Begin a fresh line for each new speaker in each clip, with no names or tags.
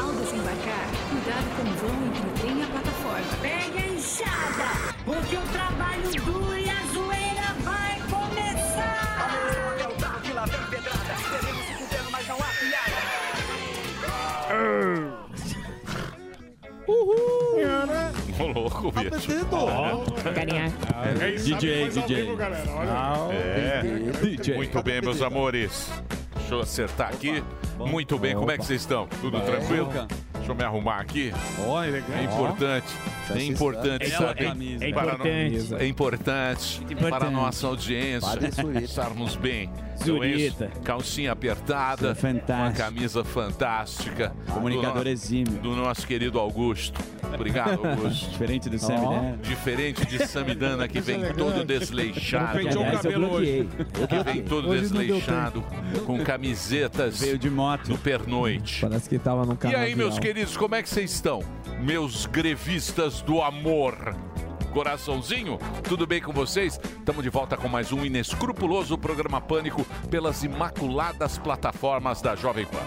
Ao desembarcar, cuidado com o vão entre o trem e a plataforma.
Pega a enxada, porque o trabalho duro e a zoeira vai começar.
Ô, louco,
Tá
bicho.
DJ, DJ. É.
é. Muito bem, meus amores. Deixa eu acertar aqui. Muito bem, como é que vocês estão? Tudo tranquilo? Deixa eu me arrumar aqui. É importante. É importante
Tá Ela
saber.
camisa. É
para
importante.
no- É importante para a nossa audiência estarmos bem. Então é isso.
Zurita.
Calcinha apertada,
Isso é
uma
fantástico.
camisa fantástica.
Comunicador
do no-
exímio.
Do nosso querido Augusto. Obrigado, Augusto.
Diferente do Sam, né?
Diferente de Samidana, que vem todo desleixado.
Que, aliás, eu bloqueei.
Que vem todo desleixado, com camisetas
Veio de moto.
do pernoite.
Parece que tava no
E
canal.
aí, meus queridos, como é que vocês estão? Meus grevistas do amor. Coraçãozinho, tudo bem com vocês? Estamos de volta com mais um inescrupuloso programa Pânico pelas imaculadas plataformas da Jovem Pan.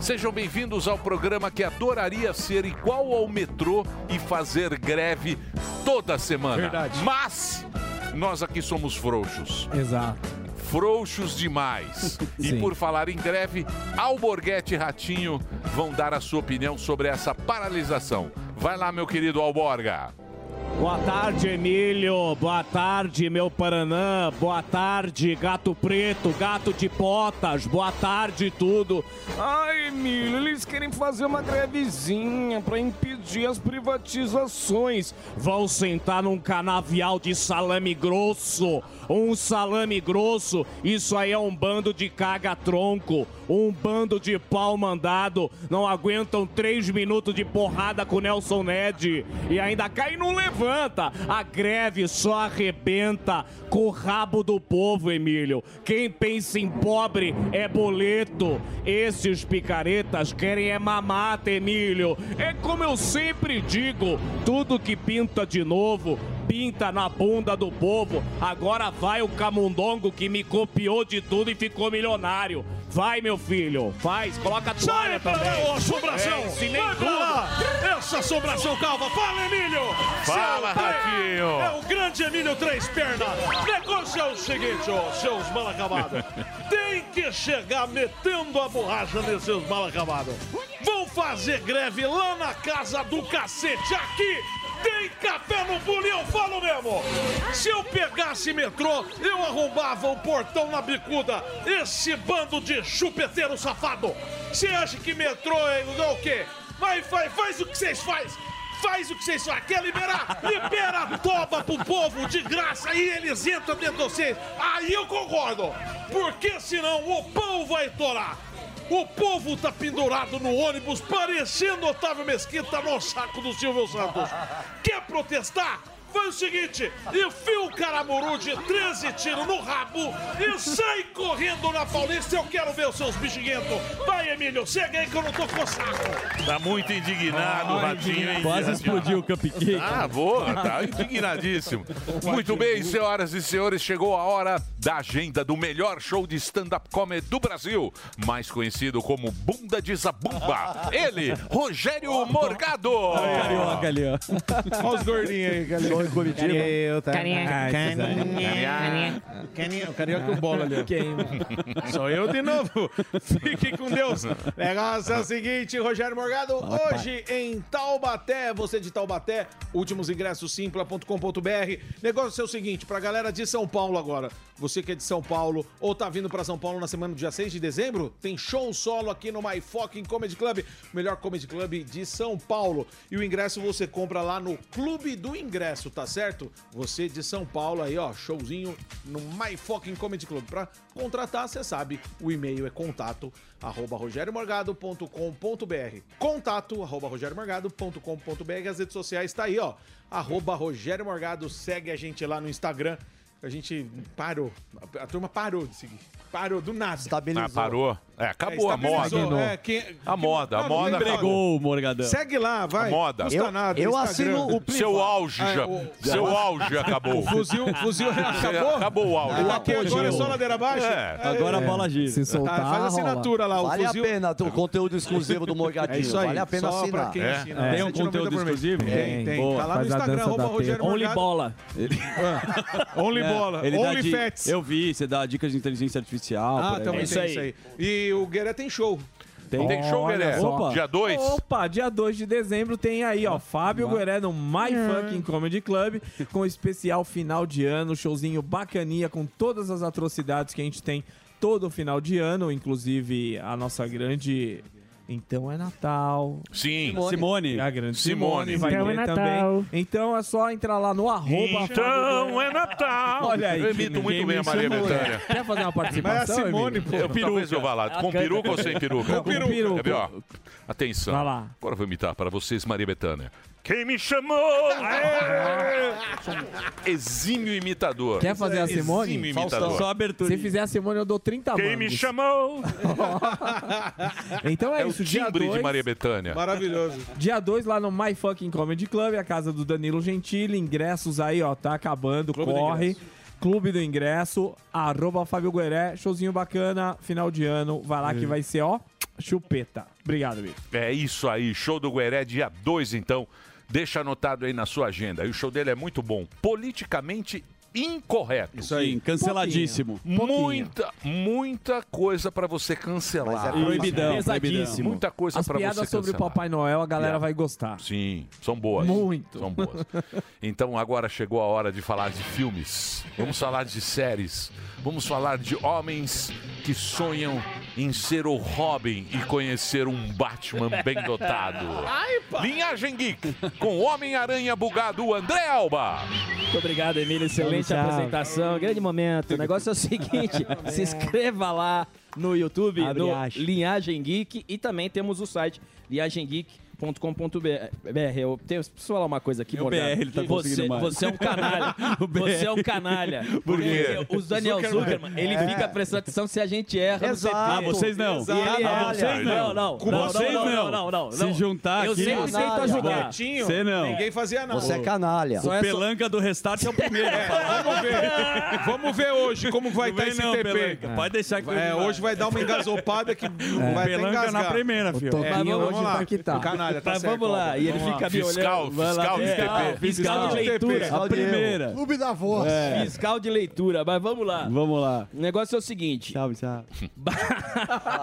Sejam bem-vindos ao programa que adoraria ser igual ao metrô e fazer greve toda semana.
Verdade.
Mas nós aqui somos frouxos
Exato.
frouxos demais. e
Sim.
por falar em greve, Alborguete e Ratinho vão dar a sua opinião sobre essa paralisação. Vai lá, meu querido Alborga.
Boa tarde, Emílio. Boa tarde, meu Paranã. Boa tarde, gato preto, gato de potas. Boa tarde, tudo. Ai, Emílio, eles querem fazer uma grevezinha para impedir as privatizações. Vão sentar num canavial de salame grosso. Um salame grosso. Isso aí é um bando de caga-tronco. Um bando de pau mandado. Não aguentam três minutos de porrada com Nelson Ned. E ainda cai e não levanta. A greve só arrebenta com o rabo do povo, Emílio. Quem pensa em pobre é boleto. Esses picaretas querem é mamata, Emílio. É como eu sempre digo: tudo que pinta de novo. Pinta na bunda do povo. Agora vai o camundongo que me copiou de tudo e ficou milionário. Vai, meu filho. Faz. Coloca a toalha também.
assombração!
É, se nem tudo.
Essa assombração calva! Fala, Emílio!
Fala,
Seu-
Ratinho.
É o grande Emílio Três Pernas! O negócio é o seguinte, ó, seus mal acabados. Tem que chegar metendo a borracha nesses mal acabados. Vão fazer greve lá na casa do cacete, aqui! Tem café no pulo e eu falo mesmo! Se eu pegasse metrô, eu arrombava o portão na bicuda! Esse bando de chupeteiro safado! Você acha que metrô é igual o quê? Vai, vai, faz o que vocês fazem! Faz o que vocês falam, quer liberar? Libera a toba pro povo de graça e eles entram dentro de vocês. Aí eu concordo, porque senão o pão vai torar. O povo tá pendurado no ônibus, parecendo Otávio Mesquita no saco do Silvio Santos. Quer protestar? Faz o seguinte, enfia o caramuru de 13 tiros no rabo e sai correndo na Paulista. Eu quero ver os seus bexiguentos. Vai, Emílio, chega aí que eu não tô com saco.
Tá muito indignado, Ratinho, hein?
Quase explodiu o cupcake.
Ah, boa, tá indignadíssimo. Muito bem, senhoras e senhores, chegou a hora da agenda do melhor show de stand-up comedy do Brasil, mais conhecido como Bunda de Zabumba. Ele, Rogério Morgado.
Carioca ali, ó.
Olha os gordinhos aí, galera.
Caio Comitiba.
Eu, tá?
Carinha.
Ah,
Carinha.
Carinha. Carinha. O carioca e o bola ali. ó.
Quem?
Sou eu de novo. Fique com Deus.
assim,
Negócio é o seguinte, Rogério Morgado,
Fala,
hoje em Taubaté, você de Taubaté, últimos ingressos simpla.com.br. Negócio é o seguinte, pra galera de São Paulo agora, você que é de São Paulo ou tá vindo pra São Paulo na semana do dia 6 de dezembro, tem show solo aqui no My Fucking Comedy Club, o melhor comedy club de São Paulo. E o ingresso você compra lá no Clube do Ingresso, tá certo? Você de São Paulo aí, ó, showzinho no My Fucking Comedy Club. Pra contratar, você sabe, o e-mail é contato arroba rogeriomorgado.com.br contato arroba rogeriomorgado.com.br as redes sociais tá aí, ó arroba Rogério Morgado, segue a gente lá no Instagram a gente parou, a turma parou de seguir parou do nada
Ah, parou. É, acabou
É,
a moda.
estabilizou. É, quem-
a
quem-
moda, a
Não,
moda.
entregou
o Morgadão.
Segue lá, vai.
A moda.
Custa
Eu-
nada,
eu
Instagram. É,
assino o privado. Seu auge já- seu auge acabou.
O fuzil, fuzil acabou?
Acabou o auge.
Ele tá aqui
Acabou,
agora é
Gil.
só ladeira abaixo?
É.
É. Se soltar,
Ah, faz assinatura
rola.
lá, o
Vale
fuzil.
a pena o conteúdo exclusivo do Morgadinho.
É isso aí,
Vale a
só
pena
pra
assinar.
quem assina. É. Tem um 7,90 conteúdo por mês. exclusivo?
Tem, tem.
Boa, Tá lá no faz a Instagram, dança arroba da Rogério teta. Only Morgado. bola. Only
É,
bola,
ele dá
only
di-
fats.
Eu vi, você dá dicas de inteligência artificial.
Ah,
por É aí.
também tem isso aí. E o Gueré tem show.
Tem show, Olha Gueré? só. Dia dois?
Opa, dia 2 de dezembro tem aí, ó, Fábio
Vai.
Gueré no My Fucking Comedy Club, com o especial final de ano, showzinho bacaninha, com todas as atrocidades que a gente tem todo final de ano, inclusive a nossa grande... Então é Natal.
Sim.
Simone. É A grande Simone,
Simone.
vai
Então
ter
é Natal.
também. Então é só entrar lá no arroba
Então
Fábio Gueré.
é Natal.
Olha aí.
Eu imito
ninguém
muito
me
bem a Maria
estimula.
Bethânia. é
Quer fazer uma participação, Ah, Emílio?
Eu, talvez eu vá lá. Com peruca ou sem peruca?
Com peruca.
Quer ver, ó? Atenção.
Vai lá.
Agora eu vou imitar para vocês, Maria Bethânia. Quem me chamou? Sou um exímio imitador.
Quer fazer a Simone?
Exímio imitador.
Se fizer a Simone, eu dou 30
Quem me
mangos.
chamou?
então é,
É o
isso, dia
timbre de
2.
Maria Bethânia.
Maravilhoso.
Dia 2 lá no My Fucking Comedy Club, a casa do Danilo Gentili. Ingressos aí, ó, tá acabando,
Clube do
corre. Clube do Ingresso, arroba Fábio Gueré, showzinho bacana, final de ano, vai lá que vai ser, ó, chupeta. Obrigado, Bicho.
É isso aí, show do Gueré, dia 2, então. Deixa anotado aí na sua agenda. E o show dele é muito bom. Politicamente incorreto. Isso
aí, Sim, canceladíssimo. pouquinho, pouquinho.
Muita, muita coisa pra você cancelar.
Mas é Proibidão, pesadíssimo. proibidão.
Muita coisa
As
pra você cancelar.
piadas sobre o Papai Noel, a galera
Yeah.
vai
Ah.
gostar.
Sim, são boas.
Muito.
São boas. Então agora chegou a hora de falar de filmes. Vamos falar de séries. Vamos falar de homens que sonham em ser o Robin e conhecer um Batman bem dotado.
Ai,
Linhagem Geek com Homem-Aranha bugado André Alba.
Muito obrigado, Emílio. Excelente
Salve, salve.
apresentação. Grande momento. O negócio é o seguinte: se inscreva lá no YouTube,
é. Abre
no
aspas.
Linhagem Geek. E também temos o site linhagemgeek.com.br. Eu tenho, preciso falar uma coisa aqui,
Meu
Morgado.
BR, ele tá
você,
conseguindo mais.
você é um canalha. você é um canalha.
Por quê?
Porque Os Daniel
Zuckerman.
Zuckerman, ele
É.
fica prestando atenção se a gente erra. no
Exato.
CP.
Ah, vocês não.
E ele
Ah,
erra.
vocês não.
Não, não.
Com
não, não,
vocês
não,
não.
não, não, não.
Se juntar
Eu
aqui,
sempre tento
canalha.
ajudar.
Bonitinho, Você não. ninguém
fazia
nada. Você é canalha.
Só
O
é só-
pelanca do restart é o primeiro.
Vamos ver. Vamos ver hoje como vai
Não
estar
vem
esse
não,
TP.
Pelanca. Pode deixar que É.
É, hoje vai dar uma engasopada que vai até
Pelanca
engasgar.
na primeira, filho.
É,
Mas
vamos
hoje
lá.
tá que tá.
O Canalha, tá
Mas
certo.
vamos lá,
Alba,
e ele
vamos lá.
fica me olhando. Vai lá, é, ah, fiscal,
Fiscal de leitura.
A primeira.
Clube da voz.
É.
Fiscal de leitura, mas vamos lá.
Vamos lá.
O negócio é o seguinte.
Salve, salve.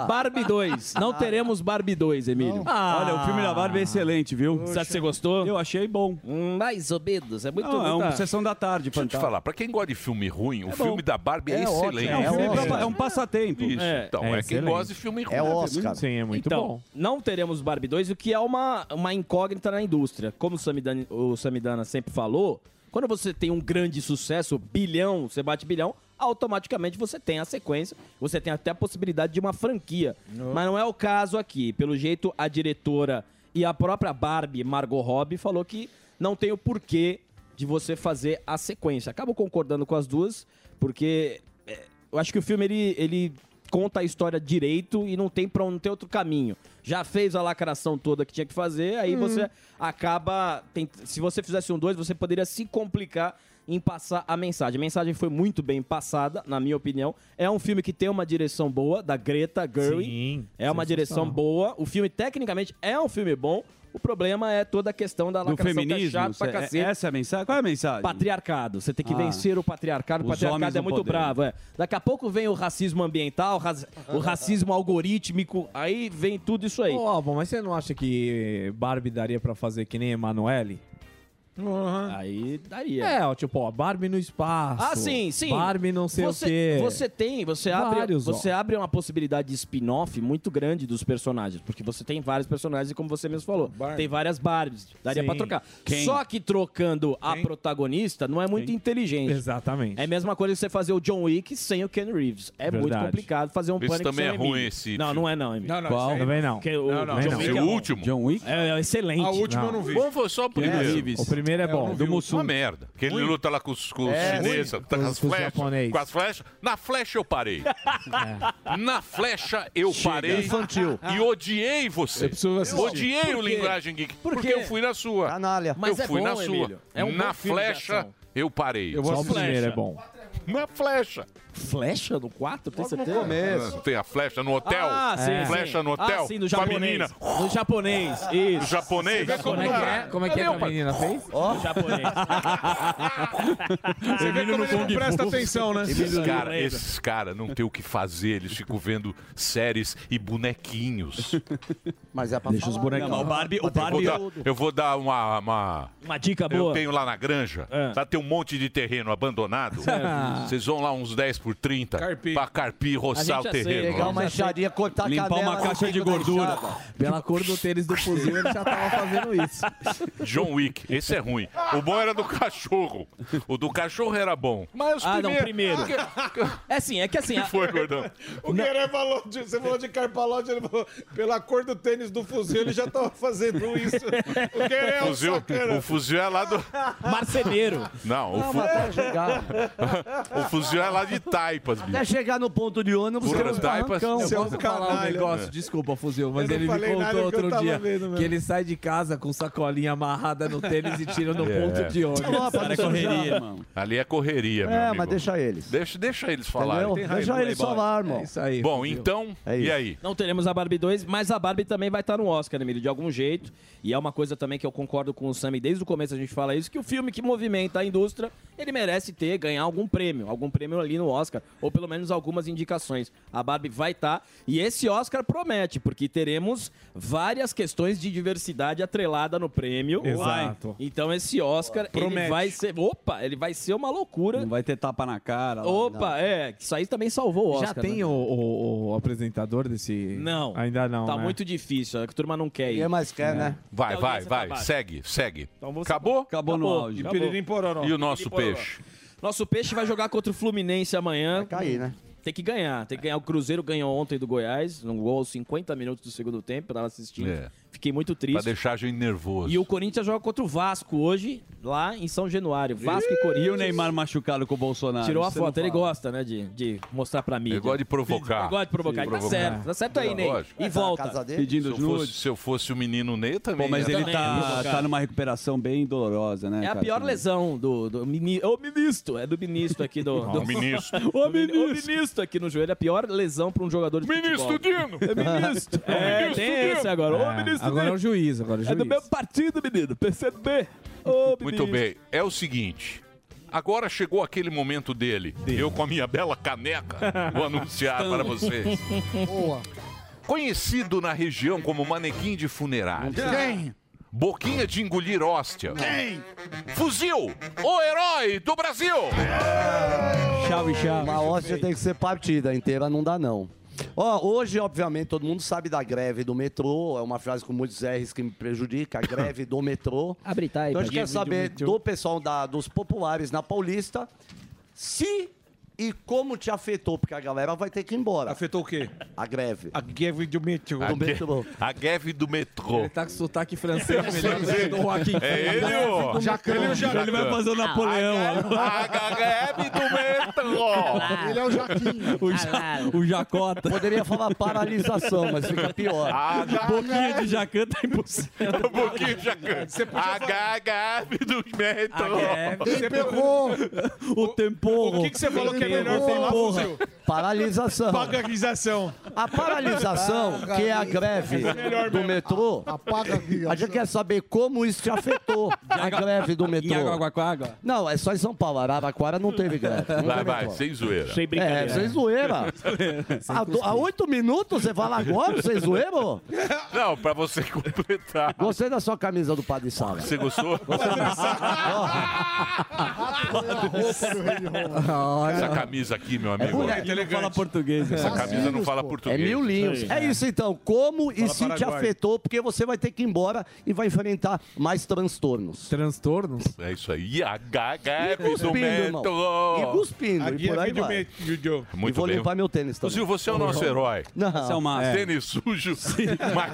Barbie 2. Não teremos Barbie 2, Emílio.
Olha, o filme da Barbie é excelente, viu?
Sabe se você gostou?
Eu achei bom.
Mais ou menos. É muito
Não, é uma
muita-
sessão da tarde.
Deixa eu te
fantástico.
falar, pra quem gosta de filme ruim, o
É
filme
bom.
da Barbie é,
Tá. É ótimo,
excelente.
é um filme pra- é um
passatempo.
Isso, então, é, quem gosta de filme ruim.
né?
é
então, Não teremos Barbie 2, o que é uma, uma incógnita na indústria. Como o Samidana, o Samidana sempre falou, quando você tem um grande sucesso, bilhão, você bate bilhão, automaticamente você tem a sequência, você tem até a possibilidade de uma franquia. Mas não é o caso aqui. Pelo jeito, a diretora e a própria Barbie, Margot Robbie, falou que não tem o porquê de você fazer a sequência. Acabo concordando com as duas, porque é, eu acho que o filme ele, ele conta a história direito e não tem para não tem outro caminho. Já fez a lacração toda que tinha que fazer, aí
Uhum.
Hum.
você acaba tent- se você fizesse um dois, você poderia se complicar em passar a mensagem. A mensagem foi muito bem passada, na minha opinião. É um filme que tem uma direção boa da Greta Gerwig.
Sim,
é uma direção
sensacional.
boa. O filme tecnicamente é um filme bom. O problema é toda a questão da
Do
lacração
feminismo?
tá chato pra
cê- é-
cacete.
essa é a mensagem? Qual é a mensagem?
Patriarcado. Você tem que
Ah.
vencer o patriarcado. O
Os homens
patriarcado é
não
muito
podemos.
bravo. é. Daqui a pouco vem o racismo ambiental, ras- o racismo algorítmico. Aí vem tudo isso aí.
Ô, Alba, mas você não acha que Barbie daria pra fazer que nem Emanuele?
Aí daria.
É, ó, tipo, ó, Barbie no espaço.
Ah, sim, sim.
Barbie não sei
Você-
o quê.
Você tem, você abre,
Vários, ó.
você abre uma possibilidade de spin-off muito grande dos personagens, porque você tem vários personagens e como você mesmo falou, tem várias Barbies, daria
Sim.
pra trocar.
Quem?
Só que trocando a protagonista não é muito inteligente.
Exatamente.
É a mesma coisa que você fazer o John Wick sem o Ken Reeves. É muito
Verdade.
complicado fazer um
Esse
pânico
também
sem
é
o Emílio.
ruim esse
Não,
filme.
não é não, Emílio.
Não, não, Qual? esse Tá, aí- Também não.
Porque o, John
Não, não, não.
Wick
Esse
é
é o
bom.
último. John Wick?
É, é excelente.
A última eu não vi.
Bom, foi só o
Ken Reeves.
primeiro.
O primeiro é bom.
Eu
Do
não vi.
Mussum.
Uma merda. Que ele
Ruim.
luta lá com os, com os
É,
chineses, tá
ruim.
com,
Com
as
os- com os
flechas.
japoneses.
Com as flechas. Na flecha eu parei. Na flecha eu
Chega.
parei.
Infantil.
E odiei você.
Eu preciso assistir.
odiei
Por
o
quê?
Linguagem Geek.
Por
porque
quê?
eu fui na sua.
Canalha.
Mas
eu
é
fui
bom,
na sua.
Emílio. É um bom
na
filme de
flecha
ação.
eu parei.
Eu vou Só o assistir. primeiro é bom.
Na flecha.
Flecha no 4? Tem
Logo no
certeza?
começo. Tem a flecha no hotel.
É, Ah, sim, sim.
Flecha no hotel.
Ah, sim, do
com a
japonês.
menina.
Do japonês, isso.
Do japonês.
Você vê como Como é que é? Como é que é que a Meu pai. menina fez? Do japonês.
Você vê como ele não presta atenção, né?
Esses caras esses cara não tem o que fazer, eles ficam vendo séries e bonequinhos.
Mas é pra
Deixa os
bonequinhos.
Não, mas o Barbie- o Barbie-
Eu vou dar, eu vou dar uma, uma.
Uma dica
Eu
boa. É.
tenho lá na granja, lá tem um monte de terreno abandonado.
Certo.
Vocês vão lá uns 10 por 30 pra carpir, roçar o terreno.
Pegar uma enxadinha, cortar a
Limpar
canela.
uma caixa
no
de
bico da
gordura.
enxada.
Pela cor do tênis do fuzil, ele já tava fazendo isso.
John Wick, esse é ruim. O bom era do cachorro. O do cachorro era bom. Mas os
ah, não, primeiro.
primeiros-
É assim, é que assim.
que foi, gordão?
O Gueré falou, de, você falou de Carpalote, ele falou, pela cor do tênis do fuzil, ele já tava fazendo isso. O Gueré é um
fuzil,
sacana.
o fuzil é lá do.
Marceneiro. tá
Não, o,
Não,
fu-
mas até chegar.
o fuzil é lá de taipas, bicho.
Até chegar no ponto de ônibus,
Porra,
tem uns
dá aí pra-
barrancão.
Eu
Eu posso falar um negócio,
né?
desculpa, fuzil,
Eu
mas
não
ele me
falei nada
contou
porque eu
outro
tava
dia
vendo mesmo.
que ele sai de casa com sacolinha amarrada no tênis e tira Tá no
É.
ponto de ônibus. é
Não, pra não sujar.
Ali é correria,
É,
meu amigo.
mas deixa eles.
Deixa, deixa eles falarem.
Entendeu? Deixa eles falar,
É
irmão.
É
É
Bom, então, e aí?
Não teremos a Barbie 2, mas a Barbie também vai estar no Oscar, Emílio, de algum jeito. E é uma coisa também que eu concordo com o Sammy, desde o começo a gente fala isso, que o filme que movimenta a indústria, ele merece ter, ganhar algum prêmio, algum prêmio ali no Oscar, ou pelo menos algumas indicações. A Barbie vai estar, e esse Oscar promete, porque teremos várias questões de diversidade atrelada no prêmio.
Exato.
Vai. Então esse Oscar, ele
Promete.
vai ser, opa, ele vai ser uma loucura.
Não vai ter tapa na cara. lá,
Opa, é, isso aí também salvou o Oscar.
Já tem
né?
o, o- o apresentador desse.
Não.
Ainda não.
Tá
né?
muito difícil, a turma não quer ir.
Ninguém mais quer, né?
Vai,
Tem
vai,
audiência
vai.
pra baixo.
Segue, segue.
Então você-
Acabou?
Acabou no auge.
E piririm pororó. E o nosso
Piririm pororó.
peixe?
Nosso peixe vai jogar contra o Fluminense amanhã. Vai
cair, né?
Tem que ganhar. Tem que ganhar. O Cruzeiro ganhou ontem do Goiás, num gol aos 50 minutos do segundo tempo, eu tava assistindo.
É.
Fiquei muito
Pra
triste.
deixar a gente nervoso.
E o Corinthians joga contra o Vasco hoje, lá em São Januário. Vasco e
E o
Corinthians.
Neymar machucado com o Bolsonaro?
Tirou a
Você não
foto, ele
fala.
gosta, né, de, de mostrar pra mídia.
Ele gosta de provocar.
Ele gosta de provocar.
Sim,
Tá
provocar. É,
certo, tá certo aí, Ney.
Lógico.
E volta.
se eu, fosse, se eu fosse o menino Ney, eu também.
Pô, mas
ia-
ele
também ia
tá,
provocar.
tá numa recuperação bem dolorosa, né?
É a
cara?
pior lesão do, do mini, ô, ministro. É do ministro aqui do.
Ó,
do
o ministro.
o ministro. O ministro aqui no joelho. É a pior lesão pra um jogador de
Ministro Dino!
futebol. É ministro. É,
Ministro
tem
Dino!
esse agora. Ô,
É,
ministro
agora é
Dino.
o juiz, agora é o
É do
juiz.
meu partido, menino. PCB. Ô,
Muito
ministro.
bem. É o seguinte. Agora chegou aquele momento dele. Eu com a minha bela caneca vou anunciar para vocês.
Boa.
Conhecido na região como manequim de funerário.
Quem?
Boquinha de engolir hóstia. Quem? Fuzil, o herói do Brasil.
Chave, chave.
Uma hóstia tem que ser partida inteira, não dá não. Ó, hoje, obviamente, todo mundo sabe da greve do metrô. É uma frase com muitos R's que me prejudica. A greve do metrô.
Abre, tá aí,
Então a gente
pra-
quer saber do pessoal da- dos populares na Paulista se e como te afetou, porque a galera vai ter que ir embora.
Afetou o quê?
A greve.
A greve do metrô.
A, gue- a greve do metrô.
Tá com sotaque francês,
É
melhor
Francês.
do Joaquim.
É ele, ô. Ele é o Jacan.
Ele vai fazer o
É
Napoleão.
greve do metrô.
Ele é o Jaquim.
O, ja, o Jacota.
Poderia falar paralisação, mas fica pior.
Ah, já-
Boquinha de Jacan tá impossível.
Um pouquinho, Jacan. A greve do metrô.
Quem pegou?
O tempo.
O que, que você falou que é melhor falar, fuzil?
Paralisação.
Paralisação.
A paralisação,
Apaga
que é a
isso.
greve
É melhor
do
mesmo.
metrô, a gente quer saber como isso te afetou, a greve do metrô.
Araraquara?
Não, é só em São Paulo. Araraquara não teve greve. não
Vai,
teve
vai,
metrô.
sem zoeira.
Sem brincadeira. É, sem zoeira. A do- Há oito minutos você fala agora, vocês zoeiram?
Não, pra você completar.
Gostei da sua camisa do Padre Sala.
Você gostou? Essa camisa aqui, meu amigo.
bonito, É ele não
fala português.
Essa camisa não fala
É
português.
mil linhos. É isso então. Como e
né? Fala
se te
Paraguai.
afetou, porque você vai ter que ir embora e vai enfrentar mais transtornos.
Transtornos?
É isso aí. A HHF
E cuspindo,
do
irmão. E
Meto.
cuspindo, e por aí vai.
Muito
E vou
bem.
limpar meu tênis também.
Zil,
Uhum.
você é o nosso herói.
Não. Você é o máximo.
Tênis sujo. Mas,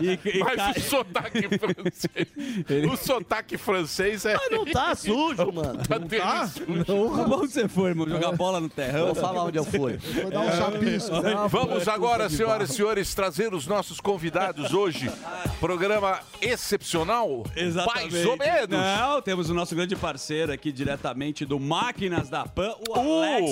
mas o sotaque francês. O sotaque francês é.
Mas não tá sujo, mano.
Tá tênis sujo.
Como Tá você foi, irmão? Jogar bola no terrão?
Vou falar onde eu fui. É.
Foi dar um chapisco.
Vamos agora, senhoras e senhores, trazer os nossos convidados hoje. Programa excepcional.
Exatamente. Ah,
Mais ou menos.
Não, temos o nosso grande parceiro aqui diretamente do Máquinas da Pan, o Alex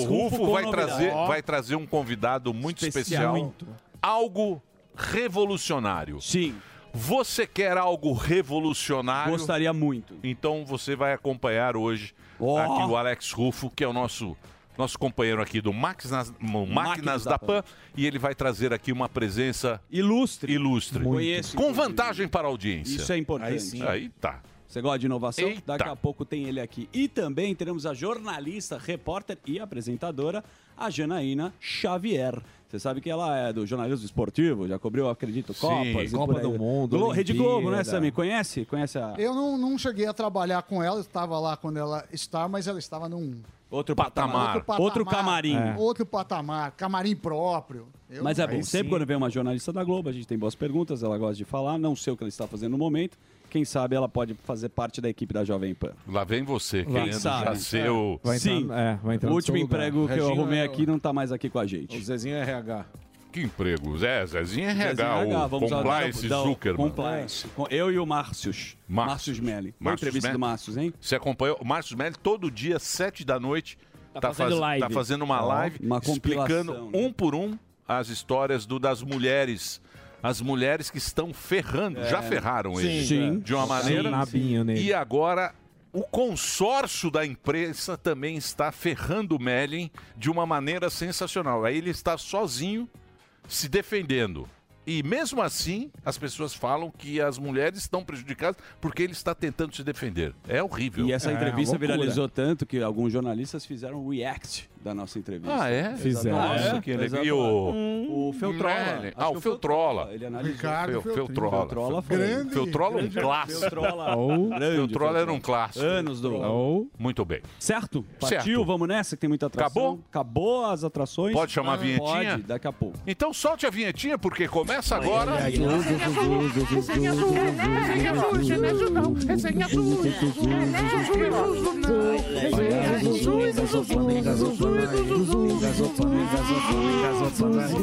O Uh, Rufo
com
vai
novidade.
trazer, vai trazer um convidado muito especial.
Especial.
Algo revolucionário.
Sim.
Você quer algo revolucionário?
Gostaria muito.
Então você vai acompanhar hoje aqui o Alex Rufo, que é o nosso nosso companheiro aqui do Máquinas, Máquinas, da,
da
Pan,
Pan.
e ele vai trazer aqui uma presença
ilustre.
Ilustre.
Muito. Conheço,
com vantagem para a audiência.
Isso é importante.
Aí, sim. Aí tá.
Você gosta de inovação?
Eita.
Daqui a pouco tem ele aqui. E também teremos a jornalista, repórter e apresentadora, a Janaína Xavier. Você sabe que ela é do jornalismo esportivo, já cobriu, acredito,
Sim,
Copas. e
Copa
por aí.
do Mundo,
Glo Rede Globo, né,
Olimpíada.
Sammy? Conhece? Conhece a...
Eu não, não cheguei a trabalhar com ela, estava lá quando ela estava, mas ela estava num É.
Outro
patamar.
Outro, camarim.
Outro patamar, camarim próprio. Eu-
Mas é bom,
aí
sempre
sim.
quando vem uma jornalista da Globo, a gente tem boas perguntas, ela gosta de falar, não sei o que ela está fazendo no momento. Quem sabe ela pode fazer parte da equipe da Jovem Pan.
Lá vem você,
Lá
querendo
sabe. é,
já ser o.
Sim, o último emprego que eu
é
arrumei aqui não tá mais aqui com a gente.
O Zezinho é RH.
Que emprego? Zé, Zezinho é
Zezinho
RH,
RH,
o
vamos lá,
Compliance
dá- dá-
Zuckerman.
Compliance. Com- Eu e o Márcios. Márcios Melli. Boa entrevista do Márcios, hein?
Você acompanhou? O Márcios Melli, todo dia, sete da noite, tá,
fazendo
faz-
live.
tá fazendo uma
Ó,
live
uma
explicando
compilação, né?
um por um as histórias do- das mulheres. As mulheres que estão ferrando,
É.
já ferraram
Sim.
eles
Sim.
de uma
Sim,
maneira.
nabinho nele.
E agora o consórcio da imprensa também está ferrando o Mellin de uma maneira sensacional. Aí ele está sozinho se defendendo. E mesmo assim, as pessoas falam que as mulheres estão prejudicadas porque ele está tentando se defender. É horrível.
E essa entrevista viralizou tanto que alguns jornalistas fizeram um react da nossa entrevista.
Ah, é?
Fizeram.
Nossa, que legal. E o...
O Feltrola.
Merlin.
Acho
Ah,
que
o Feltrola.
Ele analisou.
Fel- Feltrola.
Feltrola foi.
Grande, Feltrola é um
grande
clássico.
Feltrola. Ou- Grande
Feltrola era um
Feltrola.
clássico.
Anos do- Ou-
Muito bem.
Certo? Partiu,
Certo.
vamos nessa que tem muita atração.
Acabou?
Acabou as atrações.
Pode chamar a vinhetinha?
Pode, daqui a pouco.
Então solte a vinhetinha, porque começa agora.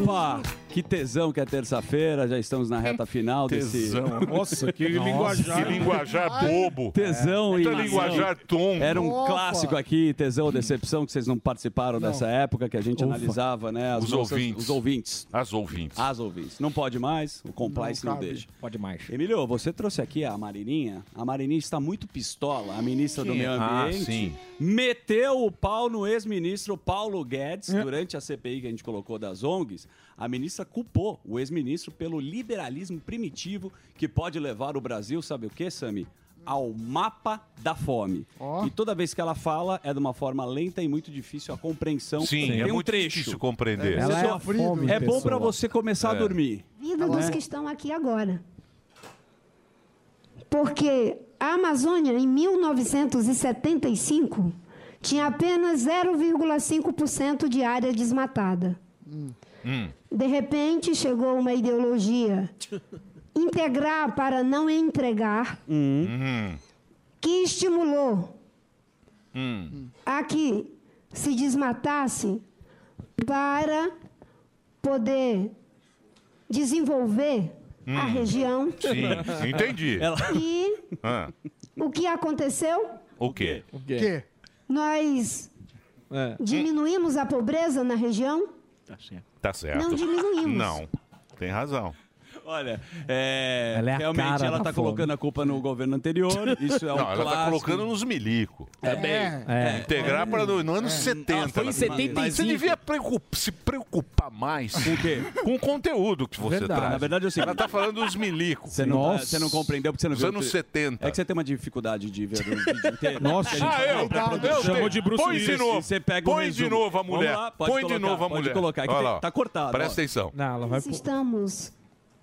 Opa! Que tesão que é terça-feira, já estamos na reta final desse.
Tesão. Nossa, que linguajar. Que linguajar bobo.
Tesão
É.
e.
Que linguajar tonto.
Era um
Opa.
clássico aqui, tesão ou decepção, que vocês não participaram dessa época, que a gente
Ufa.
analisava, né? as
Os
nossas-
ouvintes.
Os ouvintes.
As ouvintes.
As ouvintes. Não pode mais, o compliance não,
cabe.
deixa. Pode mais. Emílio, você trouxe aqui a Marininha. A Marininha está muito pistola, a ministra do
Quem é?
Meio
Ah,
Ambiente.
sim.
Meteu o pau no ex-ministro Paulo Guedes durante a CPI que a gente colocou das ONGs. A ministra culpou o ex-ministro pelo liberalismo primitivo que pode levar o Brasil, sabe o que, Sami? Ao mapa da fome. E toda vez que ela fala, é de uma forma lenta e muito difícil a compreensão.
Sim,
Tem
é
um
muito
trecho.
difícil compreender.
Você
Ela é
só-
a fome,
é bom para
pessoa.
você começar
É.
a dormir.
vida
Ela
dos
é.
que estão aqui agora. Porque a Amazônia, em 1975, tinha apenas 0,5% de área desmatada. De repente, chegou uma ideologia integrar para não entregar,
Hum.
que estimulou
Hum.
a que se desmatasse para poder desenvolver a
Hum.
região.
Sim, entendi.
E
Ah,
o que aconteceu?
o quê? É. O
Que nós diminuímos a pobreza na região?
Tá certo.
Não diminuímos.
Não. Tem razão.
Olha, é,
Ela é a
realmente
cara
ela
da
está
fome.
colocando a culpa no governo anterior. Isso é um
Não, ela tá
clássico.
colocando nos milico.
É.
Também.
É.
Integrar
É.
para no, no ano
É.
70.
Ah, foi em
ela-
75.
Você devia preocup- se preocupar mais com o quê? Com o conteúdo que você
Verdade.
traz.
Na verdade, é o seguinte-
Ela tá falando dos milico.
Você não, tá- você não compreendeu porque você não
Os
viu.
anos
que-
70.
É que você tem uma dificuldade de ver o vídeo inteiro.
Nossa.
Que a gente
Ah, eu?
vai pra
Eu
produção.
tenho. Chamou de Bruce Põe de Willis. novo.
Você pega o
Põe de
resumo.
novo a mulher.
Vamos lá, pode
Põe de
colocar,
novo a
pode
mulher.
colocar. Aqui
Olha
tem-
lá.
tá cortado.
Presta
ó.
atenção.
Não, ela
Nós estamos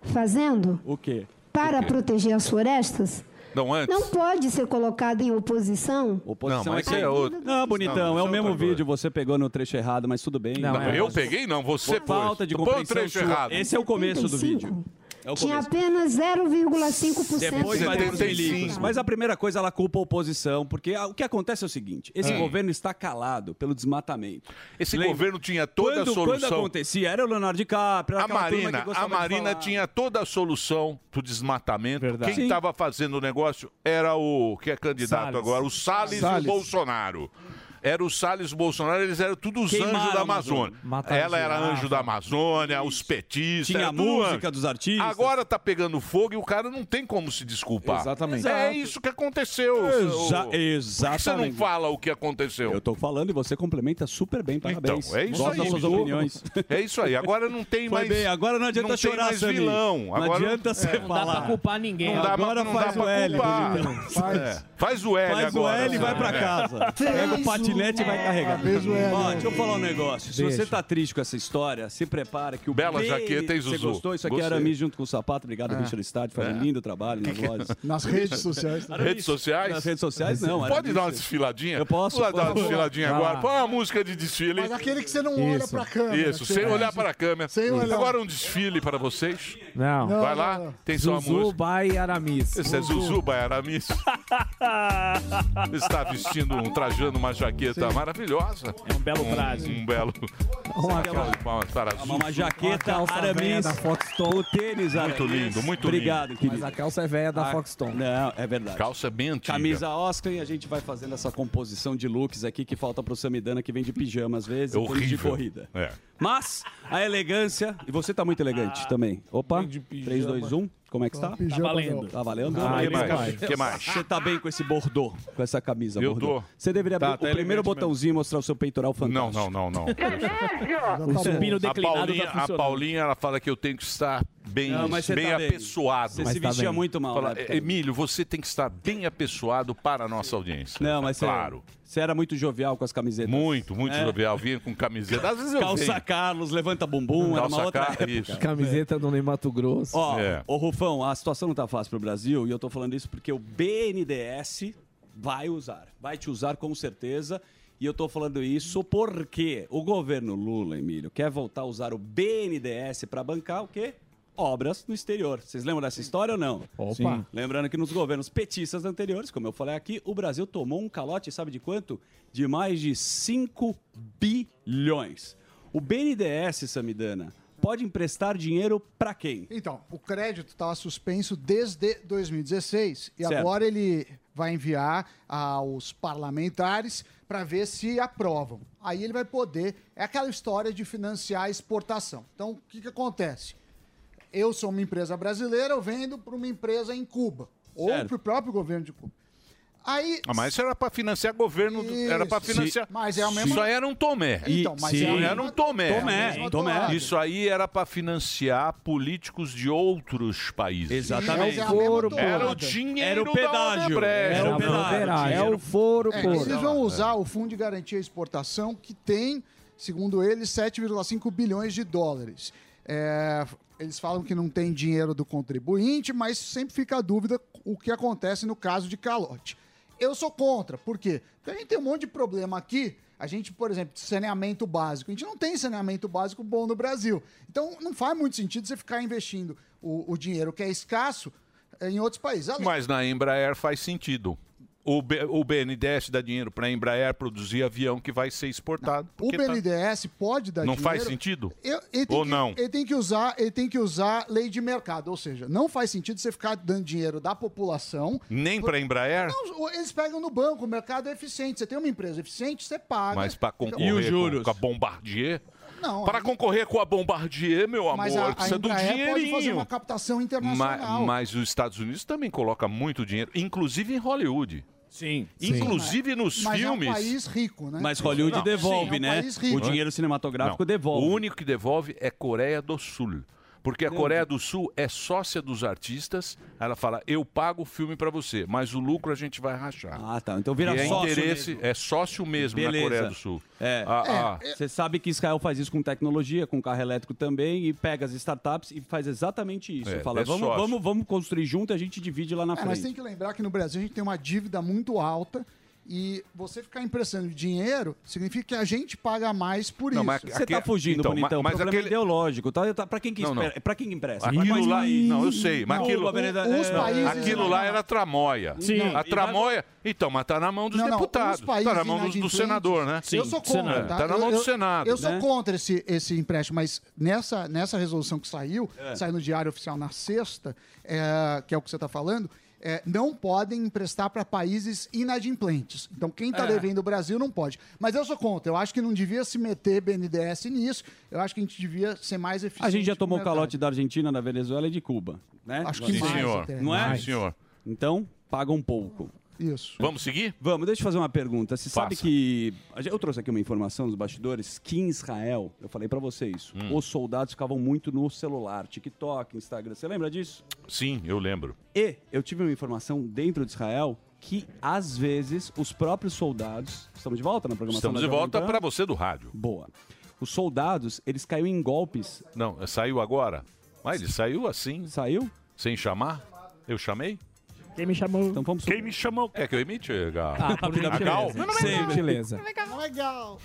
fazendo
O quê?
para proteger as florestas
Não, antes.
não pode ser colocado em oposição.
Oposição
Não, mas
que-
isso é outro.
Não, bonitão,
Não,
é o
isso é
mesmo
outra
vídeo, você pegou no trecho errado, mas tudo bem.
Não, é. eu peguei não, você pôs.
Falta de
Põe o
compreensão
trecho
sua.
errado.
Esse é o começo do
75.
vídeo. É o
Tinha
começo.
apenas 0,5%
Depois vai ter os milicos.
75.
Mas a primeira coisa, ela culpa a oposição, porque ah, o que acontece é o seguinte, esse
Hum.
governo está calado pelo desmatamento.
Esse
Lembra?
governo tinha toda
quando,
a solução.
Quando acontecia, era o Leonardo DiCaprio, era
A
aquela turma que
Marina, a
gostava de
Marina
falar.
tinha toda a solução do desmatamento. Quem
Sim.
estava fazendo o negócio era o que é candidato
Salles.
agora, o Salles,
Salles.
e o Bolsonaro. Era o Salles e o Bolsonaro, eles eram tudo os
Queimaram
anjos da
a Amazônia.
Amazônia.
Mataram
Ela era
girafa.
anjo da Amônia, os petistas.
Tinha
era
a
tudo
música
anjo.
dos artistas.
é Agora tá pegando fogo e o cara não tem como se desculpar.
Exatamente.
É
Exato.
isso que aconteceu.
Exa-
seu- Por que você não
exatamente.
fala o que aconteceu?
Eu tô falando e você complementa super bem, parabéns.
Então, é isso
Gosto
aí.
das suas
Bidu.
opiniões.
É isso aí. Agora não tem
Foi
mais.
bem, agora não adianta
não tem
chorar,
mais
Sammy.
vilão.
Não
Agora-
adianta você
É.
falar.
Não dá
agora
pra, não
faz
dá
o
pra
L.
culpar.
Bidu.
É. Faz o L
Faz
agora.
o L e vai pra
É.
casa. Pega o patinete e vai carregar. Ó, deixa eu falar um negócio. Se
Deixa.
você tá triste com essa história, se prepara que o
Bela
Bem-
jaqueta, hein,
Você
Zuzu?
gostou? Isso aqui
Gostei.
era Aramis junto com o sapato. Obrigado,
É.
Richard Stade. Faz
É.
um lindo trabalho nas vozes.
Nas redes sociais também.
Redes sociais?
Nas redes sociais, não.
Pode
Aramis.
dar uma desfiladinha? Eu
posso,
Vamos dar uma
posso.
desfiladinha
Vai
agora.
lá.
Põe uma música de desfile.
Mas aquele que você não olha
Isso.
pra câmera.
Isso, sem olhar para a câmera.
Sem olhar.
Agora um desfile para vocês.
Não.
Vai lá, tem só uma
Zuzu
música.
by Aramis.
Esse é Zuzu Baiaramis. Está vestindo, um, trajando uma jaqueta maravilhosa. É um belo traje. Um, belo.
Uma
Aquela de palmas para Zuzu.
Uma jaqueta
calça velha
Aramis.
da
O tênis Aramis.
Muito lindo, muito
Obrigado,
lindo.
querido.
Mas a calça é velha da
Ah,
Foxton.
Não, é verdade.
Calça é bem antiga.
Camisa Oscar e a gente vai fazendo essa composição de looks aqui que falta pro Samidana, que vem de pijama às vezes,
É
e tênis de
horrível.
corrida.
É.
Mas a elegância, e você tá muito elegante
Ah,
também. Opa, 3, 2, 1, como é que
Tá
está?
pijama, Tá valendo. não.
Tá valendo?
Ah, que mais? Que mais?
Você tá bem com esse bordô, com essa camisa
Eu
bordô?
tô.
Você deveria
Tá,
abrir
tá
o primeiro
elegante
botãozinho e mostrar o seu peitoral
Não,
fantástico.
não, não, não.
O supino
tá a
declinado tá
Paulinha, a
funcionando.
Paulinha, ela fala que eu tenho que estar bem,
Não, mas você
bem
tá bem.
apessoado.
Você se Mas tá vestia bem. muito mal
Fala,
na época.
Emílio, você tem que estar bem apessoado para a nossa audiência.
Não, mas você,
Claro.
você era muito jovial com as camisetas.
Muito, muito
É.
jovial. Vinha com camiseta. Às vezes eu
Calça
venho.
Carlos, levanta bumbum, era
Calça
uma outra
Carlos,
época.
isso.
Camiseta do Neymar Mato Grosso.
Ó,
É.
ô Rufão, a situação não tá fácil pro Brasil e eu tô falando isso porque o BNDES vai usar, vai te usar com certeza. E eu tô falando isso porque o governo Lula, Emílio, quer voltar a usar o BNDES para bancar o quê? Obras no exterior. Vocês lembram dessa história ou não?
Opa. Sim.
Lembrando que nos governos petistas anteriores, como eu falei aqui, o Brasil tomou um calote, sabe de quanto? De mais de 5 bilhões. O BNDES, Samidana, pode emprestar dinheiro para quem?
Então, o crédito estava suspenso desde 2016 e
Certo.
agora ele vai enviar aos parlamentares para ver se aprovam. Aí ele vai poder. É aquela história de financiar a exportação. Então, o que, que acontece? Eu sou uma empresa brasileira, eu vendo para uma empresa em Cuba ou
Certo.
para o próprio governo de Cuba. Aí
Ah, mas isso era para financiar governo, do- era para
Isso.
financiar.
Sim. Mas é o mesmo-
Isso aí era um Tomé.
Então, mas
Isso
é a
aí
mesma-
era um Tomé.
Tomé, Sim. Tomé.
Isso aí era para financiar políticos de outros países.
Exatamente.
É o foro por
Era o
hora.
dinheiro
Era o
da
pedágio.
Odebrecht.
Era o pedágio.
É o foro
É,
por.
eles vão usar o Fundo de Garantia e Exportação, que tem, segundo eles, 7,5 bilhões de dólares. É, eles falam que não tem dinheiro do contribuinte, mas sempre fica a dúvida o que acontece no caso de calote. Eu sou contra, por quê? Porque a gente tem um monte de problema aqui. A gente, por exemplo, saneamento básico. A gente não tem saneamento básico bom no Brasil. Então não faz muito sentido você ficar investindo o, o dinheiro que é escasso em outros países. Além-
Mas na Embraer faz sentido. O, B, o BNDES dá dinheiro para a Embraer produzir avião que vai ser exportado.
O
porque tá-
BNDES pode dar
Não
dinheiro.
faz sentido?
Eu- ele tem
Ou
que-
não?
Ele tem, que usar, ele tem que usar lei de mercado, ou seja, não faz sentido você ficar dando dinheiro da população.
Nem para a Embraer?
Não, eles pegam no banco, o mercado é eficiente. Você tem uma empresa eficiente, você paga.
Mas para
Então-
concorrer com- com a Bombardier?
Não,
Para concorrer com a Bombardier, meu amor,
Mas a, a
precisa do
Embraer pode fazer
dinheirinho.
uma captação
Ma-
internacional.
Mas, os Estados Unidos também coloca muito dinheiro, inclusive em Hollywood.
Sim.
Inclusive nos
Mas
filmes.
é um país rico, né?
Mas Hollywood
devolve,
sim, é um
né?
país rico.
O dinheiro cinematográfico
Não.
devolve.
O único que devolve é Coreia do Sul. Porque a Coreia do Sul é sócia dos artistas, ela fala, eu pago o filme pra você, mas o lucro a gente vai rachar.
Ah, tá. Então vira
e é
sócio
interesse,
mesmo.
É sócio mesmo
Beleza.
na Coreia do Sul.
É.
Ah, ah.
Você sabe que Israel faz isso com tecnologia, com carro elétrico também, e pega as startups e faz exatamente isso.
É,
Fala,
é
vamos,
sócio.
vamos, vamos construir junto e a gente divide lá na
É, mas
frente.
tem que lembrar que no Brasil a gente tem uma dívida muito alta e você ficar emprestando dinheiro significa que a gente paga mais por isso.
Você tá fugindo,
então,
bonitão.
mas-
Mas,
mas
problema
aquele-
ideológico. Tá, tá, pra, quem que
Não, não.
espera- pra quem que empresta? Pra
Aquilo
quais
lá,
países?
não, eu sei, mas
Não,
aquilo,
a verdade-
não,
é, não.
aquilo lá era tramóia.
Sim.
A tramóia. Então, mas tá na mão dos
Não, não,
deputados.
os países
Tá na mão dos- do,
inadimplentes-
senador, né?
eu sou contra, tá?
Tá na mão
Eu-
do
eu-
Senado.
Eu sou
né?
contra esse, esse empréstimo, mas nessa, nessa resolução que saiu,
É.
sai no Diário Oficial na sexta, é, que é o que você está falando, é, não podem emprestar para países inadimplentes. Então, quem está
É.
devendo o Brasil não pode. Mas eu sou contra. Eu acho que não devia se meter BNDES nisso. Eu acho que a gente devia ser mais eficiente.
A gente já
com o
tomou
mercado.
calote da Argentina, da Venezuela e de Cuba. Né?
Acho que Sim, mais senhor. até.
Não é?
Mais.
Sim, senhor.
Então, paga um pouco.
Isso.
Vamos seguir?
Vamos, deixa eu fazer uma pergunta. Você sabe
Faça.
que. a gente- Eu trouxe aqui uma informação dos bastidores que em Israel, eu falei pra você isso,
Hum.
os soldados ficavam muito no celular, TikTok, Instagram. Você lembra disso?
Sim, eu lembro.
E eu tive uma informação dentro de Israel que, às vezes, os próprios soldados. Estamos de volta na programação?
Estamos
da
de volta
Jovem Pan?
para você do rádio.
então? Boa. Os soldados, eles caíram em golpes.
Não, saiu agora. Mas ele saiu assim.
Saiu?
Sem chamar? Eu chamei?
Quem me chamou?
Então vamos
Quem me chamou? É que eu emite, Gal.
Ah, por
A Gal?
gentileza. Sem gentileza.
Legal.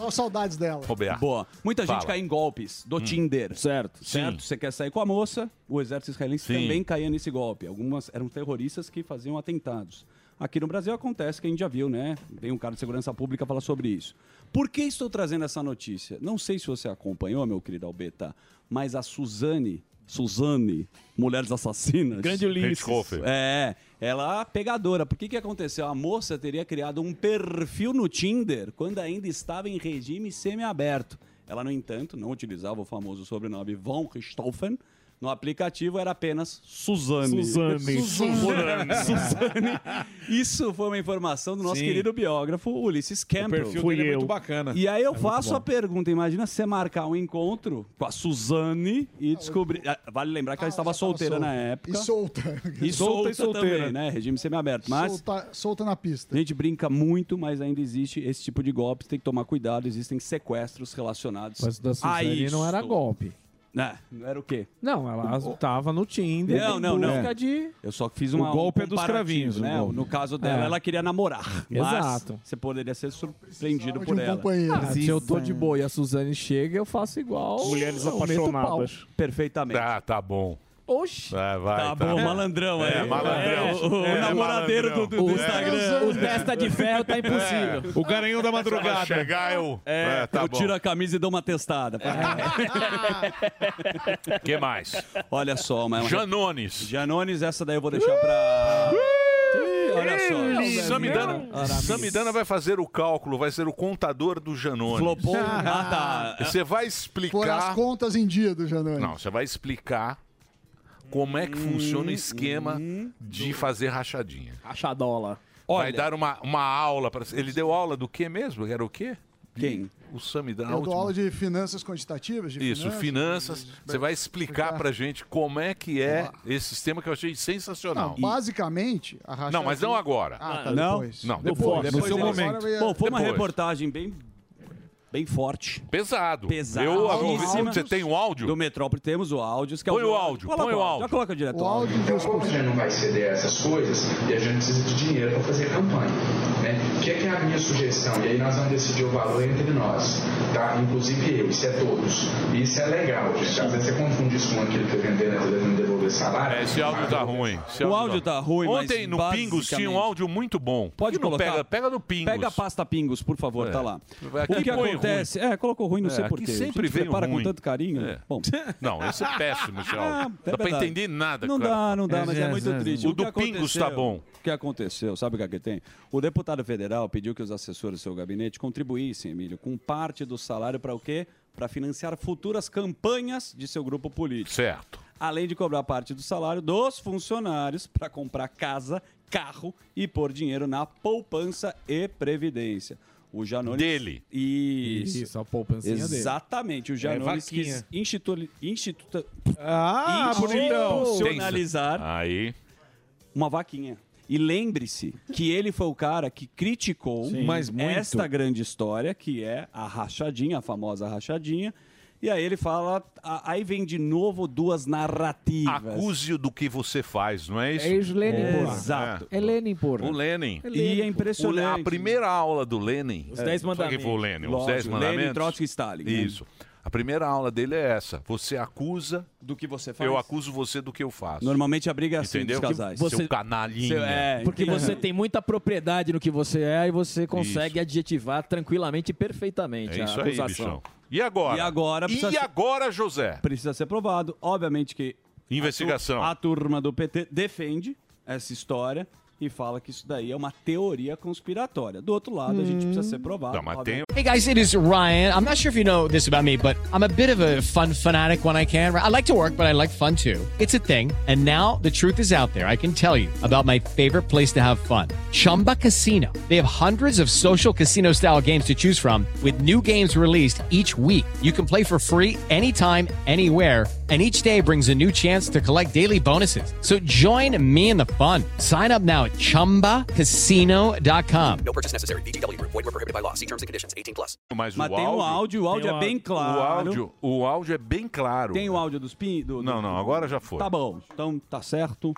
Ó, Saudades dela.
Boa. Muita gente
Fala.
cai em golpes do Tinder. Certo. Certo? Você quer sair com a moça, o exército israelense
Sim.
também caía nesse golpe. Algumas eram terroristas que faziam atentados. Aqui no Brasil acontece, que a gente já viu, né? Tem um cara de segurança pública falar sobre isso. Por que estou trazendo essa notícia? Não sei se você acompanhou, meu querido Albeta, mas a Suzane, Suzane, Mulheres Assassinas.
Grande Ulisses. Hitchcock.
É, ela é pegadora. Por que, que aconteceu? A moça teria criado um perfil no Tinder quando ainda estava em regime semiaberto. Ela, no entanto, não utilizava o famoso sobrenome Von Richthofen. No aplicativo era apenas Suzane.
Suzane.
Suzane.
Suzane.
Suzane. Isso foi uma informação do nosso
Sim.
querido biógrafo Ulisses Campbell.
perfil Fui dele é eu. muito bacana.
E aí
É
eu
muito
faço
bom.
a pergunta. Imagina você marcar um encontro com a Suzane e descobrir... Ah, Vale lembrar que ela estava solteira na época.
E solta.
E solta, e solteira. também, né? Regime semiaberto. Mas
Solta, solta na pista.
a gente brinca muito, mas ainda existe esse tipo de golpe. Tem que tomar cuidado. Existem sequestros relacionados
Mas da
a
Suzane
isso.
não era golpe.
É, não era o quê?
Não, ela tava no Tinder.
Não,
é em
não, não.
busca De...
Eu só fiz
O
uma,
golpe é dos
comparativo,
cravinhos, o
né?
golpe.
No caso dela,
É.
ela queria namorar. Mas
Exato.
você poderia ser surpreendido
de
por
um
ela.
companheiro. Ah, se eu tô de boa e a Suzane chega, eu faço igual. eu meto o pau.
Perfeitamente.
Ah, tá bom.
Oxi.
Vai, vai,
Tá bom, malandrão aí.
É, malandrão.
É, o- o
malandrão.
namoradeiro
É.
do- do- do Instagram.
O testa de ferro tá impossível.
O garanhão da madrugada. Se ela chegar, eu-
É,
É, tá
eu
bom.
tiro a camisa e dou uma testada.
O que mais?
Olha só, mas... é
Janones.
Janones, essa daí eu vou deixar pra... Ih, Olha só.
Samidana, Samidana vai fazer o cálculo, vai ser o contador do Janone.
Flopou. Ah, tá.
Você vai
Por as
explicar.
contas em dia do Janone.
Não, você vai explicar como é que
Hum,
funciona o esquema de fazer rachadinha.
Rachadola.
Vai dar uma, uma aula para Ele deu aula do quê mesmo? Era o quê?
Quem?
O Samidana. é a
Eu dou
última.
aula de finanças quantitativas. de
Isso, finanças. Você vai explicar pra gente como é que é esse sistema que eu achei sensacional.
Não, basicamente, a rachadinha...
Não, mas não agora.
Ah, tá,
não.
depois. é
Não,
Depois,
depois.
depois
No seu
eles-
momento.
Bom, foi uma
Depois.
reportagem bem, bem forte.
Pesado.
Pesado.
Eu- você tem o áudio?
Do Metrópole temos o áudio. que é
Põe o áudio,
Coloca
põe o áudio.
Já coloca direto.
O áudio
Então, como a gente não vai ceder a essas coisas, e a gente precisa de dinheiro para fazer campanha. Né? O que é, que é a minha sugestão? E aí nós vamos decidir o valor entre nós, tá? Inclusive eu, isso é todos. E isso é legal, gente. Às vezes você confunde isso com aquilo que é vender na televisão e devolver salário.
É, esse áudio tá ruim. Esse
O áudio tá ruim, mas
Ontem no Pingos tinha um
basicamente-
áudio muito bom.
Pode
Por que não
colocar.
Pega, pega no Pingos.
Pega a pasta Pingos, por favor,
É.
tá lá.
Aqui
o que
põe
acontece?
ruim.
É, colocou ruim, não
É,
sei
aqui
porquê.
sempre
vem
vem
prepara
ruim.
com tanto carinho.
É.
Bom.
Não, esse é péssimo, esse
Ah,
áudio.
é
Dá pra
verdade.
entender nada,
Não
cara.
dá, não dá, mas é, muito triste.
O
que
do Pingos
aconteceu-
tá bom.
O que aconteceu? Sabe o que, é que tem? O deputado deputado federal pediu que os assessores do seu gabinete contribuíssem, Emílio, com parte do salário para o quê? Para financiar futuras campanhas de seu grupo político.
Certo.
Além de cobrar parte do salário dos funcionários para comprar casa, carro e pôr dinheiro na poupança e previdência. O Janones...
Dele.
Isso.
Isso, a poupancinha dele.
Exatamente. O
É,
Janones quis
vaquinha.
institu... instituta...
Ah, bonitão.
institucionalizar
Aí.
uma vaquinha. E lembre-se que ele foi o cara que criticou
Sim. Mas muito.
esta grande história, que é a rachadinha, a famosa rachadinha. E aí ele fala, a- aí vem de novo duas narrativas.
Acuse-o do que você faz, não é isso?
É ex-Lenin,
É.
porra. Exato.
É.
Lenin, porra.
O Lenin.
É Lenin, E é impressionante.
O Le- A primeira aula do Lenin.
Os
Sabe
Dez
quem
Mandamentos.
foi o Lenin? Os
Lógico,
Dez
Lenin,
Mandamentos.
Trotsky e Stalin, né?
Isso. A primeira aula dele é essa. Você acusa.
Do que você faz.
Eu acuso você do que eu faço.
Normalmente a briga é assim
Entendeu?
dos casais.
Seu
Você-
canalhinha.
Seu- é,
Porque
então, né?
você tem muita propriedade no que você é e você consegue adjetivar tranquilamente e perfeitamente
É isso
a
aí,
acusação.
bichão. E agora?
E agora
E
precisa ser-
agora, José?
Precisa ser provado. Obviamente que a
Investigação.
tur- A, turma do PT defende essa história e fala que isso daí é uma teoria conspiratória. Do outro lado, a gente precisa ser provado. obviamente.
Hey guys, it is Ryan. I'm not sure if you know this about me, but I'm a bit of a fun fanatic when I can. I like to work, but I like fun too. It's a thing. And now the truth is out there. I can tell you about my favorite place to have fun Chumba Casino. They have hundreds of social casino style games to choose from, with new games released each week. You can play for free anytime, anywhere. And each day brings a new chance to collect daily bonuses. So join me in the fun. Sign up now at chumbacasino.com.
Um, No purchase necessary. VGW Group. Void where prohibited by law. See terms and conditions. 18 plus.
Mas,
Mas
o
tem
áudio,
o áudio, o áudio
Tem
é bem claro.
O áudio, o áudio é bem claro.
Tem o áudio dos pin... do- do-
um- Não, não, agora já foi. Ah,
Tá bom, então tá certo.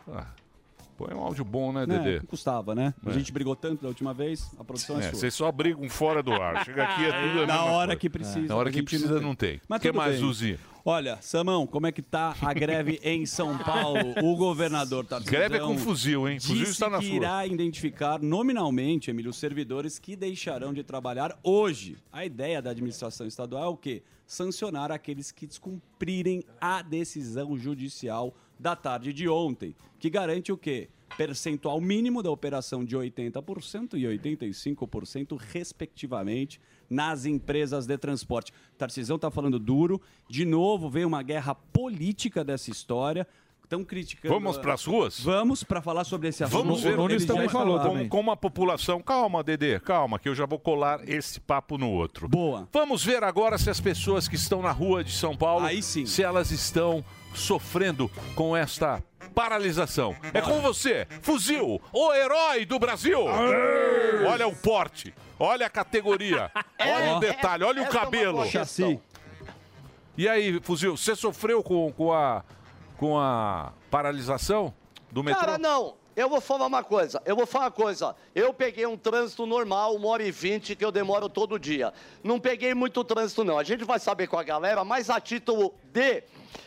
Pô, é um áudio bom, né, Dedê?
Não custava, né?
É.
A gente brigou tanto da última vez, a produção é,
É,
sua.
vocês só brigam fora do ar. Chega aqui, é tudo a
Na
mesma
hora
coisa. É,
que precisa,
Na hora
a
que
gente
precisa,
não-
não tem. O
Mas
que
tudo
mais,
bem.
Uzi?
Olha, Samão, como é que tá a greve em São Paulo? O governador tá
Greve é com fuzil, hein? Fuzil está na
que
sua.
irá identificar nominalmente, Emílio, os servidores que deixarão de trabalhar hoje. A ideia da administração estadual é o quê? Sancionar aqueles que descumprirem a decisão judicial da tarde de ontem, que garante o quê? Percentual mínimo da operação de 80% e 85%, respectivamente, nas empresas de transporte. Tarcisão está falando duro. De novo, veio uma guerra política dessa história. Estão criticando.
Vamos pras ruas?
Vamos para falar sobre esse assunto.
Vamos ver
Eles já falaram.
como, como a população. Calma, Dedê, calma, que eu já vou colar esse papo no outro.
Boa.
Vamos ver agora se as pessoas que estão na rua de São Paulo, se elas estão sofrendo com esta paralisação. É com você, fuzil, o herói do Brasil. Olha o porte, olha a categoria, olha o detalhe, olha o
Essa é uma
cabelo.
boa questão.
E aí, fuzil, você sofreu com, com a com a paralisação do metrô?
Cara, não. Eu vou falar uma coisa, eu vou falar uma coisa. Eu peguei um trânsito normal, uma hora e vinte, que eu demoro todo dia. Não peguei muito trânsito, não. A gente vai saber com a galera, mas a título de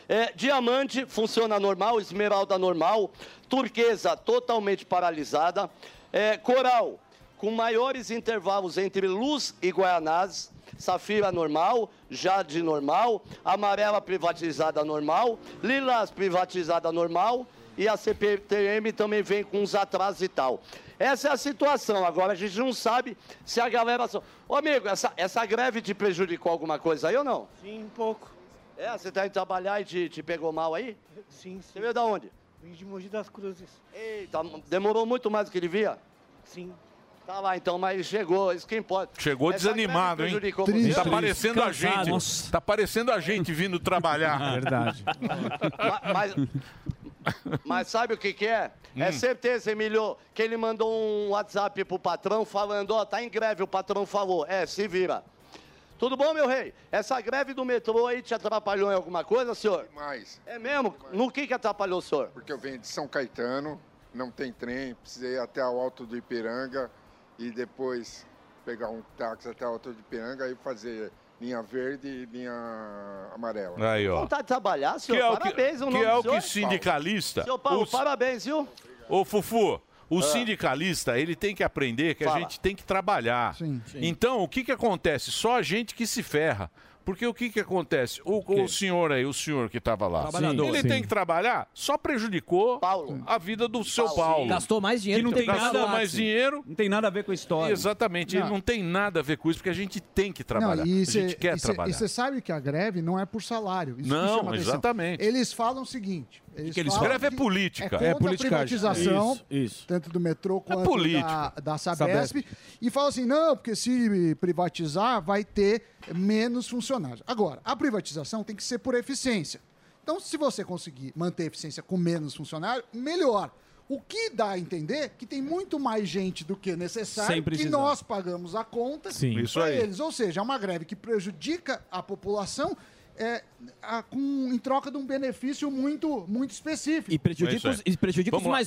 eh, diamante funciona normal, esmeralda normal, turquesa totalmente paralisada, eh, coral com maiores intervalos entre luz e Guaianazes, Safira normal, Jade normal, Amarela privatizada normal, Lilás privatizada normal e a CPTM também vem com uns atrasos e tal. Essa é a situação. Agora a gente não sabe se a galera. só- Ô amigo, essa, essa greve te prejudicou alguma coisa aí ou não?
Sim, um pouco.
É, você tá indo trabalhar e te, te pegou mal aí?
Sim, sim.
Você veio da onde?
Vim de Mogi das Cruzes.
Eita, demorou muito mais do que devia?
Sim.
Tá lá então, mas chegou, isso que importa.
Chegou
Essa greve
desanimado, hein?
prejudicou você?
tá parecendo a gente. Tá parecendo a gente vindo trabalhar.
Verdade. mas, mas sabe o que, que é?
Hum.
É certeza, Emílio, que ele mandou um WhatsApp pro patrão falando, ó, tá em greve, o patrão falou. É, se vira. Tudo bom, meu rei? Essa greve do metrô aí te atrapalhou em alguma coisa, senhor?
Mas,
É mesmo? No que que atrapalhou o senhor?
porque eu venho de São Caetano, não tem trem, precisei ir até o Alto do Ipiranga e depois pegar um táxi até o Alto do Ipiranga e fazer linha verde e linha amarela.
Aí, ó.
Vontade de trabalhar, senhor?
Que é o que-
parabéns, o
que
nome
é
do
o que
senhor?
sindicalista-
Senhor Paulo,
o-
parabéns, viu? Ah.
Ô, Fufu, o sindicalista, ele tem que aprender que a gente tem que trabalhar. Então, o que que acontece? Só a gente que se ferra. Porque o que que acontece? O, o senhor aí, o senhor que estava lá,
Trabalhador.
ele
Sim.
tem que trabalhar, só prejudicou a vida do seu Paulo.
Gastou mais dinheiro
Que não tem
que tem
gastou
gasto.
mais dinheiro.
Não tem nada a ver com a história.
Exatamente, ele
Não.
não tem nada a ver com isso, porque a gente tem que trabalhar.
e
a gente
cê-
quer
e cê-
trabalhar.
E você sabe que a greve não é por salário. Isso
Não,
me chama atenção.
exatamente.
Eles falam o seguinte.
que que eles
falam
falam? Greve é
que
política.
É,
É
contra a
politicagem.
privatização,
Isso, isso.
tanto do metrô quanto
É político.
da, da Sabesp,
Sabesp.
E falam assim, não, porque se privatizar vai ter menos funcionários. Agora, a privatização tem que ser por eficiência. Então, se você conseguir manter a eficiência com menos funcionário, melhor. O que dá a entender que tem muito mais gente do que
Sem
necessário que
precisar.
nós pagamos a conta
Sim.
pra
Isso aí.
eles. Ou seja, é uma greve que prejudica a população é, a- com- em troca de um benefício muito, muito específico. E
É isso aí. Vamos lá.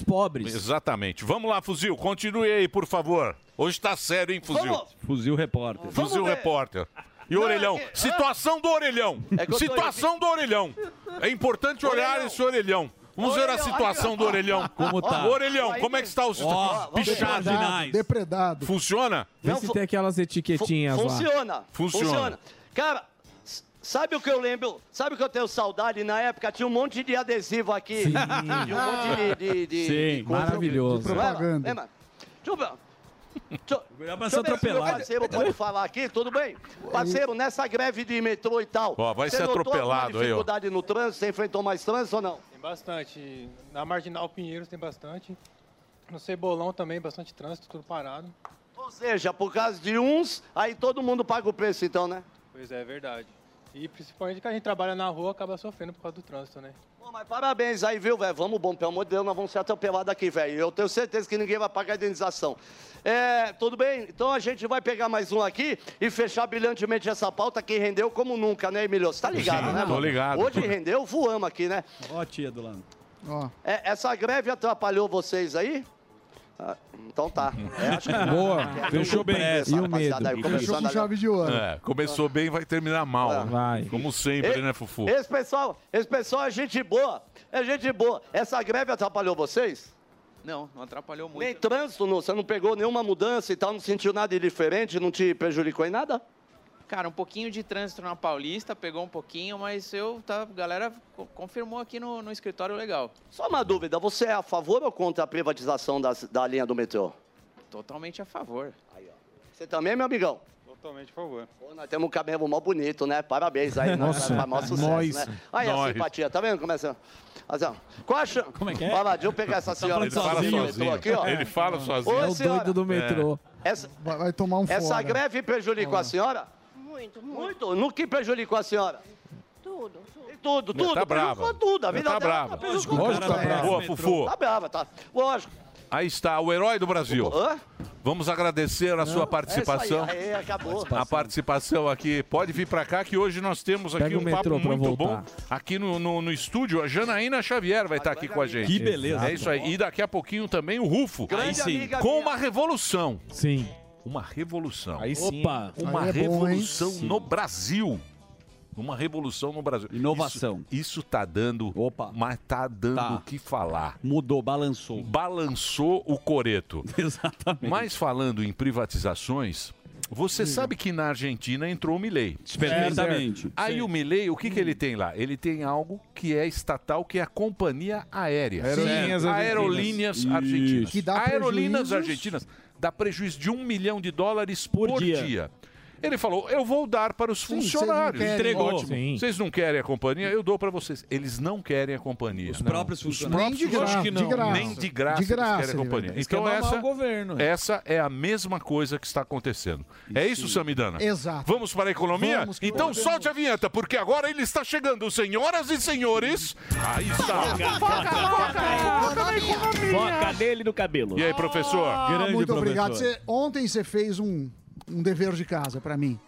Exatamente. Vamos lá, Fuzil, continue aí, por favor. Hoje está sério, hein, Fuzil?
Vamos- Fuzil Repórter.
Fuzil Repórter. E Orelhão. Situação do Orelhão.
É que eu tô
situação do Orelhão. É importante olhar esse Orelhão. Vamos ver a
Orelhão,
situação
aí,
do
ó.
Orelhão.
Como tá?
Orelhão,
Aí
como é
tem-
que está o
Ó,
situação?
vamos depredado, depredado.
Funciona?
Vê se tem aquelas etiquetinhas lá.
Funciona.
Funciona.
Cara, s- sabe o que eu lembro? Sabe o que eu tenho saudade? Na época tinha um monte de adesivo aqui.
Sim.
E um monte de... de, de
Sim,
de coisa.
maravilhoso.
Não era?
Propaganda.
Lembra? Deixa eu ver. Deixa-
pra
deixa
ser
eu ver se meu
atropelado.
Parceiro, pode falar aqui, tudo bem? Parceiro, nessa greve de metrô e tal.
Ó, vai
você
ser
notou alguma
atropelado aí, ó.
dificuldade no trânsito? Você enfrentou mais trânsito ou não?
Tem bastante. Na Marginal Pinheiros tem bastante. No Cebolão também, bastante trânsito, tudo parado.
Ou seja, por causa de uns, aí todo mundo paga o preço então, né?
Pois é, é verdade. E principalmente que a gente trabalha na rua, acaba sofrendo por causa do trânsito, né?
Pô, mas parabéns aí, viu, velho? Vamos bom, pelo amor de Deus, nós vamos ser atropelados aqui, velho. Eu tenho certeza que ninguém vai pagar a indenização. É, tudo bem? Então a gente vai pegar mais um aqui e fechar brilhantemente essa pauta que rendeu como nunca, né, Emílio? Você tá ligado,
Sim,
né,
tô
mano?
ligado.
Hoje rendeu, voamos aqui, né?
Ó a tia do lado.
É, essa greve atrapalhou vocês aí? Ah, então tá. É, acho que-
Boa,
É,
fechou bem.
essa
E o
rapaziada aí,
medo?
começando
Fechou com
a-
chave de ouro.
É, começou bem, vai terminar mal. Como sempre,
E-
né, Fufu?
Esse pessoal, esse pessoal é gente boa. É gente boa. Essa greve atrapalhou vocês?
Não, não atrapalhou muito.
Nem trânsito, não. Você não pegou nenhuma mudança e tal, não sentiu nada de diferente, não te prejudicou em nada?
Cara, um pouquinho de trânsito na Paulista, pegou um pouquinho, mas eu, tá, a galera co- confirmou aqui no, no escritório legal.
Só uma dúvida, você é a favor ou contra a privatização das- da linha do metrô?
Totalmente a favor.
Você também, meu amigão?
Totalmente a favor.
Pô, nós temos um cabelo mó bonito, né? Parabéns aí, né?
Nossa,
Faz maior sucesso,
nós.
né? Aí a
Nós.
simpatia, tá vendo como é essa? Assim, qual a chan-
Como é que é?
Olha lá, deixa eu pegar essa
Tá falando
senhora que tá
sozinho.
no metrô aqui, ó.
Ele fala sozinho.
Ô,
É o
senhora,
doido do metrô.
Essa,
Vai, vai tomar um
essa
fora.
greve prejudicou a senhora? Muito, muito. No que prejudicou a senhora?
Tudo.
Tudo,
Tá
tudo.
brava.
prejudicou tudo. A
Tá
vida dela
brava.
prejudicou
Lógico que
tudo.
tá brava. Boa, Fufu.
Tá brava, tá. Lógico.
Aí está, o herói do Brasil. Vamos agradecer a sua participação.
É isso aí, aí acabou.
A participação aqui. Pode vir pra cá que hoje nós temos aqui
Pega o
um papo
metrô pra
muito bom.
voltar.
Aqui no, no, no estúdio, a Janaína Xavier vai estar aqui com a gente.
Que beleza.
É isso aí. E daqui a pouquinho também o Rufo.
Grande Aí sim. amiga
Com
minha.
uma revolução.
Sim.
Uma revolução.
Aí sim.
Opa. Uma
Aí é bom, hein?
revolução
Sim.
no Brasil. Uma revolução no Brasil.
Inovação.
Isso, isso tá dando. Opa. Mas tá dando
Tá.
o que falar.
Mudou, balançou.
Balançou o coreto.
Exatamente.
Mas falando em privatizações, você sabe que na Argentina entrou o Milei.
Espertamente.
Certo. Aí o Milei, o que, que ele tem lá? Ele tem algo que é estatal, que é a companhia aérea.
Aerolíneas
Sim. Aerolíneas
argentinas.
argentinas.
Que dá
Aerolíneas
prejuízos.
argentinas dá prejuízo de um milhão de dólares por, dia.
dia.
Ele falou, eu vou dar para os funcionários.
vocês não querem. Entregou. Sim.
Vocês não querem a companhia? Eu dou para vocês. Eles não querem a companhia. Os
próprios funcionários.
Os próprios
Nem de graça,
lógico que não.
de graça.
Nem de graça,
De graça
eles querem a
ele
companhia.
vai
Então
dar. Isso que é
essa,
mamar o governo, é.
essa é a mesma coisa que está acontecendo. É isso, Samidana?
Exato.
Vamos para a economia?
Vamos que
então
podemos.
solte a vinheta, porque agora ele está chegando. Senhoras e senhores, aí está.
Foca dele no cabelo.
E aí, professor?
Ah, muito obrigado. Cê- ontem você fez um, um dever de casa pra mim.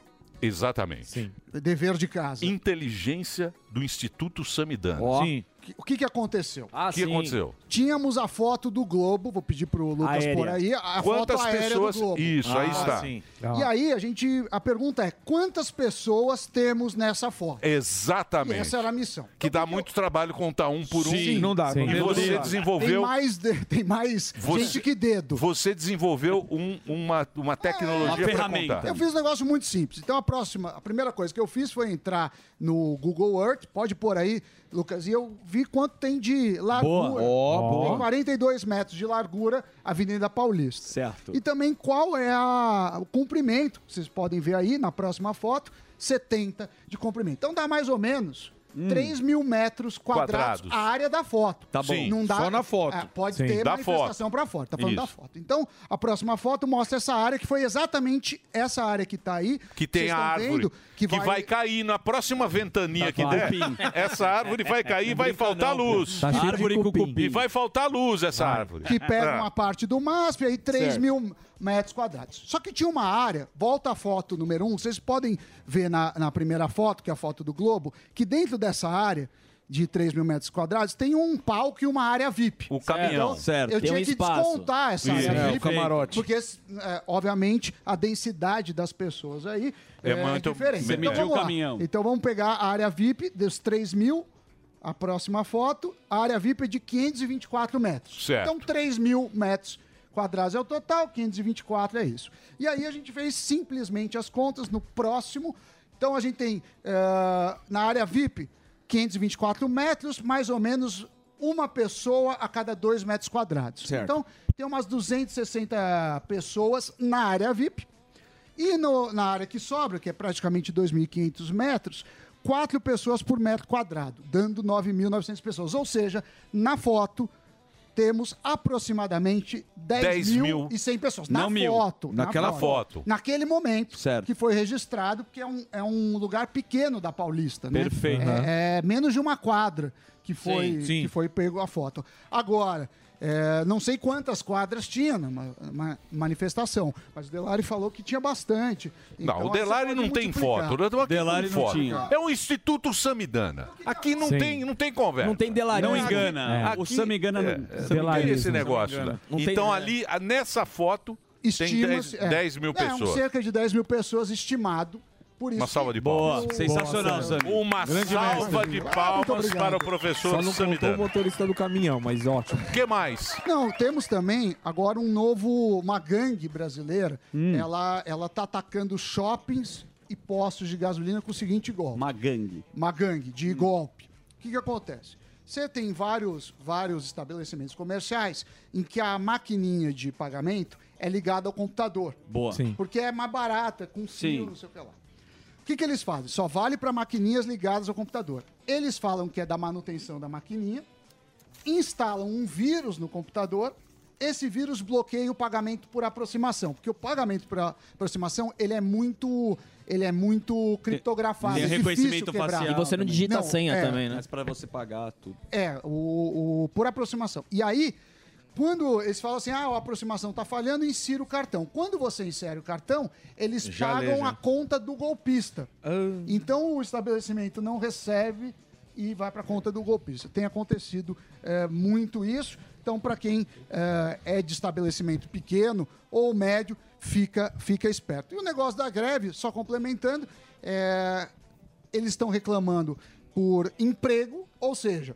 Exatamente.
Dever de casa.
Inteligência do Instituto Samidana. Sim.
Que- O que, que aconteceu?
O que aconteceu?
Tínhamos a foto do Globo, vou pedir pro Lucas
Aérea.
por aí, a
Quantas
foto aérea
pessoas-
do Globo.
Isso, aí Ah, está. sim.
E aí a gente, a pergunta é, quantas pessoas temos nessa foto?
Exatamente.
E essa era a missão.
Que dá muito trabalho contar um por um.
Sim, não dá, não
E
dá.
você
Tem
desenvolveu.
mais, de- tem mais
Você-
gente que dedo. É,
Você desenvolveu um- uma, uma tecnologia para contar.
Eu fiz um negócio muito simples. Então a próxima, a primeira coisa que eu eu fiz foi entrar no Google Earth, pode pôr aí, Lucas, e eu vi quanto tem de largura.
Boa. Ó, boa.
Tem 42 metros de largura, Avenida Paulista.
Certo.
E também qual é a- o comprimento, que vocês podem ver aí na próxima foto, 70 de comprimento. Então dá mais ou menos 3 mil metros quadrados,
Quadrados.
a área da foto.
Tá bom. Sim,
Não dá,
só na foto.
É, pode
Sim.
ter
Da
manifestação
foto.
para foto. Tá falando da
Isso.
foto. Então, a próxima foto mostra essa área, que foi exatamente essa área que tá aí.
Que tem
Vocês
a
estão
árvore.
vendo
que, vai... cair na próxima ventania
Tá
que
claro.
der. Essa árvore vai cair e vai
Brinca
faltar
não,
luz.
pô. Tá cheio de Árvore cupim. cupim.
E vai faltar luz essa árvore. É.
que
É.
pega uma parte do MASP, aí 3
Certo.
mil metros quadrados. Só que tinha uma área, volta à foto número 1, um, vocês podem ver na, na primeira foto, que é a foto do Globo, que dentro dessa área de 3 mil metros quadrados tem um palco e uma área VIP. O
caminhão. Certo,
Então, Eu
tem
tinha
um
que
espaço.
descontar essa
Isso,
área
é, o
VIP.
camarote.
Porque, é, obviamente, a densidade das pessoas aí
É
é,
muito-
diferente.
Você mediu
vamos
o
lá.
caminhão.
Então vamos pegar a área VIP dos 3 mil, a próxima foto, a área VIP é de 524 metros.
Certo.
Então 3 mil metros quadrados é o total, 524 é isso. E aí a gente fez simplesmente as contas no próximo. Então a gente tem eh, na área VIP 524 metros, mais ou menos uma pessoa a cada 2 metros quadrados.
Certo.
Então tem umas 260 pessoas na área VIP. E no- na área que sobra, que é praticamente 2.500 metros, quatro pessoas por metro quadrado, dando 9.900 pessoas. Ou seja, na foto temos aproximadamente 10.100 pessoas. Na
Não mil.
foto. na
Naquela foto.
Naquele momento
Certo.
que foi registrado, porque é um, é um lugar pequeno da Paulista. né?
Perfeito.
É-
Uhum.
é menos de uma quadra que foi,
Sim, sim.
Que foi pego a foto. Agora, é, não sei quantas quadras tinha numa, numa manifestação, mas o Delari falou que tinha bastante.
Não,
Então,
o Delari
você
não
pode
tem
multiplicar.
foto. O Delari não tinha. É um Instituto Samidana. Aqui não
Sim.
tem, não tem conversa.
Não tem Delari. Não engana.
Aqui-
O Samigana não-
é, não
Delarismo,
tem esse negócio.
Samigana.
né?
Não tem-
então
é.
ali, a- nessa foto, tem
Estima-se-
10,
é.
mil
É, um
pessoas.
cerca de 10 mil pessoas estimado. Por isso
Uma salva
que-
de palmas. Uma
Grande
salva
mestre.
de
Ah, muito
palmas
obrigado.
para o professor
Só não contou o
Samidana.
motorista do caminhão, é mas ótimo.
O que mais?
Não, temos também agora um novo, uma gangue brasileira. Ela, ela tá atacando shoppings e postos de gasolina com o seguinte golpe.
Uma gangue.
Uma gangue de golpe. O que, que acontece? Você tem vários, vários estabelecimentos comerciais em que a maquininha de pagamento é ligada ao computador.
Boa. Sim.
Porque é mais barata, com fio,
Sim.
não sei o que lá. O que, que eles fazem? Só vale para maquininhas ligadas ao computador. Eles falam que é da manutenção da maquininha, instalam um vírus no computador. Esse vírus bloqueia o pagamento por aproximação, porque o pagamento por a- aproximação ele é muito, ele é muito criptografado,
Tem
é difícil
reconhecimento
quebrar.
facial.
Não, é,
Mas pra você pagar tudo.
É, o, o- por aproximação. E aí, quando eles falam assim, ah, a aproximação tá falhando, insira o cartão. Quando você insere o cartão, eles
Já
pagam
lê, já. Ah.
a conta do golpista. Então o estabelecimento não recebe e vai para a conta do golpista. Tem acontecido é, muito isso. Então, para quem é, é de estabelecimento pequeno ou médio, fica, fica esperto. E o negócio da greve, só complementando, é, eles estão reclamando por emprego, ou seja,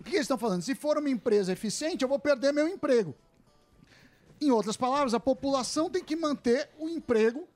o que eles estão falando? Se for uma empresa eficiente, eu vou perder meu emprego. Em outras palavras, a população tem que manter o emprego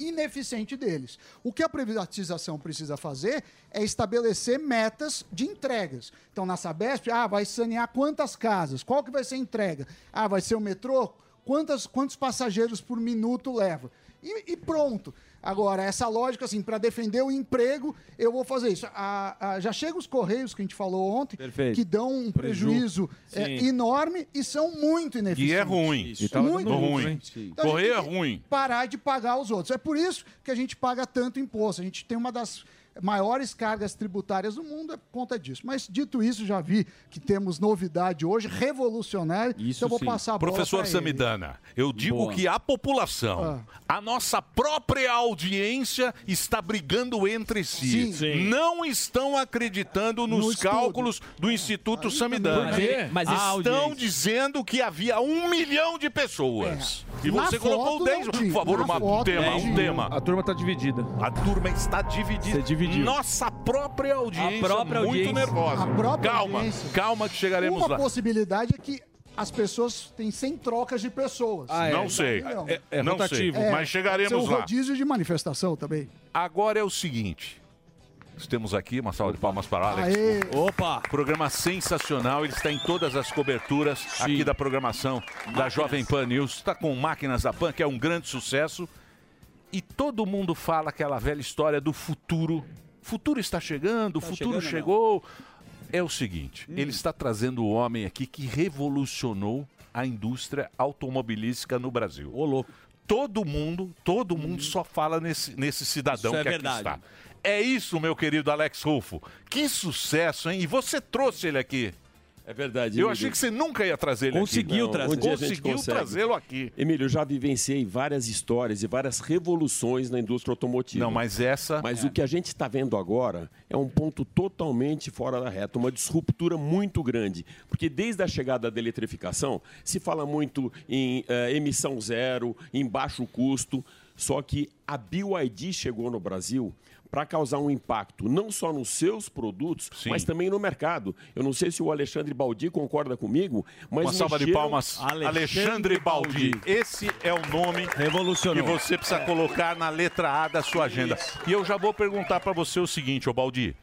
ineficiente deles. O que a privatização precisa fazer é estabelecer metas de entregas. Então, na Sabesp, ah, vai sanear quantas casas? Qual que vai ser a entrega? Ah, vai ser o metrô? Quantas, quantos passageiros por minuto leva? E, e pronto. Agora, essa lógica, assim, para defender o emprego, eu vou fazer isso. A- a- já chega os Correios, que a gente falou ontem,
Perfeito.
que dão um
Preju.
prejuízo é,
Sim.
enorme e são muito ineficientes.
E é ruim.
Isso. Muito
ruim.
Então, a gente
Correio é
tem que
ruim.
Parar de pagar os outros. É por isso que a gente paga tanto imposto. A gente tem uma das maiores cargas tributárias do mundo é por conta disso. Mas dito isso, já vi que temos novidade hoje revolucionária. então eu vou passar a bola
Professor
pra ele.
Samidana, eu digo
Boa.
que a população, a nossa própria audiência está brigando entre si.
Sim. Sim.
Não estão acreditando
No
nos
estudo.
cálculos do Instituto Samidana.
Por quê? Mas
Ah,
esse-
estão
audiência.
dizendo que havia um milhão de pessoas. E
É. Na
você colocou
foto,
10.
não
Por
tinha.
favor,
Na
uma- um
foto,
tema,
não
um
tinha.
tema.
A turma está dividida.
A turma está dividida. Nossa própria audiência
própria
muito
audiência.
nervosa.
A própria
calma, calma que chegaremos
Uma
lá.
possibilidade é que as pessoas têm 100 trocas de pessoas.
Não sei.
Entendeu?
Ah, É, é
Não
rotativo,
sei. É,
mas chegaremos
pode ser um
lá.
rodízio de manifestação também.
Agora é o seguinte. nós Temos aqui uma salva de palmas para o Alex.
Aê.
Opa! Programa sensacional, ele está em todas as coberturas aqui da programação da Jovem Pan News. Está com Máquinas da Pan, que é um grande sucesso. E todo mundo fala aquela velha história do futuro. Futuro está chegando, o futuro
chegando,
chegou. É o seguinte, ele está trazendo o homem aqui que revolucionou a indústria automobilística no Brasil. Ô, louco. Todo mundo, todo mundo só fala nesse, nesse cidadão
Isso é
que
verdade.
aqui está. É isso, meu querido Alex Rufo. Que sucesso, hein? E você trouxe ele aqui.
É verdade.
Eu
Emílio.
achei que você nunca ia trazer ele
Conseguiu
aqui.
trazer.
Conseguiu trazê-lo aqui.
Emílio, eu já vivenciei várias histórias e várias revoluções na indústria automotiva. Não,
mas essa... é.
Mas o que a gente está vendo agora é um ponto totalmente fora da reta, uma disruptura muito grande. Porque desde a chegada da eletrificação, se fala muito em eh, emissão zero, em baixo custo, só que a BYD chegou no Brasil para causar um impacto não só nos seus produtos, mas também no mercado. Eu não sei se o Alexandre Baldi concorda comigo, mas
Uma salva de
mexeram-
palmas, Alexandre Baldi. Esse é o nome que você precisa colocar na letra A da sua agenda. E eu já vou perguntar para você o seguinte, ô Baldi.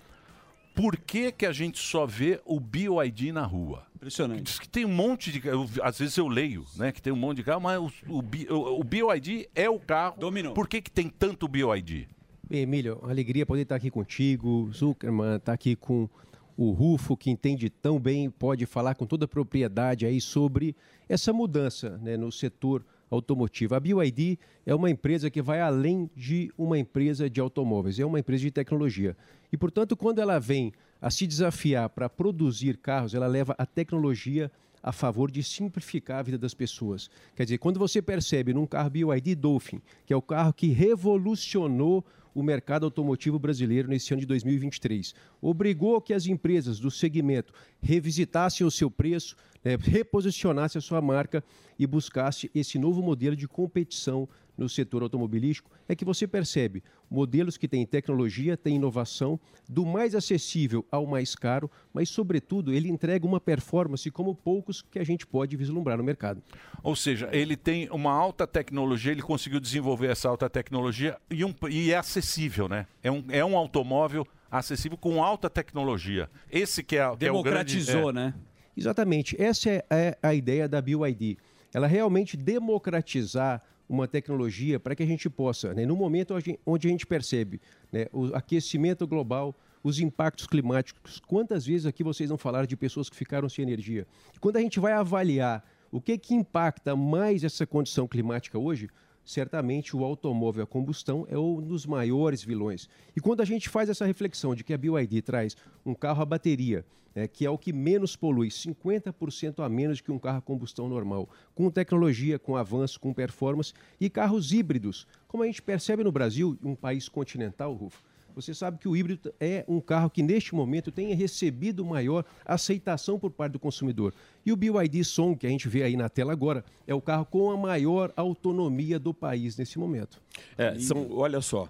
Por que, que a gente só vê o BYD na rua? Impressionante. Diz que tem um monte de carro. eu- Às vezes eu leio, né? Que tem um monte de carro, mas o, o, B- o- o BYD é o carro. Dominou. Por que, que tem tanto BYD?
Bem, Emílio, uma alegria poder estar aqui contigo, Zuckerman, estar aqui com o Rufo, que entende tão bem, e pode falar com toda a propriedade aí sobre essa mudança né, no setor automotivo. A BYD é uma empresa que vai além de uma empresa de automóveis, é uma empresa de tecnologia. E, portanto, quando ela vem a se desafiar para produzir carros, ela leva a tecnologia a favor de simplificar a vida das pessoas. Quer dizer, quando você percebe num carro BYD Dolphin, que é o carro que revolucionou o mercado automotivo brasileiro nesse ano de 2023, obrigou que as empresas do segmento revisitassem o seu preço, né, reposicionassem a sua marca e buscassem esse novo modelo de competição no setor automobilístico, é que você percebe modelos que têm tecnologia, têm inovação, do mais acessível ao mais caro, mas, sobretudo, ele entrega uma performance como poucos que a gente pode vislumbrar no mercado.
Ou seja, ele tem uma alta tecnologia, ele conseguiu desenvolver essa alta tecnologia e, um- e é acessível, né? É um, é um automóvel acessível com alta tecnologia. Esse que é, a- que é o grande... é.
Exatamente. Essa é, é a ideia da BYD. Ela realmente democratizar uma tecnologia para que a gente possa, né, no momento a gen- onde a gente percebe né, o aquecimento global, os impactos climáticos, quantas vezes aqui vocês não falaram de pessoas que ficaram sem energia? E quando a gente vai avaliar o que, que impacta mais essa condição climática hoje, certamente o automóvel a combustão é um dos maiores vilões. E quando a gente faz essa reflexão de que a BYD traz um carro a bateria, né, que é o que menos polui, 50% a menos que um carro a combustão normal, com tecnologia, com avanço, com performance, e carros híbridos. Como a gente percebe no Brasil, um país continental, Rufo, você sabe que o híbrido é um carro que, neste momento, tem recebido maior aceitação por parte do consumidor. E o BYD Song, que a gente vê aí na tela agora, é o carro com a maior autonomia do país nesse momento.
É, são, olha só,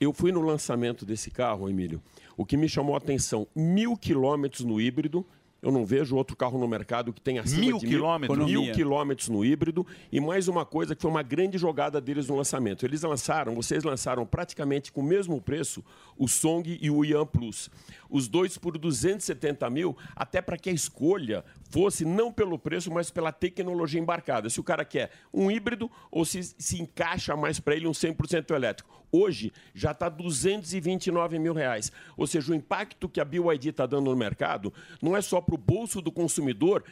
eu fui no lançamento desse carro, Emílio. O que me chamou a atenção, mil quilômetros no híbrido. Eu não vejo outro carro no mercado que tenha acima
Mil
de
quilômetros?
mil
Economia.
quilômetros no híbrido. E mais uma coisa que foi uma grande jogada deles no lançamento. Eles lançaram, vocês lançaram praticamente com o mesmo preço o Song e o Ian Plus. Os dois por 270 mil, até para que a escolha fosse não pelo preço, mas pela tecnologia embarcada. Se o cara quer um híbrido ou se, se encaixa mais para ele um 100% elétrico. Hoje já tá está 229 mil reais. Ou seja, o impacto que a BYD está tá dando no mercado não é só para o bolso do consumidor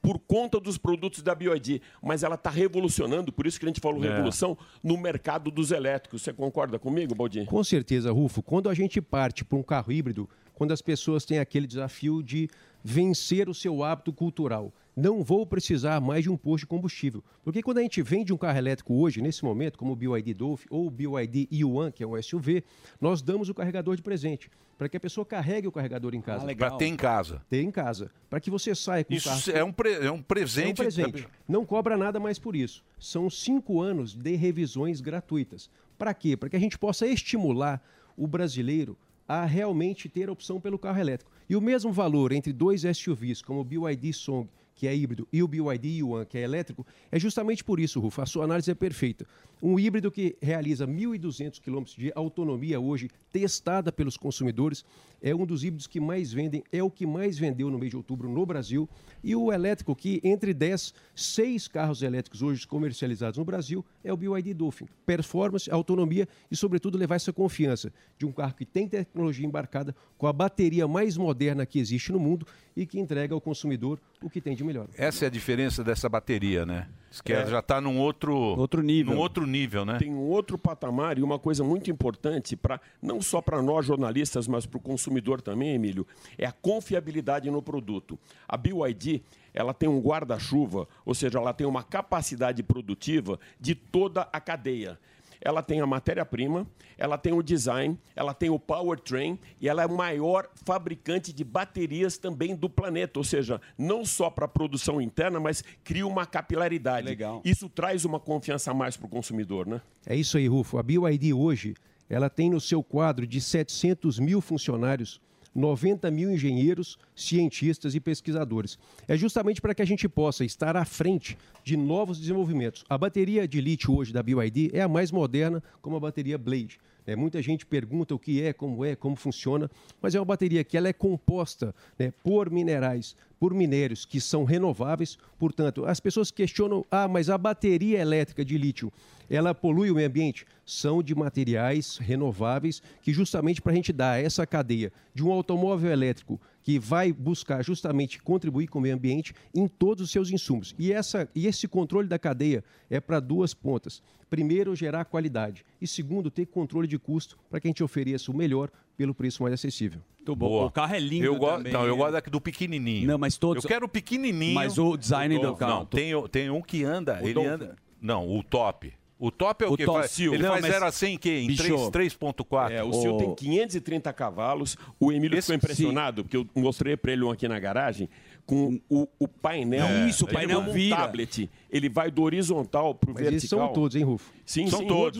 por conta dos produtos da BioID, mas ela está revolucionando, por isso que a gente falou
É.
revolução, no mercado dos elétricos. Você concorda comigo, Baldinho?
Com certeza, Rufo. Quando a gente parte para um carro híbrido, quando as pessoas têm aquele desafio de vencer o seu hábito cultural. Não vou precisar mais de um posto de combustível. Porque quando a gente vende um carro elétrico hoje, nesse momento, como o BYD Dolphin ou o BYD Yuan, que é um SUV, nós damos o carregador de presente, para que a pessoa carregue o carregador em casa.
Ah, legal. Pra ter em casa.
Ter em casa. Para que você saia com o carro.
Isso é um, pre- é um presente.
É um presente. Não cobra nada mais por isso. São cinco anos de revisões gratuitas. Para quê? Para que a gente possa estimular o brasileiro a realmente ter a opção pelo carro elétrico. E o mesmo valor entre dois SUVs, como o BYD Song, que é híbrido, e o BYD Yuan, que é elétrico, é justamente por isso, Rufo, a sua análise é perfeita. Um híbrido que realiza 1.200 quilômetros de autonomia hoje, testada pelos consumidores, é um dos híbridos que mais vendem, é o que mais vendeu no mês de outubro no Brasil, e o elétrico que, entre 10, 6 carros elétricos hoje comercializados no Brasil, é o BYD Dolphin. Performance, autonomia e, sobretudo, levar essa confiança de um carro que tem tecnologia embarcada com a bateria mais moderna que existe no mundo e que entrega ao consumidor o que tem de melhor.
Essa é a diferença dessa bateria, né? Diz Que
É.
ela já está num outro, outro nível. Num outro nível, né?
Tem um outro patamar e uma coisa muito importante para não só para nós jornalistas, mas para o consumidor também, Emílio, é a confiabilidade no produto. A BYD ela tem um guarda-chuva, ou seja, ela tem uma capacidade produtiva de toda a cadeia. Ela tem a matéria-prima, ela tem o design, ela tem o powertrain e ela é o maior fabricante de baterias também do planeta. Ou seja, não só para a produção interna, mas cria uma capilaridade. Legal. Isso traz uma confiança a mais para o consumidor, né?
É isso aí, Rufo. A BYD hoje, ela tem no seu quadro de 700 mil funcionários, 90 mil engenheiros, cientistas e pesquisadores. É justamente para que a gente possa estar à frente de novos desenvolvimentos. A bateria de lítio hoje da BYD é a mais moderna, como a bateria Blade. né? muita gente pergunta o que é, como é, como funciona, mas é uma bateria que ela é composta né, por minerais, por minérios que são renováveis. Portanto, as pessoas questionam: ah, mas a bateria elétrica de lítio, ela polui o meio ambiente? São de materiais renováveis que, justamente para a gente dar essa cadeia de um automóvel elétrico que vai buscar justamente contribuir com o meio ambiente em todos os seus insumos. E, essa, e esse controle da cadeia é para duas pontas. Primeiro, gerar qualidade. E segundo, ter controle de custo para que a gente ofereça o melhor pelo preço mais acessível.
Muito
bom. O carro é lindo
Eu gosto,
também,
não, eu
né?
gosto daqui do pequenininho. Não, mas
todos-
Eu quero o pequenininho.
Mas o design do
Dolphin.
carro.
Não, tem, o- tem um que anda,
O
ele
Dolphin.
anda... Não, o top. O top é o,
O
que
Tom
faz...
Sil.
Ele
Não,
faz
mas-
0 a 100 em quê? Em
Bicho.
3, 3.4.
É, o Sil tem 530 cavalos. O Emílio
Esse-
ficou impressionado, porque eu mostrei para ele um aqui na garagem, com o, o painel.
É, Isso, o
Ele
painel
monta um
vira.
tablet. Ele vai do horizontal para o
Mas
vertical.
eles são todos, hein, Rufo?
Sim, sim, então,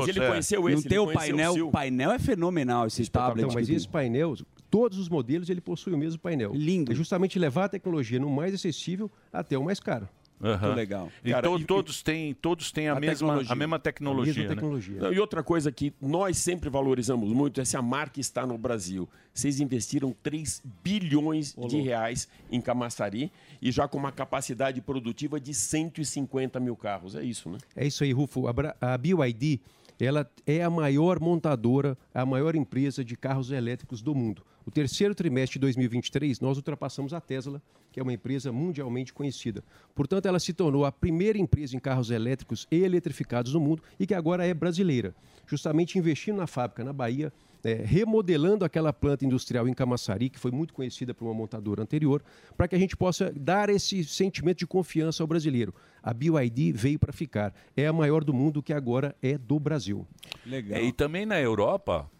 Mas
É.
ele conheceu esse,
Não
ele
tem o
conheceu
painel-
Sil.
o painel é fenomenal, esse tablet mas que tem. esse painel, todos os modelos, ele possui o mesmo painel. Lindo. É justamente levar a tecnologia no mais acessível até o mais caro.
Aham. E
Cara,
to-
e-
todos, têm, todos têm a, mesma, a mesma tecnologia.
A mesma
né?
tecnologia. Não, e outra coisa que nós sempre valorizamos muito é se a marca está no Brasil. Vocês investiram 3 bilhões de reais em Camaçari e já com uma capacidade produtiva de 150 mil carros. É isso, né?
É isso aí, Rufo. A, Bra- a BYD ela é a maior montadora, a maior empresa de carros elétricos do mundo. O terceiro trimestre de 2023, nós ultrapassamos a Tesla, que é uma empresa mundialmente conhecida. Portanto, ela se tornou a primeira empresa em carros elétricos e eletrificados do mundo e que agora é brasileira. Justamente investindo na fábrica na Bahia, é, remodelando aquela planta industrial em Camaçari, que foi muito conhecida por uma montadora anterior, para que a gente possa dar esse sentimento de confiança ao brasileiro. A BYD veio para ficar. É a maior do mundo que agora é do Brasil.
Legal. e também na Europa.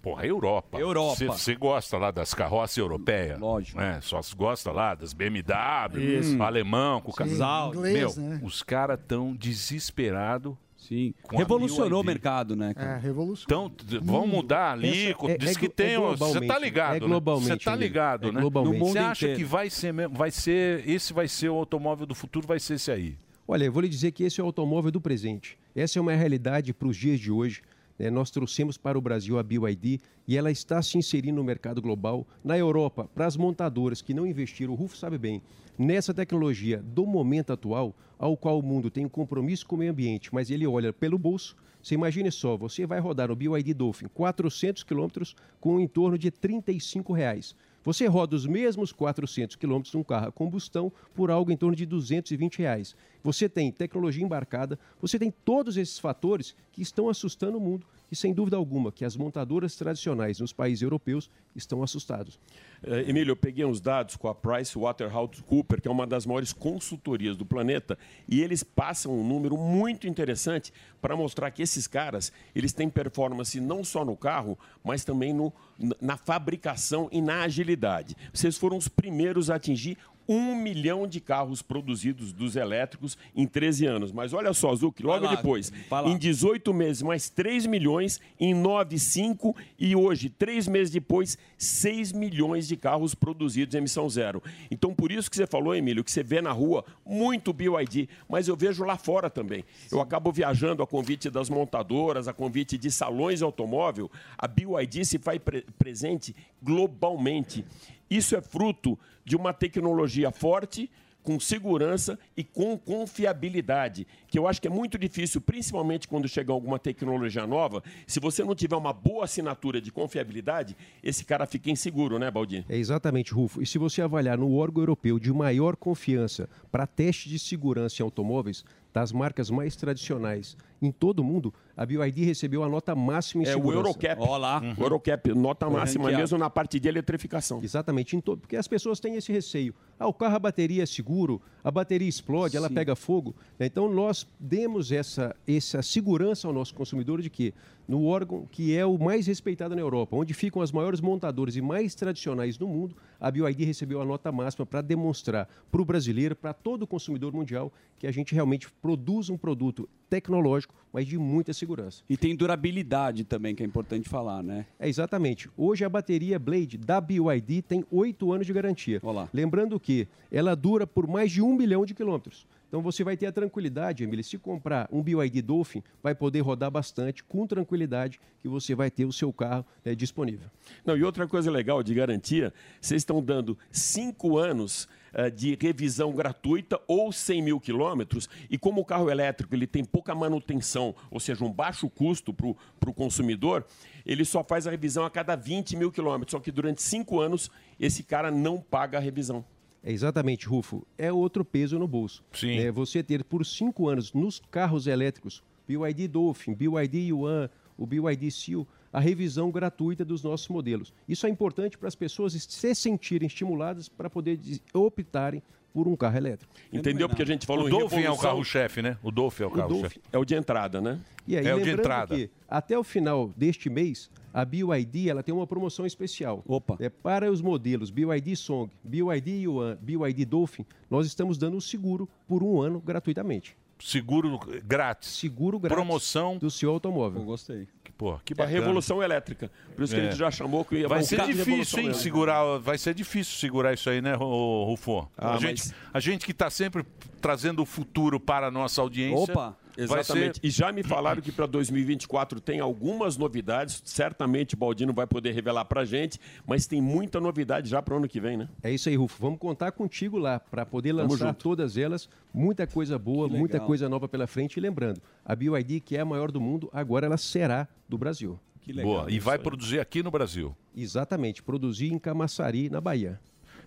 Porra, é Europa.
Europa.
Você gosta lá das carroças europeias. Lógico. Né? Só se gosta lá das BMW,
Isso.
hum, alemão, com o
Sim,
casal.
inglês,
Meu,
né?
os caras tão desesperados.
Sim. Revolucionou o mercado, né? cara?
revolução.
Então, t- vão mudar ali.
Essa- é-
diz
é
que
glo-
tem.
é
ó, Você tá
globalmente,
ligado.
é
né? Você
globalmente,
tá
amigo.
ligado,
É
né?
globalmente. No
Você
mundo
acha que
inteiro.
vai ser mesmo? Vai ser. Esse vai ser o automóvel do futuro, vai ser esse aí.
Olha, eu vou lhe dizer que esse é o automóvel do presente. Essa é uma realidade para os dias de hoje. né? Nós trouxemos para o Brasil a BYD e ela está se inserindo no mercado global. Na Europa, para as montadoras que não investiram, o Rufo sabe bem, nessa tecnologia do momento atual, ao qual o mundo tem um compromisso com o meio ambiente, mas ele olha pelo bolso. Você imagine só, você vai rodar o BYD Dolphin 400 quilômetros com em torno de R$ 35 reais. Você roda os mesmos 400 quilômetros num carro a combustão por algo em torno de 220 reais. Você tem tecnologia embarcada, você tem todos esses fatores que estão assustando o mundo e sem dúvida alguma que as montadoras tradicionais nos países europeus estão assustados.
Eh, Emílio, eu peguei uns dados com a Price Waterhouse Cooper, que é uma das maiores consultorias do planeta, e eles passam um número muito interessante para mostrar que esses caras eles têm performance não só no carro, mas também no- na- na fabricação e na agilidade. Vocês foram os primeiros a atingir um milhão de carros produzidos dos elétricos em 13 anos. Mas olha só, Zuc, logo
Vai lá,
depois,
vai lá.
em 18 meses, mais 3 milhões, em 9, 5 e hoje, 3 meses depois, 6 milhões de carros produzidos em emissão zero. Então, por isso que você falou, Emílio, que você vê na rua muito BYD, mas eu vejo lá fora também. Eu acabo viajando a convite das montadoras, a convite de salões de automóvel, a BYD se faz pre- presente globalmente. Isso é fruto de uma tecnologia forte, com segurança e com confiabilidade, que eu acho que é muito difícil, principalmente quando chega alguma tecnologia nova, se você não tiver uma boa assinatura de confiabilidade, esse cara fica inseguro, né, Baldini?
É exatamente, Rufo. E se você avaliar no órgão europeu de maior confiança para teste de segurança em automóveis, das marcas mais tradicionais em todo o mundo, a BYD recebeu a nota máxima em
É o
segurança.
Eurocap. O Eurocap, nota máxima mesmo na parte de eletrificação.
Exatamente, em todo- porque as pessoas têm esse receio. Ah, o carro, a bateria é seguro, a bateria explode, ela
Sim.
pega fogo. Então, nós demos essa, essa segurança ao nosso consumidor de que, no órgão que é o mais respeitado na Europa, onde ficam as maiores montadoras e mais tradicionais do mundo, a BYD recebeu a nota máxima para demonstrar para o brasileiro, para todo o consumidor mundial, que a gente realmente produz um produto tecnológico, mas de muita segurança.
E tem durabilidade também, que é importante falar, né?
É, exatamente. Hoje a bateria Blade da BYD tem 8 anos de garantia. Lembrando que ela dura por mais de 1 milhão de quilômetros. Então você vai ter a tranquilidade, Emília, se comprar um BYD Dolphin, vai poder rodar bastante com tranquilidade que você vai ter o seu carro né, disponível.
Não, e outra coisa legal de garantia, vocês estão dando cinco anos eh, de revisão gratuita ou 100 mil quilômetros, e como o carro elétrico ele tem pouca manutenção, ou seja, um baixo custo para o consumidor, ele só faz a revisão a cada 20 mil quilômetros, só que durante cinco anos esse cara não paga a revisão.
É exatamente, Rufo. É outro peso no bolso. Sim. você ter por cinco anos nos carros elétricos, BYD Dolphin, BYD Yuan, o BYD Seal, a revisão gratuita dos nossos modelos. Isso é importante para as pessoas se sentirem estimuladas para poder des- optarem por um carro elétrico.
Entendeu? Porque a gente falou
o
em
Dolphin é o
revolução.
carro-chefe, né? O Dolphin é o
O Dolphin.
carro-chefe.
É o de entrada, né?
E aí,
é o de
lembrando
entrada.
que até o final deste mês, a BYD ela tem uma promoção especial. Opa. É para os modelos BYD Song, BYD Yuan, BYD Dolphin, nós estamos dando um seguro por um ano gratuitamente.
Seguro grátis.
Seguro grátis.
Promoção.
Do seu automóvel. Eu
gostei.
Que, pô, que
É a
bacana. É.
revolução elétrica. Por isso que a gente já chamou que ia
Vai
bom,
ser
carro de
difícil,
revolução
hein,
elétrica.
segurar. Vai ser difícil segurar isso aí, né, Ru- ô, Rufo?
Ah,
a, gente, a gente que está sempre trazendo o futuro para a nossa audiência.
Opa!
vai
Exatamente. E já me falaram que para 2024 tem algumas novidades. Certamente o Baldino vai poder revelar para gente, mas tem muita novidade já para o ano que vem, né?
É isso aí, Rufo. Vamos contar contigo lá para poder
Tamo
lançar
junto.
todas elas. Muita coisa boa,
Que
muita
legal.
coisa nova pela frente. E lembrando, a BYD, que é a maior do mundo, agora ela será do Brasil.
Que legal Boa, e isso vai aí. produzir aqui no Brasil.
Exatamente, produzir em Camaçari, na Bahia.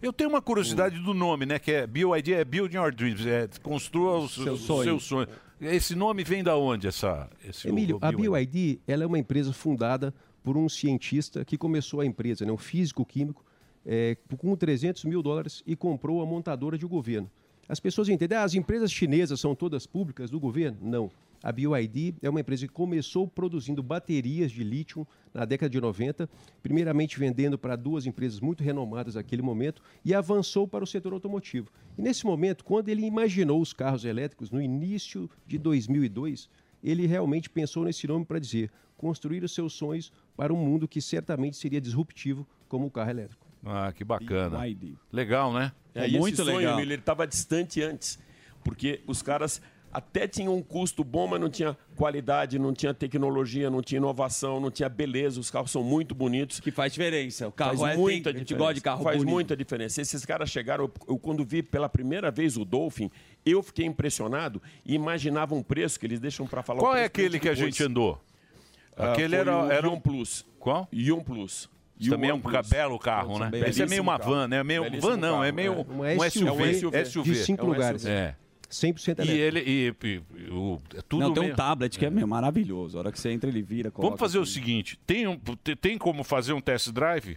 Eu tenho uma curiosidade do nome, né? Que é BYD, é Build Your Dreams, é construa os
Seu
os
sonho.
seus sonhos. Esse nome vem da onde essa? Esse
Emílio,
o- o
a BYD ela é uma empresa fundada por um cientista que começou a empresa, né, um físico-químico, é, com 300 mil dólares e comprou a montadora de governo. As pessoas entendem, ah, as empresas chinesas são todas públicas do governo? Não. A BYD é uma empresa que começou produzindo baterias de lítio na década de 90, primeiramente vendendo para duas empresas muito renomadas naquele momento e avançou para o setor automotivo. E nesse momento, quando ele imaginou os carros elétricos no início de 2002, ele realmente pensou nesse nome para dizer construir os seus sonhos para um mundo que certamente seria disruptivo como o carro elétrico.
Ah, que bacana.
BYD.
Legal, né?
É muito
esse sonho,
legal.
Emílio, ele estava distante antes, porque os caras até tinham um custo bom, mas não tinha qualidade, não tinha tecnologia, não tinha inovação, não tinha beleza. Os carros são muito bonitos.
Que faz diferença. O carro é, tem- a gente gosta de carro
Faz
bonito.
muita diferença. Esses caras chegaram, eu, eu quando vi pela primeira vez o Dolphin, eu fiquei impressionado e imaginava um preço que eles deixam para falar. o
Qual é
preço
aquele que a
depois.
gente andou?
Ah,
Aquele
foi
era,
o
era um
Ion Plus.
Qual?
Ion Um Plus.
Isso também é um
Ion Plus. um
belo carro, né?
Belíssimo
Esse é meio uma
carro.
van, né? Meio
Belíssimo
van não,
carro,
é meio
é.
um, SUV, SUV.
de cinco
É um
lugares.
SUV. É.
100%
E
elétrico.
ele e, e- e o, é tudo
Não, tem
meio-
um tablet que é, meu, maravilhoso. A hora que você entra, ele vira.
Vamos fazer
assim.
o seguinte, tem um- te- tem como fazer um test drive?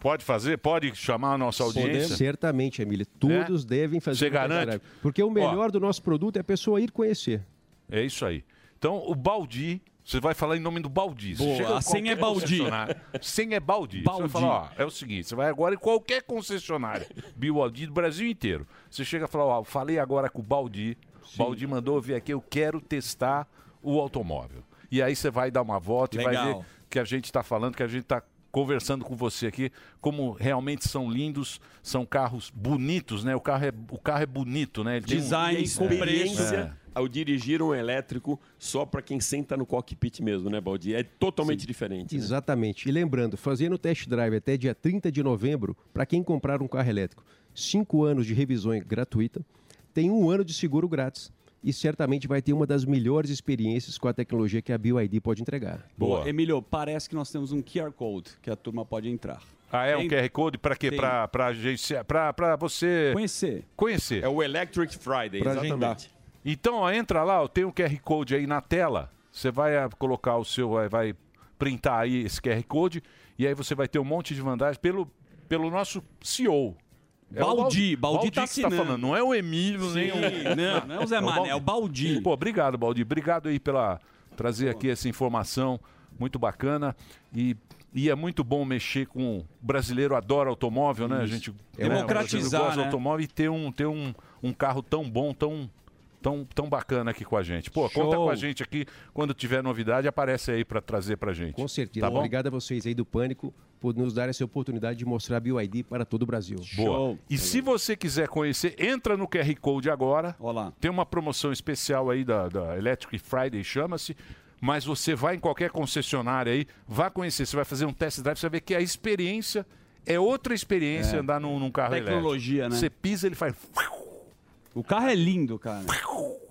Pode fazer? Pode chamar a nossa audiência? Né?
Certamente, Emília. Todos devem fazer.
Você
um test
garante?
drive, Porque o melhor do nosso produto é a pessoa ir conhecer.
É isso aí. Então, o Baldi Você vai falar em nome do Baldi. Você
Boa,
chega em
a senha
qualquer
é Baldi.
concessionária. Senha é Baldi. Você vai
Baldi.
falar, ó, é o seguinte, você vai agora em qualquer concessionária, Biwaldi do Brasil inteiro. Você chega e fala, ó, falei agora com o Baldi, Baldi mandou eu vir aqui, eu quero testar o automóvel. E aí você vai dar uma volta e vai
Legal.
ver que a gente está falando, que a gente está conversando com você aqui, como realmente são lindos, são carros bonitos, né? O carro é, o carro é bonito, né? Ele tem um-
E a experiência
É.
ao dirigir um elétrico só para quem senta no cockpit mesmo, né, Baldi? É totalmente diferente. né?
Exatamente. E lembrando, fazendo o test drive até dia 30 de novembro, para quem comprar um carro elétrico, 5 anos de revisão gratuita, tem um ano de seguro grátis e certamente vai ter uma das melhores experiências com a tecnologia que a BYD pode entregar.
Boa.
Emílio, parece que nós temos um QR Code que a turma pode entrar.
Ah, é um
Tem-
QR Code para quê?
Tem.
Para agência, para você
Conhecer.
Conhecer. É
o Electric Friday,
Pra exatamente. agendar.
Então, ó, entra lá, ó, tem um QR Code aí na tela. Você vai ah, colocar o seu, vai, vai printar aí esse QR Code e aí você vai ter um monte de vantagem pelo pelo nosso CEO. É o
Baldi, Baldi tá
que tá
assinando.
falando, não é o Emílio, nem
Sim,
o...
não, não é o Zé Mané, é o
Baldi. Pô, obrigado, Baldi. Obrigado aí pela trazer aqui essa informação muito bacana e, e é muito bom mexer com o brasileiro adora automóvel, né? A
Isso.
gente
É
né,
democratizar,
o brasileiro gosta de
né?
automóvel e ter um ter um, um carro tão bom, tão Tão, tão bacana aqui com a gente. Pô, conta
Show.
com a gente aqui. Quando tiver novidade, aparece aí para trazer pra gente.
Com certeza.
Tá bom?
Obrigado a vocês aí do Pânico por nos dar essa oportunidade de mostrar a BYD para todo o Brasil.
Boa. E se você quiser conhecer, entra no QR Code agora.
Olá.
Tem uma promoção especial aí da, da Electric Friday, chama-se. Mas você vai em qualquer concessionária aí, vá conhecer, você vai fazer um test drive, você vai ver que a experiência é outra experiência
É.
andar num, num carro
Tecnologia,
elétrico.
né?
Você pisa, ele faz.
O carro é lindo, cara.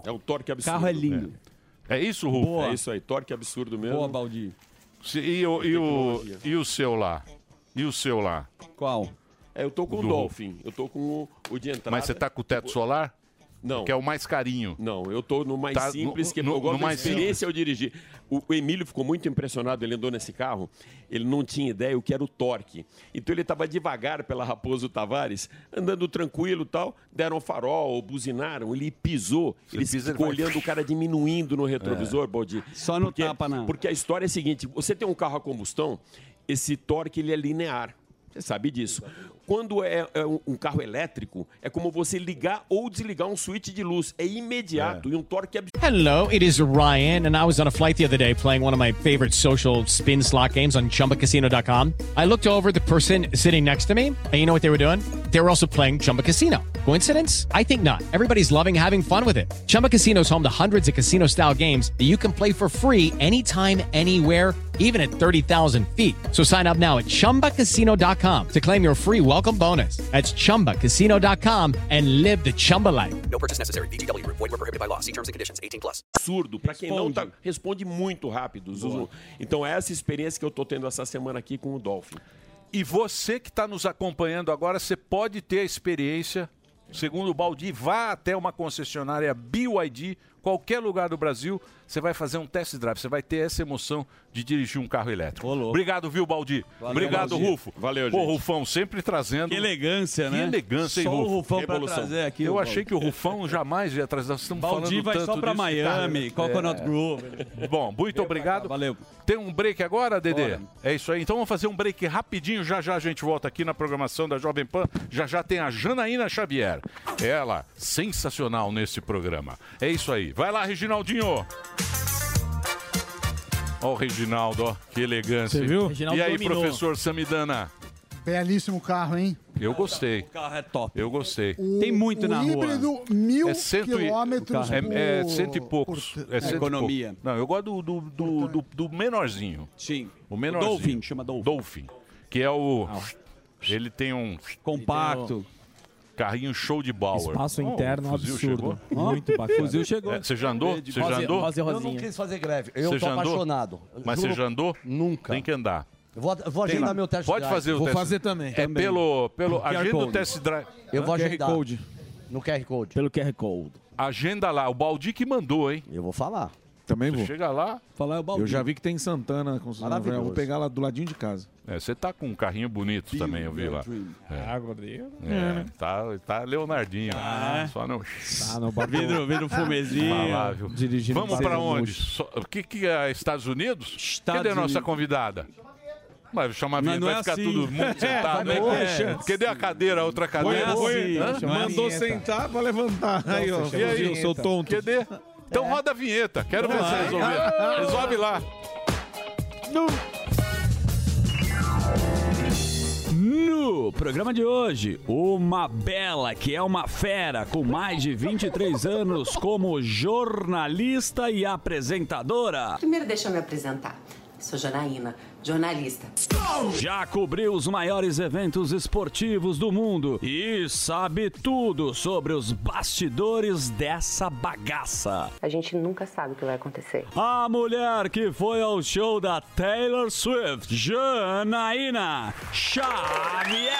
É o torque absurdo.
Carro é lindo.
É, É isso, Rufo?
Boa.
É isso aí, torque absurdo mesmo.
Boa, Baldi.
Se- E o, e, o, e o seu lá? E o seu lá?
Qual?
É, eu tô com o
Do-
Dolphin, eu tô com o, o de entrada.
Mas você tá com o teto solar?
Não.
Que é o mais carinho.
Não, eu tô no mais
Tá
simples,
no-
que
no-
eu gosto
no
da
mais
experiência eu dirigir. O, o Emílio ficou muito impressionado, ele andou nesse carro, ele não tinha ideia o que era o torque. Então ele estava devagar pela Raposo Tavares, andando tranquilo e tal, deram um farol, buzinaram, ele pisou, ele
pisa, ele
ficou
vai-
olhando o cara diminuindo no retrovisor, Baldi.
Só no
porque,
tapa, não.
Porque a história é a seguinte, você tem um carro a combustão, esse torque ele é linear. Você sabe disso. Quando é, é um um carro elétrico, é como você ligar ou desligar um switch de luz. É imediato. E um torque absurdo.
Hello, it is Ryan, and I was on a flight the other day playing one of my favorite social spin slot games on chumbacasino.com. I looked over at the person sitting next to me, and you know what they were doing? They were also playing Chumba Casino. Coincidence? I think not. Everybody's loving having fun with it. Chumba Casino is home to hundreds of casino style games that you can play for free anytime, anywhere, even at 30,000 feet. So sign up now at chumbacasino.com to claim your free welcome bonus. That's chumbacasino.com and live the Chumba life.
No purchase necessary. VGW Group. Void were prohibited by law. See terms and conditions. 18 plus.
absurdo. Para quem não tá, responde muito rápido, Zuzu. Então é essa experiência que eu tô tendo essa semana aqui com o Dolphin.
E você que está nos acompanhando agora, você pode ter a experiência. Segundo o Baldi, vá até uma concessionária BYD, qualquer lugar do Brasil, você vai fazer um test drive, você vai ter essa emoção de dirigir um carro elétrico. Obrigado, viu, Baldi?
Valeu,
Obrigado,
Baldi.
Rufo.
Valeu,
Pô,
gente.
Rufão, sempre trazendo.
Que elegância, né?
Que elegância, hein,
Só o
Rufo?
Rufão pra trazer aqui,
Eu
o
achei
Baldi.
que o Rufão jamais ia trazer. Nós estamos
Baldi
falando
vai
tanto
só pra
disso, cara.
Miami, Coconut Grove.
Bom, muito obrigado.
Valeu.
Tem um break agora, Dedê?
Bora.
É isso aí. Então vamos fazer um break rapidinho. Já já a gente volta aqui na programação da Jovem Pan. Já já tem a Janaína Xavier. Ela, sensacional nesse programa. É isso aí. Vai lá, Reginaldinho. Ó o Reginaldo, ó. Que elegância.
Você viu?
e
Reginaldo
aí,
dominou.
professor Samidana?
Belíssimo carro, hein?
Eu gostei. O
carro é top.
Eu gostei.
O- o híbrido, mil
É cento e-
quilômetros
o carro É, é
por-
cento e poucos. é cento e
Economia.
pouco. Não, eu gosto do, do, do, do- do menorzinho.
Sim.
O menorzinho.
Dolphin, chama Dolphin. Ah.
que é o... Ele tem um...
Compacto.
Carrinho show de Bauer.
Espaço
Ó,
interno
o fuzil
absurdo.
chegou?
Muito bacana. Fuzil
É, Você já andou? Você já andou?
Eu não quis fazer greve. Eu tô
Você já andou?
apaixonado.
Mas
Juro-
você já andou?
Nunca.
Tem que andar.
Eu vou, eu vou
Tem
agendar
lá.
meu test
Pode
drive.
fazer o test- É pelo... pelo agenda o test drive.
Eu vou
Hã?
agendar. No QR Code.
Pelo QR Code.
Agenda lá. O Baldi que mandou, hein?
Eu vou falar.
Também
Você
vou.
chega lá,
Falar é
Balbi.
Eu já vi que tem em Santana com
Maravilhoso.
Eu vou pegar lá do ladinho de casa.
É, você tá com um carrinho bonito também, eu vi lá. É. É,
Ah, É.
tá, tá Leonardinho.
Tá.
Só no.
Tá no balcão. Vidro- vidro fumezinho,
Falável.
dirigindo
Vamos
Mercedes
pra onde?
Bush.
Só- O que, que é? Estados Unidos?
Estados
Cadê a nossa
Unidos.
convidada? Mas chamar a vinheta,
não
vai
é
ficar
assim.
todo mundo sentado.
É,
né?
vai-
É. Cadê a cadeira, a outra cadeira?
Foi, foi,
Hã?
Hã? mandou sentar pra levantar. aí, ó.
E aí,
eu sou tonto. É.
Cadê? Então roda a vinheta. Quero ver
Vamos
você
lá. Ah!
resolver. Resolve lá.
No programa de hoje, uma bela que é uma fera com mais de 23 anos como jornalista e apresentadora.
Primeiro, deixa eu me apresentar. Sou Janaína, jornalista.
Já cobriu os maiores eventos esportivos do mundo e sabe tudo sobre os bastidores dessa bagaça.
A gente nunca sabe o que vai acontecer.
A mulher que foi ao show da Taylor Swift, Janaína Xavier.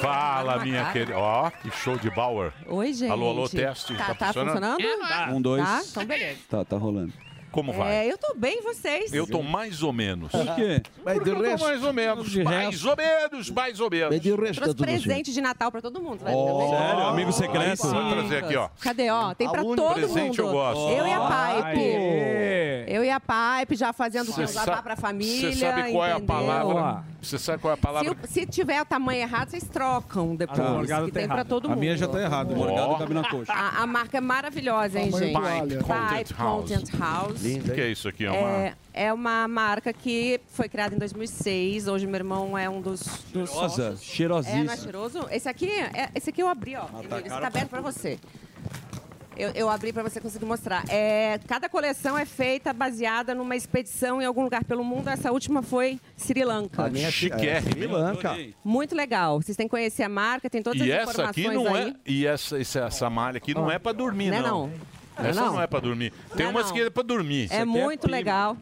Fala, minha querida. Ó, que show de Bauer.
Oi, gente.
Alô, alô, teste.
Tá,
Tá,
tá funcionando?
Tá. Um, dois.
Tá, então beleza.
Tá, tá rolando.
Como vai?
É, eu tô bem, vocês?
Eu tô mais ou menos.
Por
quê?
Mas
do resto-
mais ou menos.
de
mais
resto-
ou menos, mais ou menos.
Mas tá Trouxe presente de Natal pra todo mundo. vai
Oh,
ver.
sério? Amigo secreto?
Aí sim.
Vou trazer aqui, ó.
Cadê, ó? Tem pra
Aluno
todo
presente
mundo.
eu gosto.
Eu e a Pipe.
Aê.
Eu e a Pipe já fazendo
Você
jantar
sa-
pra família.
Você sabe qual é a
entendeu?
palavra? Você sabe qual é a
Se,
palavra?
o- se tiver o tamanho errado, vocês trocam depois.
Tá. Morgado
que
tá
tem pra
errado.
todo
A
mundo.
minha já tá errada. Morgado cabe na coxa.
A, a marca é maravilhosa, hein,
Tamanho
gente?
toalha. Pipe Content House.
Content House.
O que que é isso aqui? É uma...
É, é uma marca que foi criada em 2006. Hoje meu irmão é um dos,
Cheirosa,
dos sócios. É, não é
cheirosíssima.
cheiroso? Esse aqui, é- esse aqui eu abri,
Ah,
ó. Emílio, esse tá aberto pra você. Eu, eu abri pra você conseguir mostrar. É, cada coleção é feita baseada numa expedição em algum lugar pelo mundo. Essa última foi Sri Lanka.
A minha- Chiquérrimo. é, Sri Lanka.
Muito legal. Vocês têm que conhecer a marca, tem todas
E
as
essa
informações
aqui não
aí.
é. E essa, essa, essa malha aqui não é pra dormir,
Não é
não.
não.
Essa
Não é
não.
não.
é pra dormir. Tem
Não é
umas
não.
que é pra dormir. Isso
É
aqui
muito
pima.
legal.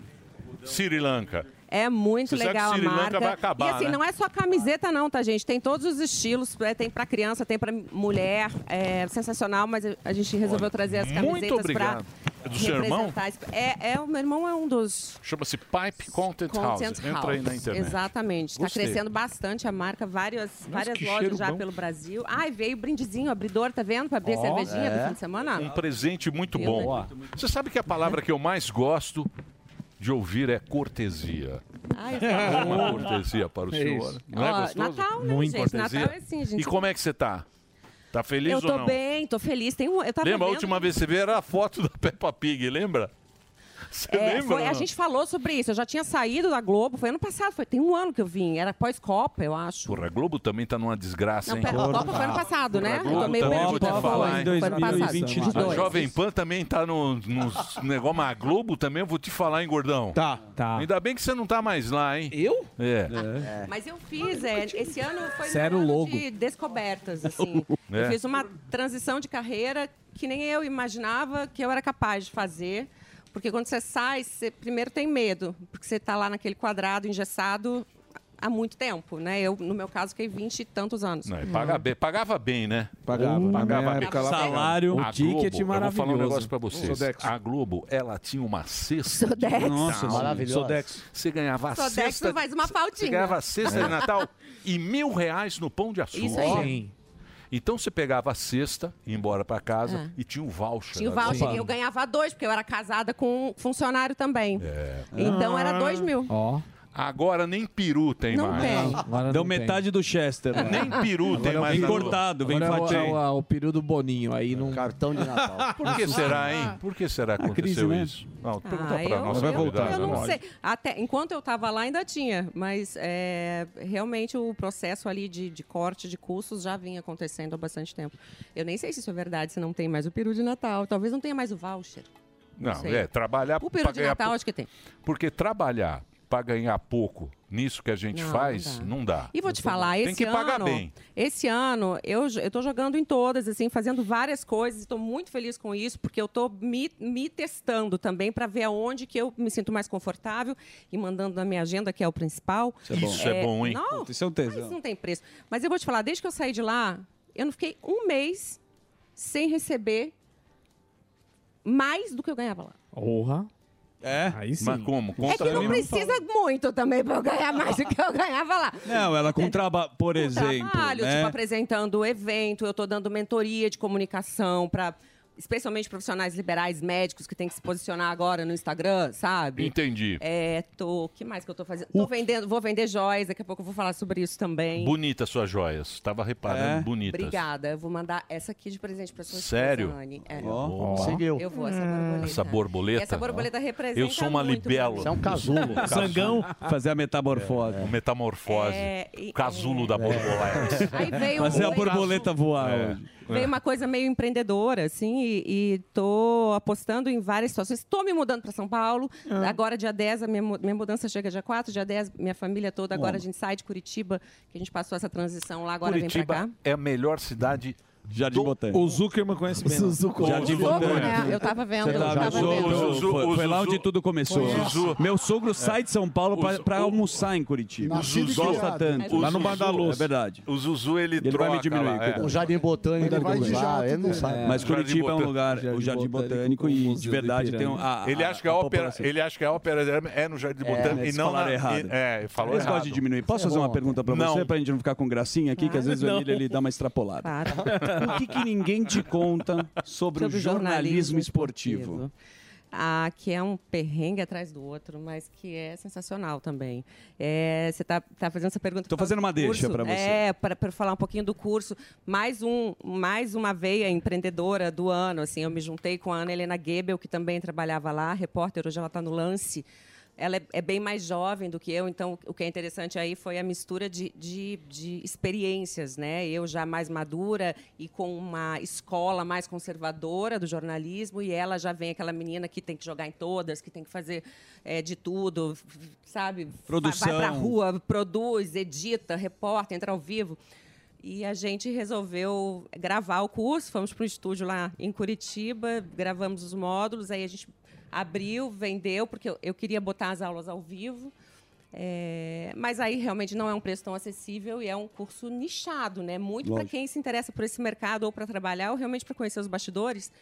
Sri Lanka.
É muito
Você sabe
legal
que Sri
a
Lanka
marca.
vai acabar,
e assim,
né?
não é só camiseta não, tá, gente? Tem todos os estilos, é, tem pra criança, tem pra mulher. É sensacional, mas a gente resolveu trazer as
muito
camisetas
obrigado.
pra
É do seu irmão?
representar esse- É, é, o meu irmão é um dos
Chama-se Pipe Content,
content
House. Entra aí na
houses.
internet.
Exatamente. Está
Gostei.
crescendo bastante a marca, várias, várias
que
lojas
cheiro
já
bom.
pelo Brasil. Ai, veio brindezinho, abridor, tá vendo? Pra abrir a
Ó,
cervejinha
é.
do fim de semana.
Um presente muito
Meu
bom.
Deus.
Você sabe que a palavra que eu mais gosto de ouvir é cortesia.
Ai,
Mais Uma
tá bom.
cortesia para o
É
senhor.
isso.
Não é
Ó,
gostoso?
Natal, né, Muito. gente? Natal é assim, gente.
E como é que você tá? Tá feliz
eu
ou
tô
não?
bem, tô feliz. Tem um, eu tava
lembra, a
vendo-
última vez que você veio era a foto da Peppa Pig, lembra? Você
É,
lembra?
foi-
ou
a
não?
gente falou sobre isso. Eu já tinha saído da Globo, foi ano passado, foi, tem um ano que eu vim. Era pós-Copa, eu acho.
Porra, a Globo também tá numa desgraça,
Não,
hein?
pera, a Copa foi ano passado,
Porra,
né?
a
Eu
Globo
tô meio
também,
perdida.
vou te falar,
Foi,
hein?
foi ano passado, 2022.
A Jovem Pan também tá no- nos negócio, mas a Globo também eu vou te falar, hein, gordão? Tá, tá. Ainda bem que você não tá mais lá, hein? Eu? É.
Mas eu fiz, é, esse ano foi
Sério,
um ano
logo.
de descobertas, assim.
É.
Eu fiz uma transição de carreira que nem eu imaginava que eu era capaz de fazer. Porque quando você sai, você primeiro tem medo, porque você está lá naquele quadrado engessado há muito tempo, né? Eu, no meu caso, fiquei 20 e tantos anos.
Não, e paga bem- pagava bem, né?
Pagava.
Uh,
Na
pagava
minha época lá
Salário,
A
o ticket
Globo, Eu vou falar um
maravilhoso.
negócio pra vocês.
Sodex.
A Globo, ela tinha uma cesta.
Sodex.
Nossa,
maravilhoso.
maravilhosa.
Sodex. Você ganhava a
Só
cesta.
10 não faz uma
Você
faltinha. É.
ganhava a cesta de Natal e mil reais no pão de açúcar.
Isso aí.
Então você pegava a cesta, ia embora pra casa e tinha o voucher.
É. Tinha o
da
voucher.
Globo.
e Eu ganhava dois, porque eu era casada com um funcionário também.
É.
Então
Ah.
era dois mil.
Ó. Agora nem peru tem
Não
mais.
tem.
Deu metade do Chester. né?
Nem peru tem
Agora
mais.
Vem
na Globo.
cortado, vem
é Agora é o-
fatiado.
é o, é o período Boninho aí num cartão de Natal.
Por que será, hein? Por que será que aconteceu
crise, né?
isso? Não, pergunta
Ah,
pra
eu,
nossa
Vai
convidada,
voltar.
eu não
Nora.
sei. Até, enquanto eu estava lá, ainda tinha. Mas é, realmente o processo ali de, de corte de custos já vinha acontecendo há bastante tempo. Eu nem sei se isso é verdade, se não tem mais o peru de Natal. Talvez não tenha mais o voucher.
Não,
sei.
é, trabalhar
O peru
pra
de
ganhar
Natal
pou-
acho que tem.
Porque trabalhar pra ganhar pouco nisso que a gente
Não,
faz,
não dá.
não dá.
E vou te falar,
Tem
esse
que pagar
ano,
bem.
esse ano eu j- eu tô jogando em todas, assim, fazendo várias coisas, estou muito feliz com isso, porque eu tô me, me testando também para ver aonde que eu me sinto mais confortável e mandando na minha agenda, que é o principal.
Isso é bom. Isso é bom, hein?
Não,
Puta, isso é um tesão.
ah, isso não tem preço. Mas eu vou te falar, desde que eu saí de lá, eu não fiquei um mês sem receber mais do que eu ganhava lá.
Porra.
É? Aí sim. Mas como?
é que não
mim.
precisa muito também pra eu ganhar mais do que eu ganhava lá.
Não, ela com trabalho, por exemplo.
trabalho,
né?
tipo, apresentando o evento, eu tô dando mentoria de comunicação para especialmente profissionais liberais médicos que tem que se posicionar agora no Instagram, sabe?
Entendi.
É, tô, que mais que eu tô fazendo? Tô vendendo, vou vender joias, daqui a pouco eu vou falar sobre isso também.
Bonitas suas joias. Tava reparando,
É.
bonitas.
Obrigada, eu vou mandar essa aqui de presente pra sua
Sério?
esposa, Anne. É.
Ó, conseguiu.
Eu vou, essa borboleta.
Essa borboleta.
Essa borboleta representa
Eu sou uma
muito pra
libelo.
mim. Isso é um casulo.
Zangão. Fazer a metamorfose.
É, Metamorfose.
É, e-
Casulo da borboleta.
Aí veio
Fazer a
um-
borboleta voar.
É.
Veio uma coisa meio empreendedora, assim, e, e tô apostando em várias situações. Tô me mudando para São Paulo. Agora, dia 10, a minha, mu- minha mudança chega dia 4, dia 10, minha família toda. Agora
Bom.
a gente sai de Curitiba, que a gente passou essa transição lá, agora vem pra cá.
Curitiba é a melhor cidade
Jardim do... Botânico.
O Zuckerman conhece né?
bem.
Jardim Botânico.
É, eu tava vendo,
Você
eu
tava
tava
vendo.
vendo.
Foi-
né? Zuzu-
foi,
o
foi É. lá
Zuzu-
onde tudo começou.
Foi. Zuzu.
Meu sogro sai de São Paulo pra,
O-
pra
o-
almoçar em Curitiba.
O Zuzu
gosta tanto.
O Zuzu-
É verdade.
O Zuzu, ele,
Ele
troca
vai me diminuir,
lá, é.
cuidado.
O Jardim Botânico
Ele vai
do
de
lá,
jato,
ele não sabe.
Mas
O Jardim
Curitiba é um
Botânico.
lugar, o Jardim Botânico, e de verdade tem um- a,
ele,
a-
acha que a
a
ópera,
população.
ele acha que a ópera é no Jardim
É,
Botânico e
eles
não na,
falaram errado.
E, é, falou
Eles
errado. É
gostam de diminuir. Posso fazer uma pergunta pra
Não.
você, pra gente não ficar com gracinha aqui, que às vezes o
Não.
Emílio ele dá uma extrapolada. O que, que ninguém te conta sobre,
Sobre
o jornalismo esportivo?
Ah, que é um perrengue atrás do outro, mas que é sensacional também. É, você está tá fazendo essa pergunta.
Tô
por causa
fazendo uma
do
deixa
curso?
pra você.
É, para falar um pouquinho do curso. Mais, um, mais uma veia empreendedora do ano. Assim, eu me juntei com a Ana Helena Gebel, que também trabalhava lá, repórter, hoje ela está no lance. Ela é, é bem mais jovem do que eu, então o que é interessante aí foi a mistura de, de, de experiências, né? Eu já mais madura e com uma escola mais conservadora do jornalismo, e ela já vem aquela menina que tem que jogar em todas, que tem que fazer eh, de tudo, f- f- sabe? Fa- Vai pra
Produção.
rua, produz, edita, repórter, entra ao vivo. E a gente resolveu gravar o curso, fomos para um estúdio lá em Curitiba, gravamos os módulos, aí a gente abriu, vendeu, porque eu, eu queria botar as aulas ao vivo. É, mas aí realmente não é um preço tão acessível e é um curso nichado, né? Muito para
Lógico.
quem se interessa por esse mercado ou para trabalhar ou realmente para conhecer os bastidores.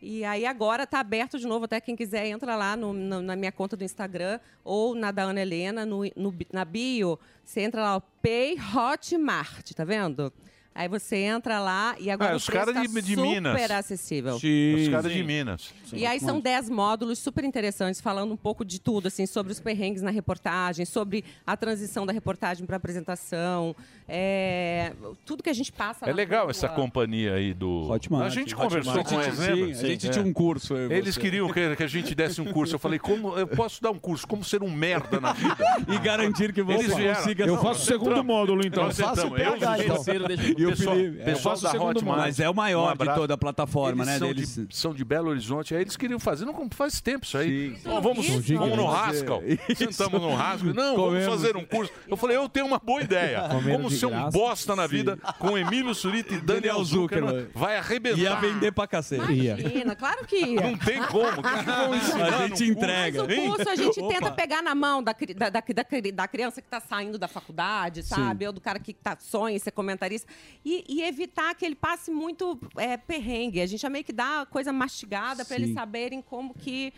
E aí agora está aberto de novo, até quem quiser entra lá no- no- na minha conta do Instagram ou na da Ana Helena, no, no bi- na bio, você entra lá, ó, Pay Hotmart, tá vendo? Aí você entra lá e agora
Ah,
o
os
preço
caras
tá
de, de
super
Minas.
acessível.
os caras de
Sim.
Minas.
E aí são 10 módulos super interessantes, falando um pouco de tudo, assim, sobre os perrengues na reportagem, sobre a transição da reportagem para apresentação, é, tudo que a gente passa.
É
na
legal
rua.
essa companhia aí do.
Hotmart.
a gente
Hotmart.
conversou
Sim,
com eles,
sim,
lembra?
a gente
é.
tinha um curso, eu e
Eles
você.
queriam que, que a gente desse um curso. Eu falei, como eu posso dar um curso? Como ser um merda na vida?
E garantir que você
Eles vieram.
consiga...
Eu faço o segundo módulo, então.
Eu
Nós entramos. Eu e o terceiro, deixa-
E o
pessoal-
Felipe.
pessoal
Eu faço
da
o segundo
Hotmart.
módulo. Mas é o
Um
maior de
abraço.
toda a plataforma,
Eles
né?
são
deles.
de, são de Belo Horizonte. Aí eles queriam fazer, não como faz tempo isso aí. Ó, vamos,
Isso.
vamos no
Isso.
Rascal.
Isso.
Sentamos no Rascal. Não,
Comemos.
vamos fazer um curso. Eu falei, eu tenho uma boa ideia.
Comemos
vamos
de
ser um
graça.
bosta na vida com Emílio Surita e Daniel
Daniel Zuckerman.
Zuckerman. Vai arrebentar.
Ia vender pra cacete.
Imagina, claro que ia.
Não tem como. O que que vão ensinar
A
no
gente
curso?
entrega.
Mas o curso a gente tenta pegar na mão da, cri- da, da, da cri- da criança que está saindo da faculdade,
Sim.
sabe? Ou do cara que tá, sonha em ser comentarista. E, e evitar que ele passe muito é, perrengue. A gente já meio que dá coisa mastigada para
Sim.
eles saberem como que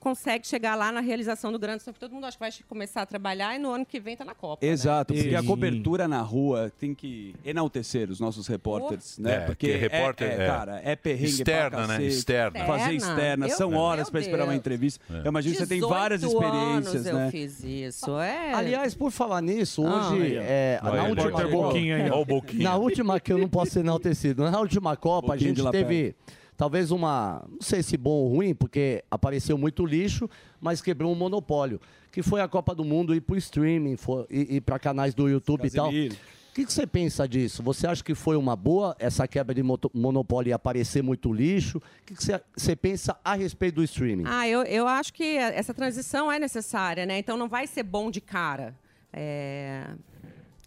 consegue chegar lá na realização do grande sonho. Porque Todo mundo acha que vai começar a trabalhar e no ano que vem tá na Copa.
Exato, porque a
Sim.
cobertura na rua tem que enaltecer os nossos repórteres, né?
É,
porque
porque repórter,
é,
é.
cara, é perrengue
Externa,
pra
né?
cacete,
Externa.
Fazer externa,
Eu-
são
meu
horas pra esperar uma
Deus.
entrevista.
É.
Eu imagino que você tem várias
18
experiências,
anos
né?
Eu fiz isso, é.
Aliás, por falar nisso, hoje.
Ah, aí, ó.
é,
Olha
na
ele,
última
olha o
Copa.
Boquinha aí, ó. Olha o Boquinha.
Na última, que eu não posso ser enaltecido. Na última Copa,
Boquinha
a
de
gente
lapela.
teve talvez uma. Não sei se bom ou ruim, porque apareceu muito lixo, mas quebrou um monopólio. Que foi a Copa do Mundo ir pro streaming foi- e, e para canais do YouTube e
Casemiro.
tal. O que, que você pensa disso? Você acha que foi uma boa essa quebra de moto- monopólio e aparecer muito lixo? O que, que você, você pensa a respeito do streaming?
Ah, eu, eu acho que a- essa transição é necessária, né? Então não vai ser bom de cara. É,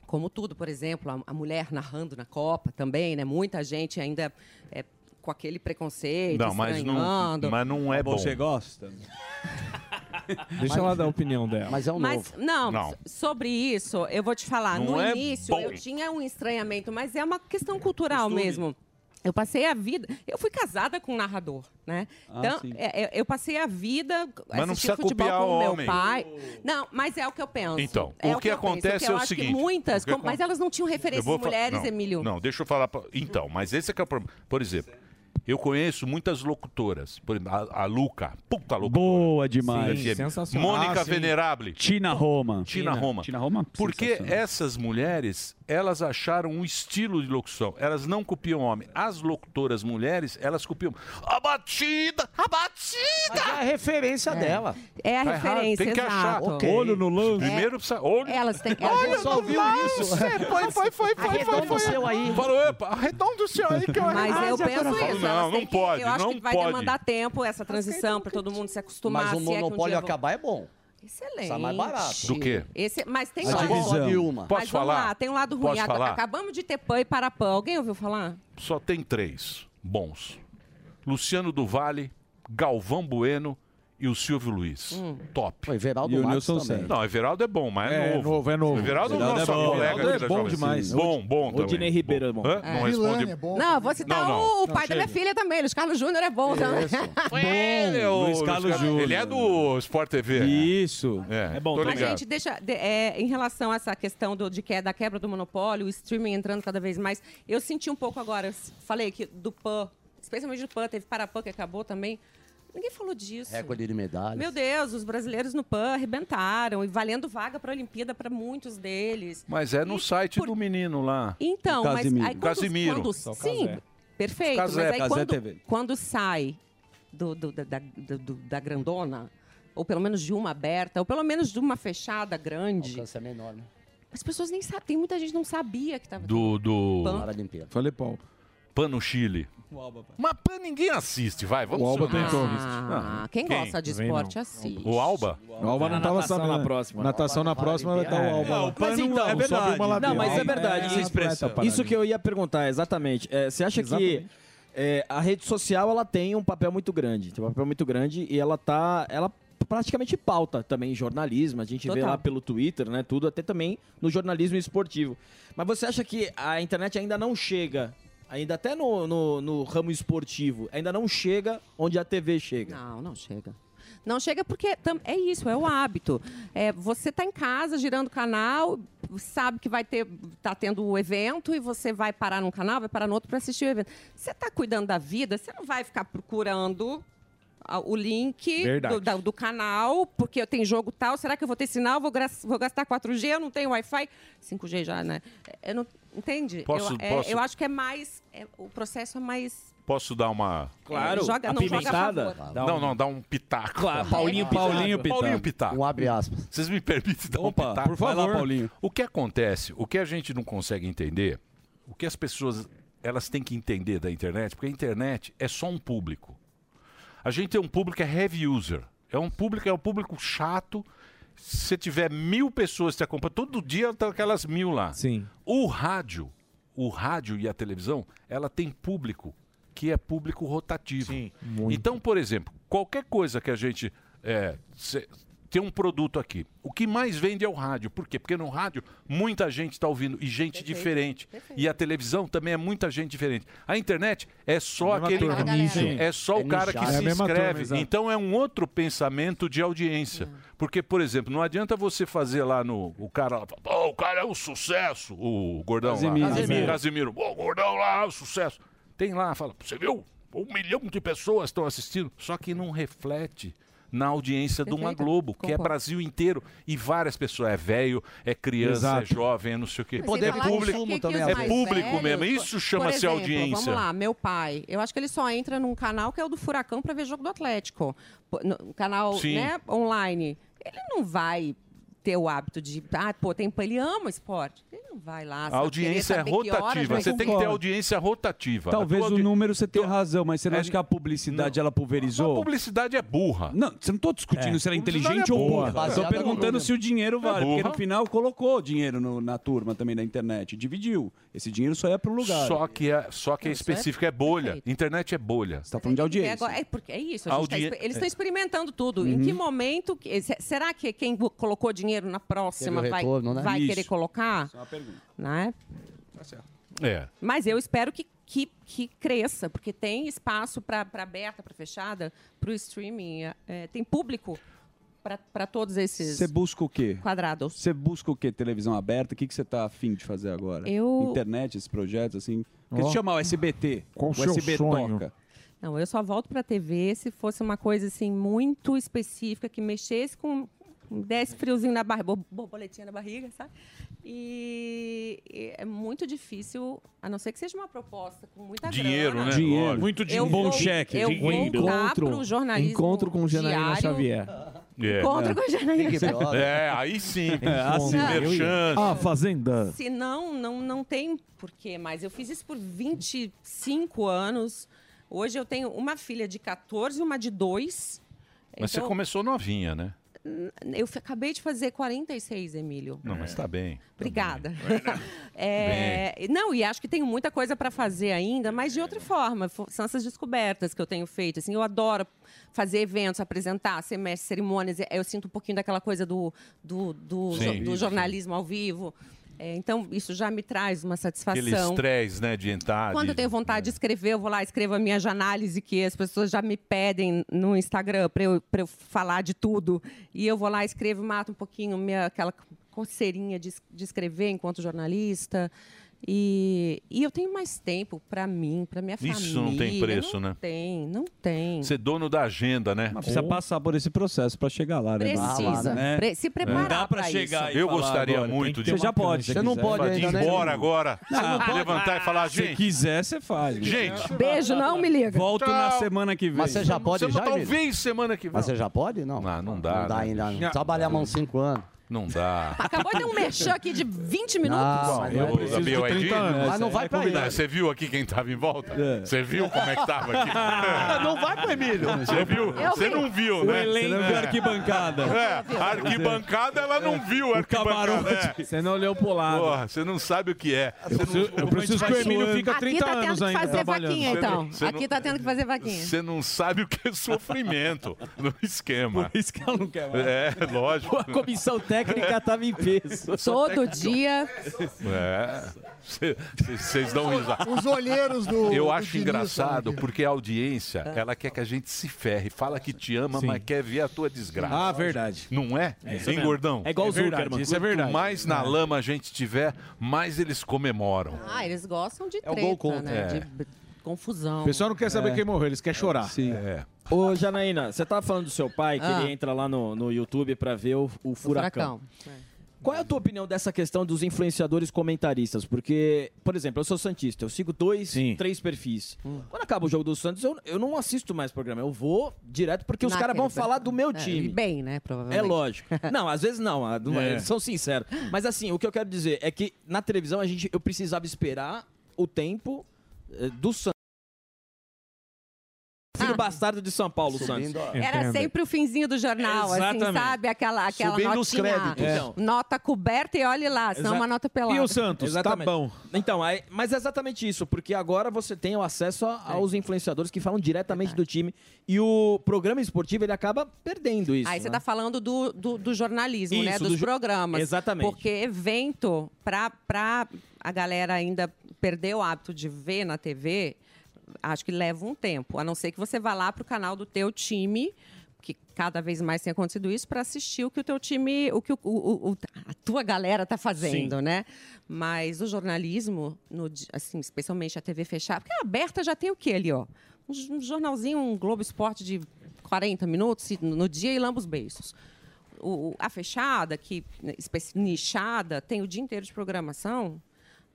Como tudo, por exemplo, a, a mulher narrando na Copa também, né? Muita gente ainda é, com aquele preconceito,
Não, mas não,
estranhando.
mas não é bom.
Você gosta?
Deixa ela dar a opinião dela.
Mas é um
Mas, não, so- sobre isso, eu vou te falar.
Não
no
é
início,
bom.
eu tinha um estranhamento, mas é uma questão cultural mesmo. Eu passei a vida. Eu fui casada com um narrador, né?
Ah,
então,
sim.
é, é, eu passei a vida
Mas não
assistindo
precisa
futebol
copiar
com
o
meu
homem.
pai. Não, mas é o que eu penso.
Então,
É
o que
eu penso.
acontece
eu
é o
acho que
seguinte,
muitas,
o que
como- mas
acon-
elas não tinham
Eu
referências
vou fa-
mulheres,
não,
Emílio.
Não, deixa eu falar. pra- Então, mas esse é que é o problema. Por exemplo, eu conheço muitas locutoras. Por exemplo, a, a Luca. Puta locutora.
Boa demais. Ah,
FM. Mônica Venerable.
Tina Roma.
Tina Roma.
Tina Roma.
Porque
sensacional.
essas mulheres, elas acharam um estilo de locução. Elas não copiam homem. As locutoras mulheres, elas copiam. A batida! A batida!
é a referência dela.
É a
Tá errado,
referência,
Tem que achar.
exato. É.
Olho no lance. Primeiro precisa. Olho.
Elas têm que
Olha, só viu isso. Foi, foi, foi, foi, foi, foi. seu aí.
Falou, epa, arredonda o seu aí que eu
Mas eu
arredondo.
penso
Falo,
isso.
não,
elas
não
têm que-
pode,
Eu acho
não
que vai
pode.
demandar tempo essa transição para todo mundo se acostumar.
Mas o
se é que um
monopólio
dia eu vou-
acabar é bom.
Excelente.
Sai mais barato.
Do quê?
Esse, mas tem
A
lado
divisão.
bom.
Só de uma.
Mas
Posso
vamos
falar?
lá, tem um lado ruim.
Posso
Ac-
falar?
Acabamos de ter pã e parapã. Alguém ouviu falar?
Só tem três bons: Luciano do Vale, Galvão Bueno e o Silvio Luiz.
Hum.
Top. O
Everaldo
e
E o Matos Nilson também. Santos.
Não, Everaldo é bom, mas é,
É
novo.
novo, é novo.
Everaldo,
Everaldo
não,
é
só
bom.
colega
Everaldo
aqui
é
da
bom
Jovem
demais.
Sim. Bom, bom também.
Dinei
Ribeiro é bom. Hã? Não responde.
Não, eu vou citar
Não, não.
o pai da minha filha também. Luiz Carlos Júnior é bom também.
Foi ele, o
Luiz Carlos Júnior.
Ele é do Sport TV.
Isso.
É, é bom. Tô
Mas,
ligado.
gente, deixa. de- é, em relação a essa questão do, de que, da quebra do monopólio, o streaming entrando cada vez mais, eu senti um pouco agora. Eu s- falei que do PAN, especialmente do PAN, teve Parapan que acabou também. Ninguém falou disso.
Recorde de medalhas.
Meu Deus, os brasileiros no PAN arrebentaram e valendo vaga para a Olimpíada para muitos deles.
Mas é no site do menino lá.
Então,
do Casimiro.
mas aí quando,
Casimiro.
quando- sim, perfeito.
Casé,
mas aí
Casé
quando,
TV.
quando sai do- do- da, da- do- do- da grandona, ou pelo menos de uma aberta, ou pelo menos de uma fechada grande,
Alcance é menor, né?
as pessoas nem sabem. Tem muita gente que não sabia que estava.
Do. do...
Pan.
Falei, Paulo. Pan no Chile. Mas Pan ninguém assiste, vai. Vamos
O Alba
ser honestos.
tentou. Ah,
Ah,
quem gosta de Vem, esporte não. assiste.
O Alba?
O Alba não tava sabendo. Natação na próxima vai estar o Alba. lá.
mas então,
é verdade.
não, mas é verdade. isso, isso que eu ia perguntar, exatamente. É, você acha
Exatamente.
que é, a rede social ela tem um papel muito grande, tem um papel muito grande e ela tá, ela praticamente pauta também jornalismo. A gente vê
Total.
lá pelo Twitter, né, tudo, até também no jornalismo esportivo. Mas você acha que a internet ainda não chega? Ainda até no, no, no ramo esportivo, ainda não chega onde a TV chega.
Não, não chega. Não chega porque tam- é isso, é o hábito. É, você tá em casa girando o canal, sabe que vai ter, tá tendo o evento e você vai parar num canal, vai parar no outro para assistir o evento. Você tá cuidando da vida, você não vai ficar procurando a- o link
Verdade.
do, da- do canal, porque eu tenho jogo tal, será que eu vou ter sinal, vou, gra- vou gastar 4G, eu não tenho Wi-Fi, 5G já, né? Eu não, entende?
Posso-
eu, é-
posso-
eu acho que é mais, é- o processo é mais
Posso dar uma.
Claro, joga- não, joga a apimentada? favor. Dá um-
Não, não, dá um pitaco.
Claro, Paulinho
Ah,
Pitaco.
Paulinho Pitaco.
Paulinho
Um abre aspas.
Vocês me permitem dar
Opa,
um pitaco?
por Vai lá, favor. Paulinho.
O que acontece, o que a gente não consegue entender, o que as pessoas elas têm que entender da internet, porque a internet é só um público. A gente tem um público que é heavy user. É um público, é um público chato. Se tiver mil pessoas te acompanhando, todo dia tá aquelas mil lá. Sim. O rádio, o rádio e a televisão, ela tem público que é público rotativo. Sim. Então, por exemplo, qualquer coisa que a gente é, se- tem um produto aqui. O que mais vende é o rádio. Por quê? Porque no rádio muita gente está ouvindo e gente diferente. E a televisão também é muita gente diferente. A internet é só
mesma
aquele
turma.
nicho,
Sim.
é só
É
o cara que
nichado. É a
se
mesma turma,
inscreve.
exato.
então é um outro pensamento de audiência.
É.
Porque, por exemplo, não adianta você fazer lá no o cara, lá, "Pô, o cara é um sucesso, o gordão
Casimiro.
lá.
Casimiro.
Casimiro, "Pô, o gordão lá, é um sucesso. Tem lá, fala, você viu? Um milhão de pessoas estão assistindo, só que não reflete na audiência de uma
Perfeito.
Globo, que é
Concordo.
Brasil inteiro e várias pessoas, é velho, é criança,
Exato.
é jovem, é não sei o quê.
Mas sem falar que- que- que os
é
mais
público
velhos,
mesmo,
por-
isso
por
chama-se
exemplo,
audiência.
Vamos lá, meu pai. Eu acho que ele só entra num canal que é o do Furacão para ver jogo do Atlético. Pô, no- Um canal
Sim.
né, online. Ele não vai ter o hábito de. Ah, pô, tem, ele ama esporte. Ele não vai lá.
A audiência é rotativa. Você tem que ter audiência rotativa.
Talvez
A
o
tua
número você tenha razão, mas você não acha que a publicidade ela pulverizou?
É, A publicidade é burra.
Não, você não tô discutindo
É.
se ela é
Publicidade
inteligente
é
ou
burra.
burra.
Baseada
Estou
no
perguntando
número.
se o dinheiro
É
vale. porque
burra.
no final colocou dinheiro no- na turma também da internet. Dividiu. Esse dinheiro só ia para um lugar.
Só que é, só que é
Não, isso é
específico, é bolha. Internet é bolha. Você
está tá falando de
É, agora- é porque é isso. a gente tá
Audi-
exper- eles
é.
estão experimentando tudo. Em
Uhum.
que momento. que- se- será que quem bo- colocou dinheiro na próxima
Teve o
vai, Né?
retorno, né?
vai
Isso.
querer colocar?
Tá Só uma pergunta.
Né?
É.
Mas eu espero que que, que cresça, porque tem espaço para aberta, para fechada, para o streaming, é, tem público para todos esses.
Você busca o quê?
Quadrado.
Você busca o quê? Televisão aberta? O que que você tá afim de fazer agora?
Eu-
Internet, esses projetos, assim? O que
Ó.
se chama o SBT?
Qual
o
seu
SB
sonho?
Toca.
Não, eu só volto para a TV se fosse uma coisa assim muito específica que mexesse com desse friozinho na barriga, bo- borboletinha na barriga, sabe? E, e é muito difícil, a não ser que seja uma proposta com muita
Dinheiro,
grana.
né? Lógico.
Muito
dinheiro. Eu
Bom
vou-
cheque.
eu vou voltar pro jornalismo
encontro com Janaína
diário.
Xavier.
É.
Encontro com Janaína Big Brother.
né?
Xavier.
É, aí sim.
É, assim
Sem
mesmo.
Ah,
merchan.
A Fazenda.
Se não, não, não tem porquê mais. Eu fiz isso por 25 anos. Hoje eu tenho uma filha de 14 e uma de 2.
Mas
então
você começou novinha, né?
Eu f- acabei de fazer 46, Emílio.
Não,
É.
mas tá bem.
Obrigada. É, não, e acho que tenho muita coisa para fazer ainda, mas de outra forma. fo- São essas descobertas que eu tenho feito. Assim, eu adoro fazer eventos, apresentar, ser mestre, cerimônias. Eu sinto um pouquinho daquela coisa do, do, do,
Sim.
jo- do jornalismo ao vivo. É, então, isso já me traz uma
Aquele
satisfação.
estresse, né, de entrar.
Quando
de-
eu tenho vontade de escrever, eu vou lá, escrevo a minha análise, que as pessoas já me pedem no Instagram para eu, pra eu falar de tudo. E eu vou lá, escrevo, mato um pouquinho minha, aquela coceirinha de, es- de escrever enquanto jornalista. E, e eu tenho mais tempo para mim, para minha família.
Isso não tem preço,
não
né?
Tem, não tem.
assim?
Ser dono da agenda, né?
Mas precisa passar por esse processo para chegar lá, né? É.
Precisa. Pre- se preparar
Não dá pra pra chegar isso. e
Eu
falar
gostaria
agora, tem
muito
que
de.
ter Você já uma pode, cancha. se Você não quiser. pode
De ir
ainda, né?
embora agora.
Não.
Levantar e falar,
Se
gente.
quiser, você faz.
Gente.
Beijo, não me liga.
Volto na semana que vem.
Mas você
tá
já pode, já, Emílio?
Talvez semana que vem.
Mas você já pode? Não. Não, não
dá,
Não dá
né,
ainda.
bicho?
Não. Trabalhar mais uns 5 anos.
Não dá.
Acabou de ter um merchan aqui de 20 minutos.
Não, mas não.
Ô,
preciso
Gabriel,
de
é
30
de-
anos. Mas não vai pra
convidado.
ele.
Você viu aqui quem tava em volta? Você viu como é que tava aqui? Ah,
Não vai pro Emílio.
Você viu?
Eu
Você
vi.
não viu,
O
né? Você
elenco
não
e
viu.
arquibancada.
É, a arquibancada ela não viu. a Arquibancada. é.
Você não olhou pro lado.
Porra, você não sabe o que é. Eu preciso,
aqui tá tendo que fazer vaquinha, então.
Você
aqui tá tendo que fazer vaquinha.
Você não sabe o que é sofrimento no esquema.
Por isso que ela não quer mais.
É, lógico.
A comissão técnica tava em peso.
Todo dia.
É. Vocês dão risada.
Os olheiros do-
Eu
do
acho
Diniz né?
engraçado,
são aqui.
porque a audiência,
É.
ela quer que a gente se ferre. Fala que te ama, mas quer ver a tua desgraça.
Ah, verdade.
Não é?
É isso
hein,
mesmo.
gordão?
É igual o É verdade, Zuckerman. isso é verdade.
Quanto mais na
É.
lama a gente tiver, mais eles comemoram.
Ah, eles gostam de
É o
treta,
gol contra.
né?
É.
De b- confusão.
O pessoal não quer saber
É.
quem morreu, eles querem chorar.
Sim.
Ô, Janaína, você tava falando do seu pai, que
Ah.
ele entra lá no, no YouTube pra ver o, o furacão. Qual é a tua opinião dessa questão dos influenciadores comentaristas? Porque, por exemplo, eu sou Santista, eu sigo dois, três perfis. Quando acaba o jogo do Santos, eu, eu não assisto mais programa. Eu vou direto porque os caras vão
Naquele-
falar do meu
É,
time.
e bem, né?
É
Provavelmente.
lógico. Não, às vezes não, ah, não é,
É.
eles são sinceros. Mas assim, o que eu quero dizer é que na televisão a gente, eu precisava esperar o tempo eh, do Santos. Filho bastardo de São Paulo, Santos.
Ah. Era sempre o finzinho do jornal, assim,
Exatamente.
sabe? Aquela, aquela
Subindo
notinha.
os créditos. É.
Nota coberta e olhe lá, senão
Exa-
uma nota pelada. Tá
Exatamente. Então, aí- mas é exatamente isso, porque agora você tem o acesso a-
É.
aos influenciadores que falam diretamente do time e o programa esportivo ele acaba perdendo isso.
Aí você tá
né?
está falando do, do, do jornalismo, né?
Isso,
Dos
do jo-
programas.
Exatamente.
Porque evento, pra, pra a galera ainda perder o hábito de ver na TV, acho que leva um tempo. A não ser que você vá lá pro canal do teu time, que cada vez mais tem acontecido isso, para assistir o que o teu time, o que o, o- o- a tua galera tá fazendo,
Sim.
né? Mas o jornalismo, no di- assim, especialmente a TV fechada, porque a aberta já tem o quê ali, ó? Um j- Um jornalzinho, um Globo Esporte de 40 minutos e- no dia e lamba os beiços. O- o- a fechada, que né, especi- nichada, tem o dia inteiro de programação,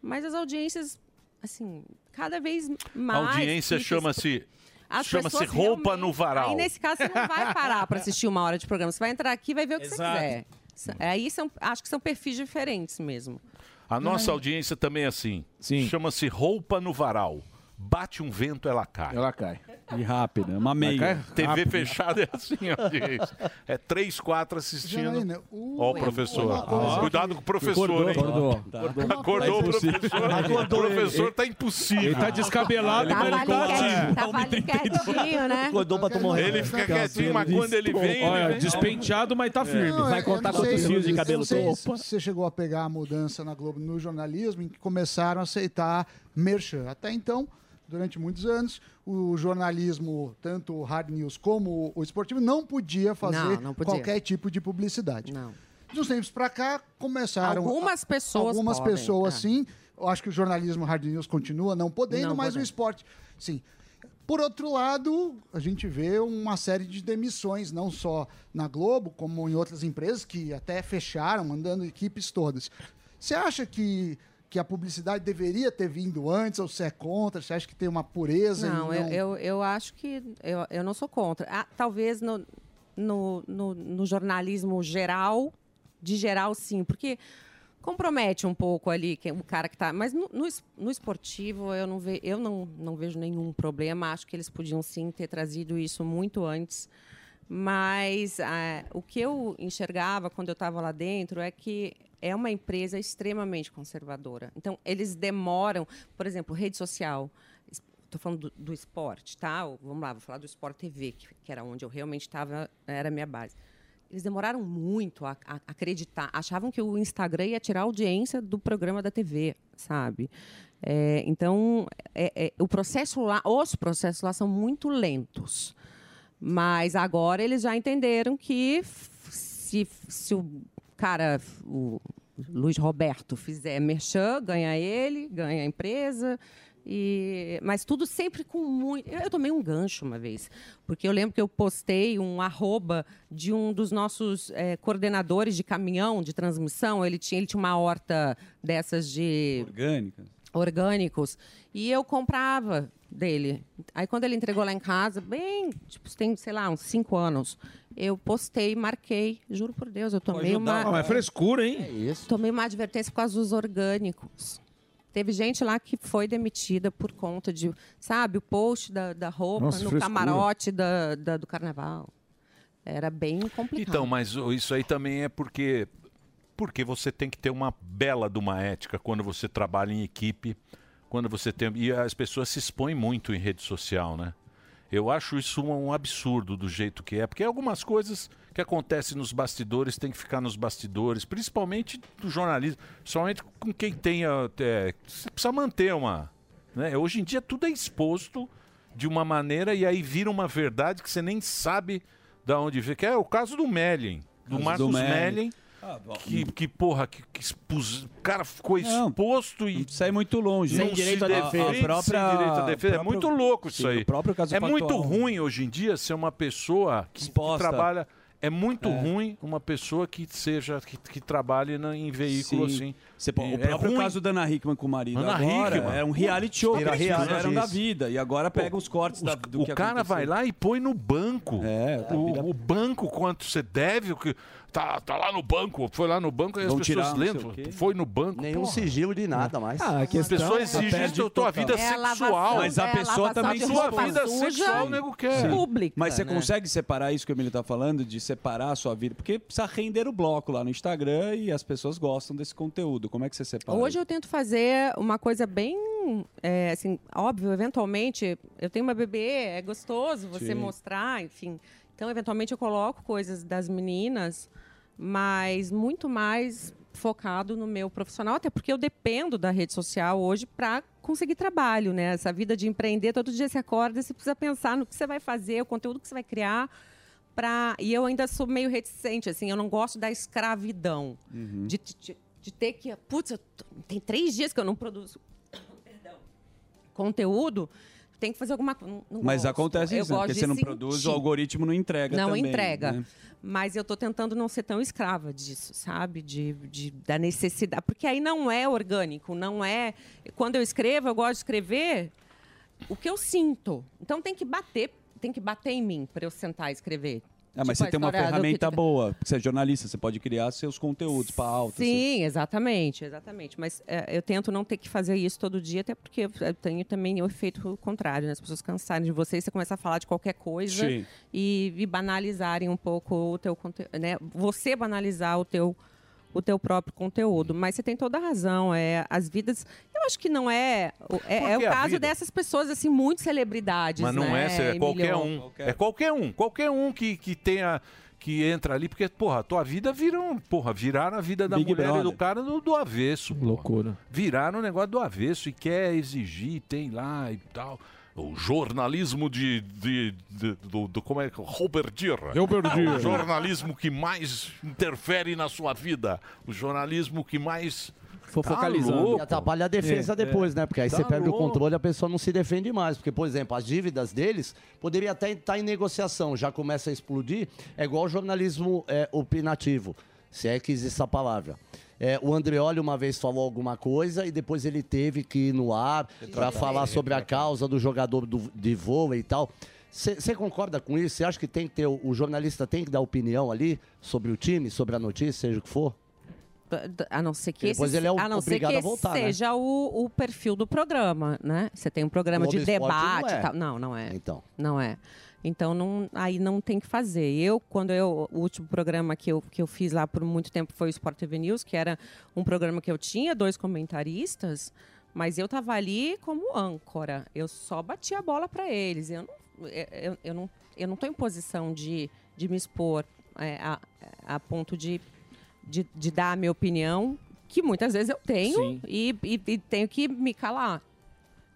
mas as audiências, assim, cada vez
A
mais.
audiência
fica
chama-se
As
chama-se
pessoas
roupa no varal.
Aí, né, nesse caso, você não vai parar para assistir uma hora de programa. Você vai entrar aqui e vai ver o que
Exato.
você quiser. Aí são, acho que são perfis diferentes mesmo.
A nossa
Não.
audiência também é assim. Chama-se roupa no varal. Bate um vento, ela cai.
Ela cai. E rápida, uma meia.
TV
Rápida.
fechada é assim, ó, audiência. É três, quatro assistindo.
Janaína,
Ó, o professor. Ah,
uma coisa
Cuidado com o professor,
Acordou,
hein?
acordou.
Tá
Acordou, acordou o professor. o professor tá impossível.
Ele tá descabelado,
Ele
mas ele
colocou-
tá ativo.
Tava ali quietinho, né?
Acordou pra tomar
Ele fica quietinho, mas quando ele vem.
Olha,
ele vem.
despenteado, mas
É.
tá firme.
É. Não,
Vai
eu
contar
não sei
quantos
se-
fios de cabelo
eu não sei
tem.
se Você chegou a pegar a mudança na Globo no jornalismo em que começaram a aceitar merchan. Até então, durante muitos anos, o jornalismo, tanto o hard news como o esportivo, não podia fazer
Não, não podia.
qualquer tipo de publicidade. Não. De uns tempos para cá, começaram.
Algumas
a-
pessoas
Algumas
podem,
pessoas,
é.
sim. Eu acho que o jornalismo hard news continua não podendo,
Não
mas o
podendo.
esporte, sim. Por outro lado, a gente vê uma série de demissões, não só na Globo, como em outras empresas que até fecharam, mandando equipes todas. Você acha que, que a publicidade deveria ter vindo antes, ou você é contra? Você acha que tem uma pureza? em
Não, eu, eu, eu acho que eu, eu não sou contra. Ah, talvez no, no, no, no jornalismo geral, de geral, sim, porque compromete um pouco ali que- o cara que tá. Mas no, no, es- no esportivo eu, não, ve, eu não, não vejo nenhum problema. Acho que eles podiam sim ter trazido isso muito antes. Mas ah, o que eu enxergava quando eu estava lá dentro é que é uma empresa extremamente conservadora. Então, eles demoram, por exemplo, rede social. Es- Tô falando do, do esporte, tá? Ou, Vamos lá, vou falar do Sport TV, que, que era onde eu realmente estava, era a minha base. Eles demoraram muito a, a acreditar. Achavam que o Instagram ia tirar a audiência do programa da TV, sabe? É, então, é- é, o processo lá, os processos lá são muito lentos. Mas agora eles já entenderam que f- se, se o cara, f- o Luiz Roberto, fizer merchan, ganha ele, ganha a empresa. E, mas tudo sempre com muito. Eu, eu tomei um gancho uma vez, porque eu lembro que eu postei um arroba de um dos nossos eh, coordenadores de caminhão de transmissão. Ele tinha, ele tinha uma horta dessas de
Orgânica.
orgânicos e eu comprava dele. Aí quando ele entregou lá em casa, bem, tipo, tem, sei lá, uns cinco anos, eu postei, marquei, juro por Deus, eu tomei uma.
Não, é frescura, hein? É
isso. Tomei uma advertência por causa dos orgânicos. Teve gente lá que foi demitida por conta de, sabe, o post da, da roupa
Nossa,
no
frescura.
camarote da, da- do carnaval. Era bem complicado.
Então, mas o- isso aí também é porque porque você tem que ter uma bela de uma ética quando você trabalha em equipe, quando você tem e as pessoas se expõem muito em rede social, né? Eu acho isso um um absurdo do jeito que é, porque algumas coisas que acontecem nos bastidores tem que ficar nos bastidores, principalmente do jornalismo, principalmente com quem tenha. É, você precisa manter uma. né? Hoje em dia tudo é exposto de uma maneira e aí vira uma verdade que você nem sabe da onde vem. Que é o caso do Mellin, do
Caso do
Marcos
Mellin.
Mellin.
Ah, bom.
que, que, porra, que, que expus- o cara ficou exposto e.
Sai muito longe.
Não
Sem
se
direito à defesa.
defende,
A própria-
sem direito à defesa.
próprio-
é muito louco isso
Sim,
aí.
o próprio caso
é
factual.
muito ruim hoje em dia ser uma pessoa que, que
Exposta.
trabalha. É muito
É.
ruim uma pessoa que seja que, que trabalhe na- em veículo
Sim.
assim.
Você pô-
E
o próprio
ruim.
caso da Ana Hickman com o marido
Ana
agora
Hickman.
é um reality show que
Vira
eles
reality.
fizeram da vida. E agora pega os cortes da, do
o
que É,
cara vai lá e põe no banco. o, o banco quanto você deve, o que tá, tá lá no banco, foi lá no banco e as
Vão
pessoas
tirar, não sei
lendo,
o quê.
foi no banco.
Nenhum
porra.
sigilo de nada mais.
Ah, a questão- As pessoas exigem Perde isso da tua total. vida É sexual. lavação,
Mas a
é
pessoa
lavação
também
de roupa Sua vida suja sexual, o nego quer.
Sim.
pública,
Mas você
né?
consegue separar isso que o Emílio tá falando, de separar a sua vida? Porque precisa render o bloco lá no Instagram e as pessoas gostam desse conteúdo. Como é que você separa?
Hoje eu tento fazer uma coisa bem, é, assim, óbvio, eventualmente, eu tenho uma bebê, é gostoso você
Sim.
mostrar, enfim. Então, eventualmente, eu coloco coisas das meninas, mas muito mais focado no meu profissional, até porque eu dependo da rede social hoje para conseguir trabalho, né? Essa vida de empreender, todo dia você acorda, você precisa pensar no que você vai fazer, o conteúdo que você vai criar. Pra... E eu ainda sou meio reticente, assim, eu não gosto da escravidão.
Uhum.
De, de- de ter que. Putz, eu tô- tem três dias que eu não produzo perdão, conteúdo. Tem que fazer alguma coisa. Não- não
Mas
gosto.
acontece
Eu
isso, né?
gosto
Porque
de
você não produz,
sentir.
o algoritmo não entrega
Não
também,
entrega.
né?
Mas eu tô tentando não ser tão escrava disso, sabe? De, de- da necessidade. Porque aí não é orgânico, não é. Quando eu escrevo, eu gosto de escrever o que eu sinto. Então tem que bater, tem que bater em mim para eu sentar e escrever.
Ah, mas
Tipo,
você
a
tem uma
história do
ferramenta
Peter-
boa. Você é jornalista, você pode criar seus conteúdos para
assim.
alta.
Sim, exatamente, exatamente. Mas é, eu tento não ter que fazer isso todo dia, até porque eu eu tenho também o efeito contrário, né? As pessoas cansarem de você e você começa a falar de qualquer coisa
Sim.
e, e banalizarem um pouco o teu conteúdo, né? Você banalizar o teu o teu próprio conteúdo, mas você tem toda a razão, é as vidas. Eu acho que não é o- é, é o
Porque a
caso
vida-
dessas pessoas assim muito celebridades,
Mas não
né,
é, é qualquer
Emilio?
um. É qualquer um. Qualquer um que, que tenha. que entra ali, porque, porra, a tua vida viram, porra, viraram a vida da
Big
mulher e do
Brother.
cara do, do avesso. porra.
Loucura.
Viraram o negócio do avesso e quer exigir, tem lá e tal. O jornalismo de. de- de- do, do- Como é que. Robert Dira.
Robert Dira.
Ah, O jornalismo que mais interfere na sua vida. O jornalismo que mais.
Tá louco. E atrapalha a
É,
É,
defesa depois, né? Porque aí você perde o controle, a pessoa não se defende mais. Porque, por exemplo, as dívidas deles poderia até estar em negociação, já começa a explodir. É igual o jornalismo é, opinativo, se é que existe essa palavra. É, o Andreoli uma vez falou alguma coisa e depois ele teve que ir no ar para
Retratar.
falar sobre a causa do jogador do- de vôlei e tal. Você concorda com isso? Você acha que tem que ter o o jornalista tem que dar opinião ali sobre o time, sobre a notícia, seja o que for?
D- d- A não ser que
Depois
esse,
ele é o-
a não ser que
obrigado a
esse
voltar, né?
seja o, o perfil do programa, né? Você tem um programa
No
de
Globo Esporte não
debate
é.
e tal. Não, não é.
Então.
Não é. Então não, aí não tem que fazer. Eu, quando eu. O último programa que eu, que eu fiz lá por muito tempo foi o Sport TV News, que era um programa que eu tinha dois comentaristas, mas eu tava ali como âncora. Eu só batia a bola para eles. Eu não, eu, eu- eu não, eu não tô em posição de, de me expor é, a, a ponto de, de, de dar a minha opinião, que muitas vezes eu tenho e, e- e tenho que me calar.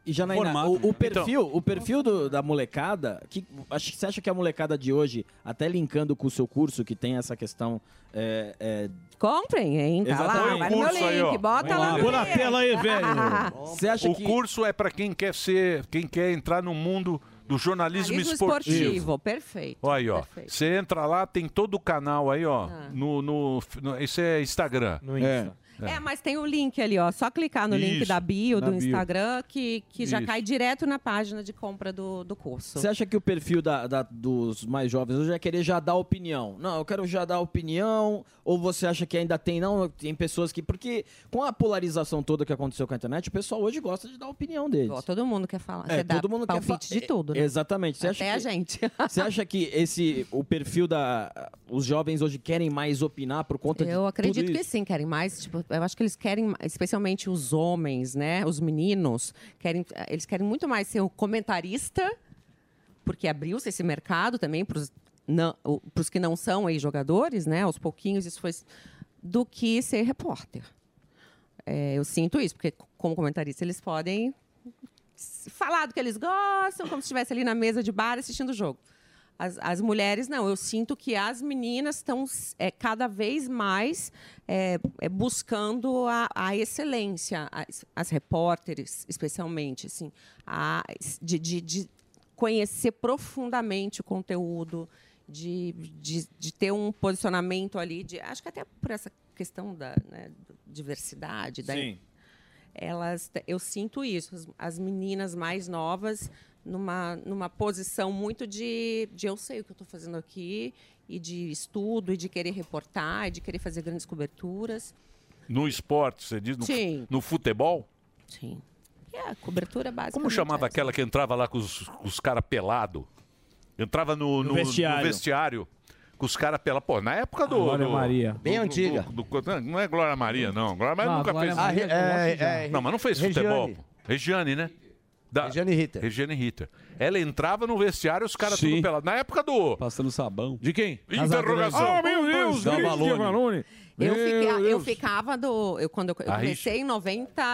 E Janaína,
Formato,
o, o
né?
perfil, o perfil do- da molecada, que, acho, que você acha que a molecada de hoje, até linkando com o seu curso, que tem essa questão... É, é,
Comprem, hein? Tá lá,
Exatamente. um
vai no meu
Curso aí,
link,
ó.
bota
Vai
lá.
lá.
no
Põe na
meu link.
tela aí, velho.
Você
acha
o
que-
curso é para quem quer ser, quem quer entrar no mundo do jornalismo,
Jornalismo
esportivo.
esportivo, perfeito. Ah.
Olha aí, ó. Você entra lá, tem todo o canal aí, ó. No, no, no- esse é Instagram. No
Insta.
É. mas tem o link ali, ó. Só clicar no link
Isso,
da bio
na
do
bio.
Instagram que, que já
Isso.
cai direto na página de compra do, do curso.
Você acha que o perfil da- da- dos mais jovens hoje é querer já dar opinião? Não, eu quero já dar opinião. Ou você acha que ainda tem, não? Tem pessoas que. Porque com a polarização toda que aconteceu com a internet, o pessoal hoje gosta de dar a opinião deles.
Ó, todo mundo quer falar.
É,
Você dá
todo mundo quer
palpite
fa-
de tudo, né?
Exatamente. Você acha
Até a
que-
gente.
Você acha que esse o perfil da os jovens hoje querem mais opinar por conta de
Eu acredito
tudo
que
isso?
sim, querem mais. Tipo, eu acho que eles querem, especialmente os homens, né? Os meninos, querem, eh, eles querem muito mais ser o comentarista, porque abriu-se esse mercado também para os que não são aí jogadores, né? Aos pouquinhos isso foi do que ser repórter. É, eu sinto isso, porque como comentarista eles podem s- falar do que eles gostam, como se estivesse ali na mesa de bar assistindo o jogo. As, as mulheres, não. Eu sinto que as meninas estão é, cada vez mais é, é, buscando a, a excelência, as, as repórteres, especialmente, assim, a- de, de- de conhecer profundamente o conteúdo, de, de- de ter um posicionamento ali, de, acho que até por essa questão da né, diversidade, da,
Sim.
elas te- eu sinto isso as, as meninas mais novas numa numa posição muito de, de eu sei o que eu estou fazendo aqui e de estudo e de querer reportar e de querer fazer grandes coberturas
No esporte, você diz? No, fu-
Sim.
no futebol?
Sim. E a cobertura básica
Como chamava
né?
aquela que entrava lá com os, com os caras pelado? Entrava no, no- no vestiário.
vestiário.
Com os caras pela. Pô, na época do.
Glória
do-
Maria.
do-
Bem
do-
antiga.
do- do- não é Glória Maria, não. Glória Maria
Não,
nunca
Glória
fez.
Maria Ah, re- eu gosto é, já. é,
não, mas não fez
Regiane.
futebol. pô. Regiane, né? Da, Regiane Ritter. Regiane Ritter. Ela entrava no vestiário, os caras tudo pelado. Na época do.
Passando sabão.
De quem?
Casa
Interrogação.
Grande. Ah, meu
Hum.
Deus,
Da
Cristian
Valone.
Valone.
Eu, fiquei-
Meu
eu
Deus.
ficava do. Eu, quando eu, eu
A
comecei em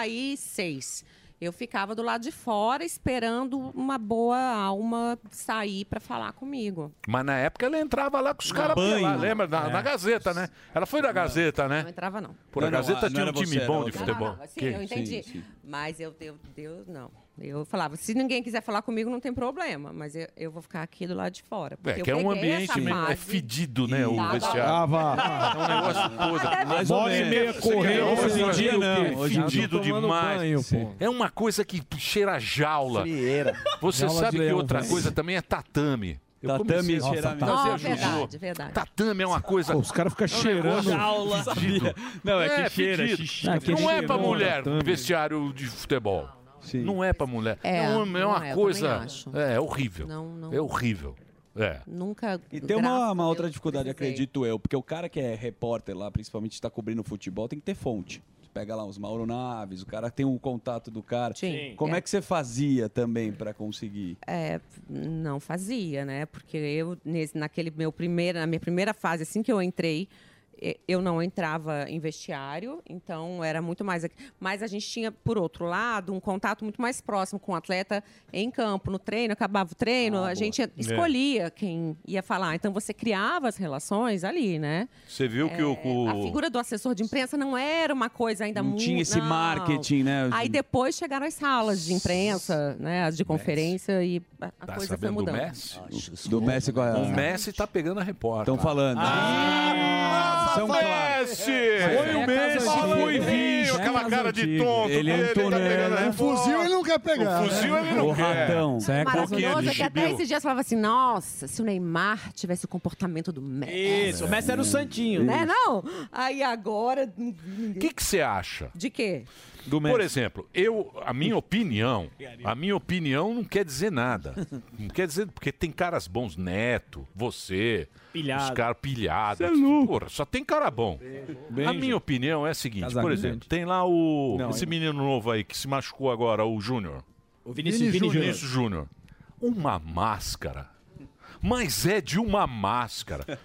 96. Eu ficava do lado de fora esperando uma boa alma sair para falar comigo.
Mas na época ela entrava lá com os caras
banho.
pelados. Lembra? Na,
É.
na Gazeta, né? Ela foi da Gazeta, né?
Não entrava, não.
Por a
Não, não,
Gazeta
ah, não
tinha um
era
time
você, era
bom de
outra.
futebol.
Não, não, sim, Assim, eu entendi. Mas eu, eu, eu não. Eu falava, se ninguém quiser falar comigo, não tem problema, mas eu, eu vou ficar aqui do lado de fora.
É,
porque eu
que é um
peguei
ambiente
essa
meio, é
fase.
fedido, né? O
Tava.
vestiário.
Tava.
É um negócio todo.
Mais ou Bola e menos. meia correndo, hoje em dia não. Hoje em dia
Fedido
tô tomando
demais.
banho, pô.
é uma coisa que cheira a jaula.
Frieira.
Você
Jaula
sabe
de
que
leão,
outra
velho.
coisa também é tatame. Eu comecei a
Nossa,
cheirar
tatame.
fazer
Ah,
jujô.
verdade,
verdade.
Tatame é uma coisa. os
caras ficam cheirando.
Jaula.
Sabia. Não, é que cheira,
fedido.
xixi, fica
Não é
cheirando
pra mulher
tatame.
vestiário de futebol. Não é pra mulher.
É,
É, uma- é
não
uma
é, eu
coisa.
também acho.
É, é horrível.
Não, não.
É horrível. É.
Nunca.
E tem
graças
uma,
a
uma outra
Deus,
dificuldade,
precisei.
tá acredito eu, porque o cara que é repórter lá, principalmente está cobrindo futebol, tem que ter fonte. pega lá uns Mauro Naves, o cara tem o contato do cara.
Sim.
Como é.
É.
que você fazia também para conseguir?
É, não fazia, né? Porque eu, nesse, naquele meu primeiro, na minha primeira fase, assim que eu entrei, e- eu não entrava em vestiário, então era muito mais. aqui. Mas a gente tinha, por outro lado, um contato muito mais próximo com o atleta em campo, no treino, acabava o treino,
Ah,
a gente escolhia quem ia falar. Então você criava as relações ali, né?
Você viu que
É,
o. o-
A figura do assessor de imprensa não era uma coisa ainda
Não
muito.
tinha esse marketing, né?
Aí depois chegaram as salas de imprensa, né? As de conferência e a a
Tá
coisa foi
sabendo do
mudando.
Messi?
Do Messi qual é?
O Messi tá pegando a repórter. Ah,
Estão falando. né? Ah,
São Messi! Foi o Messi, foi vinho, aquela cara de tonto.
Ele é um tonelão.
O fuzil ele não quer pegar. né?
O fuzil ele não O quer. ratão. Isso é
Maravilhoso é que até
Chibiu.
esses dias falava assim, nossa, se o Neymar tivesse o comportamento do Messi.
Isso, o Messi
Hum.
era o santinho.
Né, não? Aí agora...
O que que você acha?
De quê?
Por exemplo, eu, a minha opinião, a minha opinião não quer dizer nada. Não quer dizer, porque tem caras bons, Neto, você,
Pilhado.
os caras pilhados. Porra, só tem cara bom. A minha opinião é a seguinte,
Casaco
por exemplo,
grande.
tem lá o
Não,
esse
ainda.
menino novo aí que se machucou agora, o Júnior.
O Vinícius- Vini Júnior.
Vinícius Júnior. Uma máscara. Mas é de uma máscara.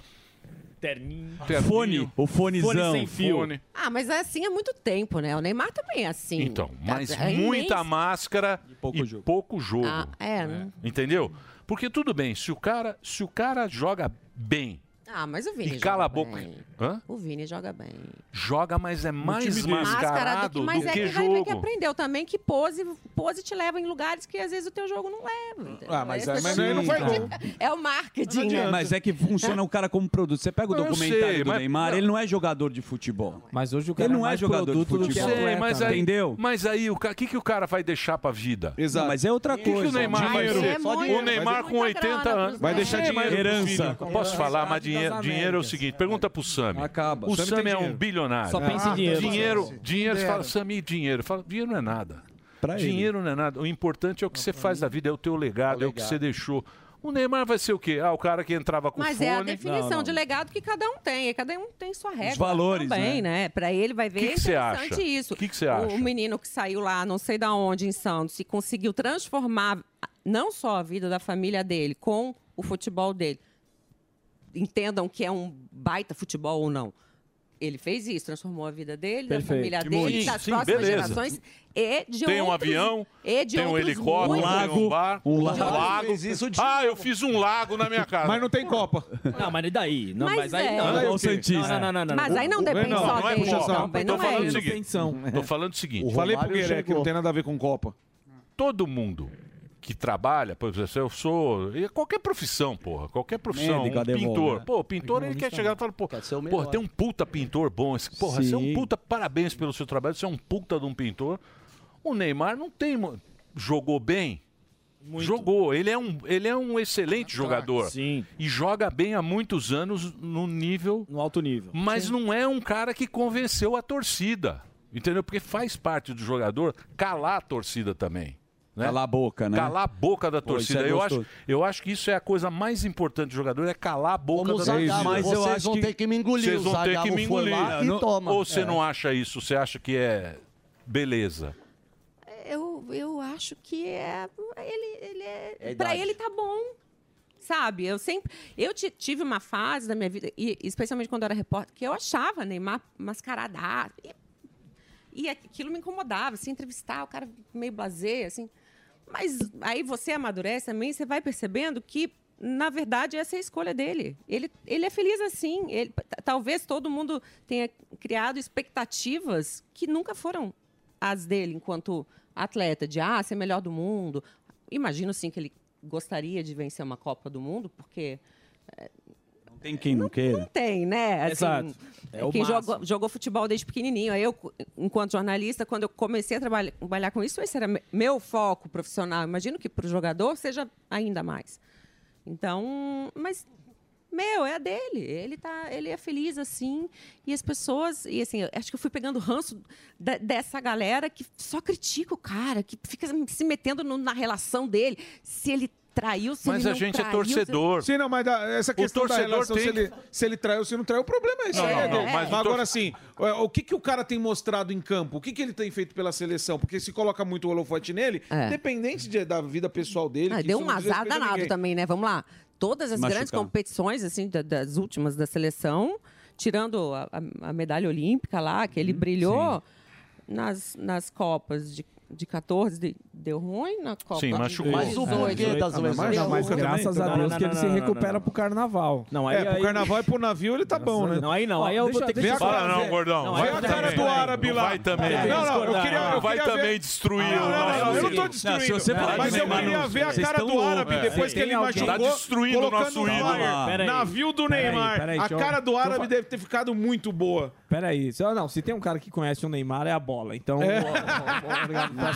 Terninho.
Fone,
o
fonezão. sem fio.
Fone.
Ah, mas é assim há muito tempo, né? O Neymar também é assim.
Então, mas
É
muita
imenso.
máscara e pouco jogo.
Ah, é, né?
Entendeu? Porque tudo bem, se o cara, se o cara joga bem
Ah, mas o Vini
e cala a
joga
boca,
bem.
Hã?
O Vini joga bem.
joga, mas é mais
time dele.
mascarado
mas
do
é
que
que vai ver que
jogo.
aprendeu também que pose, pose te leva em lugares que às vezes o teu jogo não leva. entendeu?
Ah, mas
Esse
é-
é o
mas
time
aí não
do
foi
Tite.
gol.
É o marketing, né?
Mas é que funciona o cara como produto. Você pega o
Eu
documentário
sei,
do
mas-
Neymar, ele não é jogador de futebol. Mas hoje o
cara
ele não
é
é,
mais
jogador de
produto do
futebol.
que atleta, né? Sei, mas aí-
entendeu?
Mas aí, o ca- que, que o cara vai deixar pra vida?
Exato. Não, mas é outra
O que
coisa.
Que o Neymar vai
Dinheiro.
ser?
Só
o
dinheiro.
Neymar
Vai
com 80 anos.
Vai deixar
É,
dinheiro
mas-
pro Herança. filho.
Posso falar, mas dinheiro,
das
dinheiro é o seguinte. Pergunta pro Sami.
Acaba.
O
Sami
Sami
tem
é um
dinheiro.
bilionário.
Ah, Só pensa em dinheiro.
Dinheiro,
Quem
dinheiro. Você
dera.
fala, Sami, dinheiro. Fala, dinheiro não é nada.
ele.
dinheiro não é nada. O importante é o que você faz da vida, é o teu legado, é o que
legado.
você deixou. O Neymar vai ser o quê? Ah, o cara que entrava com
Mas
fone.
é a definição de legado que cada um tem. e Cada um tem sua regra.
valores,
Também, né? Pra ele vai ver
Que que
é
você
interessante
acha?
isso.
Que que você
O-
acha?
O menino que saiu lá, não sei da onde, em Santos, e conseguiu transformar a- não só a vida da família dele com o futebol dele. Entendam que é um baita futebol ou não. Ele fez isso, transformou a vida dele, da
Perfeito.
família
Sim,
dele, das
sim,
próximas
beleza.
gerações e de
tem um
outros-
avião,
e de
tem um
outros
helicóptero,
muitos.
tem um bar,
Um
um
lago.
lago.
Fez isso de-
Ah, eu fiz um lago na minha casa.
Mas
não tem Copa.
Não, mas e daí? Não, mas,
Mas
aí
é.
Mas
não.
aí o quê?
Não, não, não, não.
Mas aí não depende
não,
só
não é
dele.
puxação.
também,
Tô
não
falando
é.
o seguinte,
Tô falando o seguinte.
Falei pro Gueré que não tem nada a ver com Copa.
Todo mundo que trabalha, por exemplo, eu sou. e Qualquer profissão, porra. Qualquer profissão.
Médico,
um
advogado,
pintor.
né?
Pô, o pintor ele quer
né?
chegar e falar, pô, porra, tem um puta pintor bom. Esse, porra, você é um
é Sim.
puta, parabéns pelo seu trabalho, você é um puta de um pintor. O Neymar não tem. mo- Jogou bem. Jogou. Ele é um, ele é um excelente jogador.
Ah, Sim.
E joga bem há muitos anos no nível.
No alto nível.
Mas não é um cara que convenceu a torcida. Entendeu? Porque faz parte do jogador calar a torcida também. Né?
Calar a boca, né?
Calar a boca da
Pô, isso
torcida.
é
eu,
gostoso.
acho, eu acho que isso é a coisa mais importante do jogador, é calar a boca
Como
da
o Zagallo,
torcida.
vocês vão ter que me engolir,
Vocês
o
vão ter que
Zagallo
me
foi
engolir.
lá e toma.
Ou você
É.
não acha isso, você acha que é beleza.
Eu, eu acho que é. Ele, ele é.
É a
pra
idade.
ele tá bom. Sabe? Eu sempre. Eu ti- tive uma fase da minha vida, e especialmente quando eu era repórter, que eu achava Neymar mascarada. E, e aquilo me incomodava, assim, entrevistar o cara meio blasé, assim. Mas aí você amadurece também, você vai percebendo que, na verdade, essa é a escolha dele. Ele, ele é feliz assim. Ele, t- talvez todo mundo tenha criado expectativas que nunca foram as dele enquanto atleta, de ah, ser melhor do mundo. Imagino, sim, que ele gostaria de vencer uma Copa do Mundo, porque
Tem quem não queira.
tem, né? Assim,
Exato. É o
quem
máximo.
jogou, jogou futebol desde pequenininho. Aí Eu, enquanto jornalista, quando eu comecei a trabalhar, trabalhar com isso, esse era me- meu foco profissional. Imagino que para o jogador seja ainda mais. Então, mas meu, é a dele. Ele tá, ele é feliz assim. E as pessoas, e assim, eu acho que eu fui pegando ranço da- dessa galera que só critica o cara, que fica se metendo no- na relação dele, se ele traiu, se
Mas
ele
a
não
gente é
traiu,
torcedor.
Sim, não, mas da- essa
O
questão da
torcedor
relação,
tem
se, ele,
que-
se ele traiu ou se não traiu, o problema é isso.
Não,
aí,
não,
né?
não, mas o tor-
agora sim, é, o que, que o cara tem mostrado em campo? O que, que ele tem feito pela seleção? Porque se coloca muito o holofote nele,
É.
independente de- da vida pessoal dele.
Ah,
que
deu
isso
um
não diz
azar
respeito a
danado
ninguém.
também, né? Vamos lá. Todas as grandes
Machucar.
competições, assim, da- das últimas da seleção, tirando a, a- a medalha olímpica lá, que ele brilhou, nas, nas Copas de, de 14 de- deu ruim, na Copa
Sim,
de
machucou. Mas o
dezoito-
porquê das
Ah,
lesões?
mas
Não,
machucou.
Graças a Deus que ele se recupera pro carnaval.
Não, aí-
é, pro
aí-
carnaval e pro navio ele tá bom, né?
Não, aí não, aí eu vou ter que
ver
Fala
a-
não, gordão.
Não,
vai
é a
também.
cara do árabe lá.
Vai também.
Não, não, eu queria- eu
vai
queria ver-
também destruir
Não,
o
não, não, eu não tô
Brasil.
destruindo. mas eu queria ver a cara do árabe depois que ele machucou.
Tá destruindo o
colocando
nosso ídolo.
flyer. Navio do
Peraí,
Neymar.
peraí,
a
deixa eu-
cara do
deixa eu
árabe
fa-
deve ter ficado muito boa.
Peraí, só- não, se tem um cara que conhece o Neymar é a bola, então...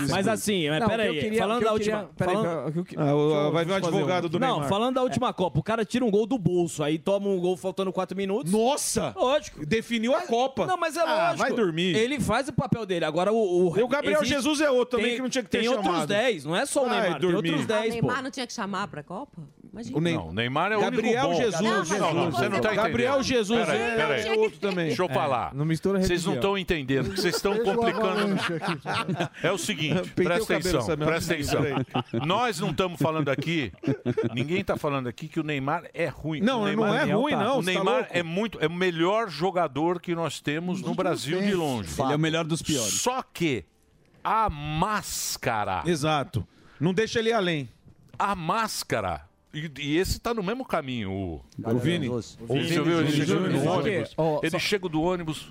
Mas assim, mas
Não,
peraí,
o que eu queria- o
falando
que eu
da
queria-
última.
peraí,
falando-
o que eu que- Ah, o- deixa eu- vai ver o deixa eu fazer advogado um- do
Não,
Neymar.
falando da última Copa, o cara tira um gol do bolso, aí toma um gol faltando 4 minutos.
Nossa!
Lógico.
Definiu a Copa.
Não, mas é
Ah,
lógico.
vai dormir.
Ele faz o papel dele. Agora o.
E o Gabriel Jesus é outro também que não tinha que ter
Tem outros
chamado.
10, não é só o
Vai
Neymar. Tem
dormir.
outros
Ah, o
10, pô.
Neymar não tinha que chamar pra Copa? Imagina.
O Ney- Não, o Neymar é o
Gabriel
único bom.
Jesus,
Não, mas
Jesus.
não, você não tá
Gabriel
entendendo.
Jesus,
Peraí,
é,
peraí.
é outro também.
Deixa eu
É,
falar.
não mistura
Vocês
religião.
não estão entendendo, porque vocês estão
Deixa o
complicando.
avalanche
É o seguinte,
Pentei o
presta
cabelo,
atenção,
Samuel.
presta atenção.
Peraí.
Nós não estamos falando aqui, ninguém está falando aqui que o Neymar é ruim. O
Não, não
Neymar-
é ruim, não,
O
você tá
Neymar
louco.
é muito, é o melhor jogador que nós temos no Brasil de longe.
Ele é o melhor dos piores.
Só que a máscara.
Exato. Não deixa ele ir além.
A máscara. E, e esse tá no mesmo caminho, o,
O Vini.
O
O
Vini,
Vini.
você viu? Ele
Vini.
chega
Vini.
do ônibus.
Ó,
Ele
só-
chega do ônibus.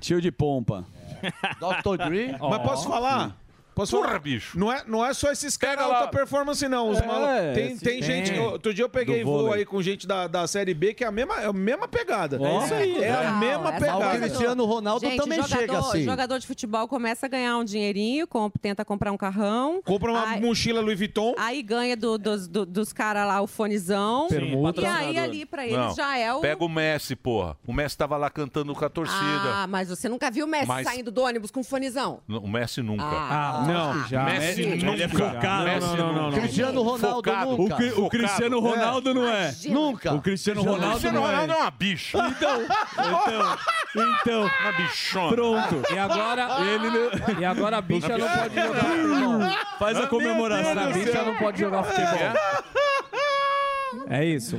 Tio de pompa.
Dr.
Dre?
Mas posso falar? Posso falar? bicho. Não é, não é só esses caras
lá.
alta performance, não. Os
É,
malu- Tem,
sim.
tem
Tem.
gente. Outro dia eu peguei
Do
voo
vôlei.
aí com gente da, da Série B, que é a mesma, é a mesma pegada.
É isso aí.
É a
Ah,
Não,
mesma
é
pegada.
só o Cristiano Ronaldo
Gente, jogador,
assim.
assim.
jogador de futebol começa a ganhar um dinheirinho, comp- tenta comprar um carrão.
Compra uma
aí,
mochila Louis Vuitton.
aí ganha do- dos, do- dos caras lá o fonezão.
Permuta.
e aí ali pra eles
Não,
já é o.
Pega o Messi, porra. O Messi tava lá cantando com a torcida.
Ah, mas você nunca viu o Messi
Mas-
saindo do ônibus com um fonezão?
N- O Messi nunca.
Ah,
não, já. Messi
Ele
nunca.
é focado.
Messi
Não, não, não, não, não.
nunca.
Cristiano Ronaldo
Focado.
nunca. O Cri- o
Focado.
Cristiano Ronaldo não é. Imagina. Nunca. O Cristiano Ronaldo
Cristiano
não é.
Ronaldo é uma bicha.
Então, então, então.
Uma bichona.
Pronto.
E agora. E agora a bicha não pode jogar futebol.
Faz a comemoração.
A bicha não pode jogar futebol. É isso.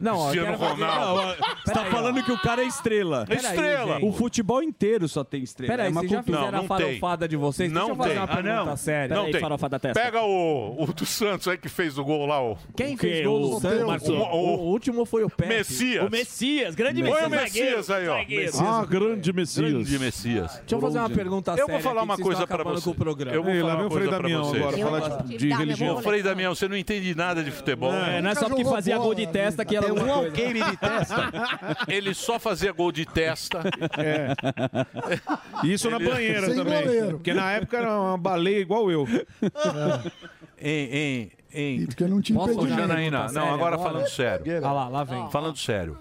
Não, ó, eu
Cristiano
quero fazer-
Ronaldo.
Não, ó,
Você tá falando que o cara é estrela.
Peraí, Estrela. gente.
o futebol inteiro só tem estrela.
Peraí,
é uma
vocês já
cultura.
fizeram a farofada de vocês?
Não
Deixa eu fazer
tem.
uma
Ah, não.
pergunta séria.
Não
Peraí,
tem.
farofa da testa.
Pega o, o do Santos aí que fez o gol lá. O...
Quem fez gol do Santos?
Marcos?
O, o último foi o Pepe.
Messias.
O Messias, grande
Põe o
Messias,
Messias aí,
zagueiro,
ó.
zagueiro.
Messias.
Ah, grande Messias.
Grande Messias.
Deixa eu fazer uma pergunta
Eu vou
séria
falar
aqui,
uma
que vocês
coisa
estão
pra
acabando
você.
com o programa.
Eu vou
Ei, lá
falar
vem
uma
o
coisa
Frei
pra
Damião
vocês.
agora, falar de- de
Ô,
religião.
Frei Damião, você não entende nada de futebol.
É, não é só porque fazia gol de testa que era
Tem
alguma
um
coisa.
alqueire de testa. Ele só fazia gol de testa.
É. Isso na
Ele-
banheira também. Porque na época era uma baleia igual eu.
Em, em, em.
Porque não tinha
Ô,
impedimento.
Janaína,
Tá
não,
sério
agora
agora?
falando sério.
Ah lá, lá vem.
Falando sério.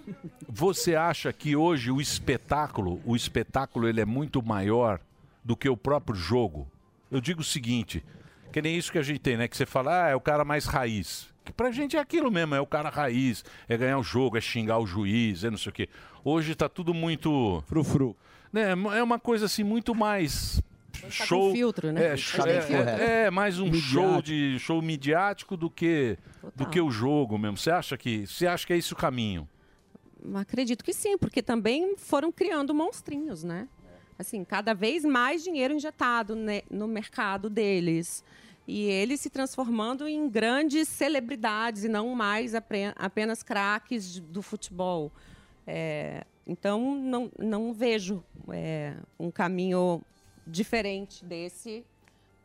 Você acha que hoje o espetáculo, o espetáculo ele é muito maior do que o próprio jogo? Eu digo o seguinte, que nem isso que a gente tem, né? Que você fala, ah, é o cara mais raiz. Que pra gente é aquilo mesmo, é o cara raiz, é ganhar o jogo, é xingar o juiz, é não sei o quê. Hoje tá tudo muito.
Frufru.
Né? É uma coisa assim muito mais. Show.
filtro, né?
É, show,
Tá com filtro.
é, é mais um
Midiático.
show de show midiático do que do que o jogo mesmo. Você acha que você acha que é esse o caminho?
Acredito que sim, porque também foram criando monstrinhos, né? Assim, cada vez mais dinheiro injetado né, no mercado deles. E eles se transformando em grandes celebridades e não mais apre- apenas craques de- do futebol. É, então, não, não vejo é, um caminho diferente desse,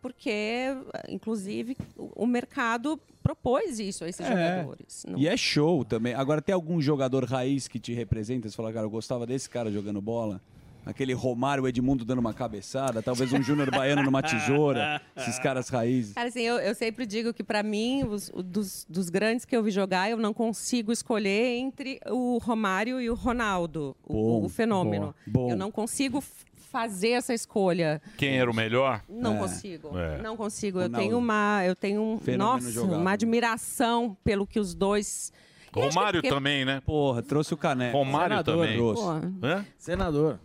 porque, inclusive, o, o mercado propôs isso a esses
É.
jogadores. Não-
E é show também. Agora, tem algum jogador raiz que te representa? Você fala, cara, eu gostava desse cara jogando bola. Aquele Romário, o Edmundo dando uma cabeçada. Talvez um Júnior Baiano numa tesoura. Esses caras raízes.
Cara, assim, eu, eu sempre digo que pra mim, os- o- dos, dos grandes que eu vi jogar, eu não consigo escolher entre o Romário e o Ronaldo, o,
Bom,
o fenômeno.
boa, bom.
Eu não consigo f- fazer essa escolha.
Quem era o melhor?
Não consigo.
É.
Não consigo. Eu
Ronaldo.
tenho uma. Eu tenho um,
Fenômeno
nossa,
jogado.
uma admiração pelo que os dois. E acho que é
Romário
porque-
também, né?
Porra, trouxe o caneco.
Romário
Senador
também.
trouxe.
Pô.
Hã?
Senador.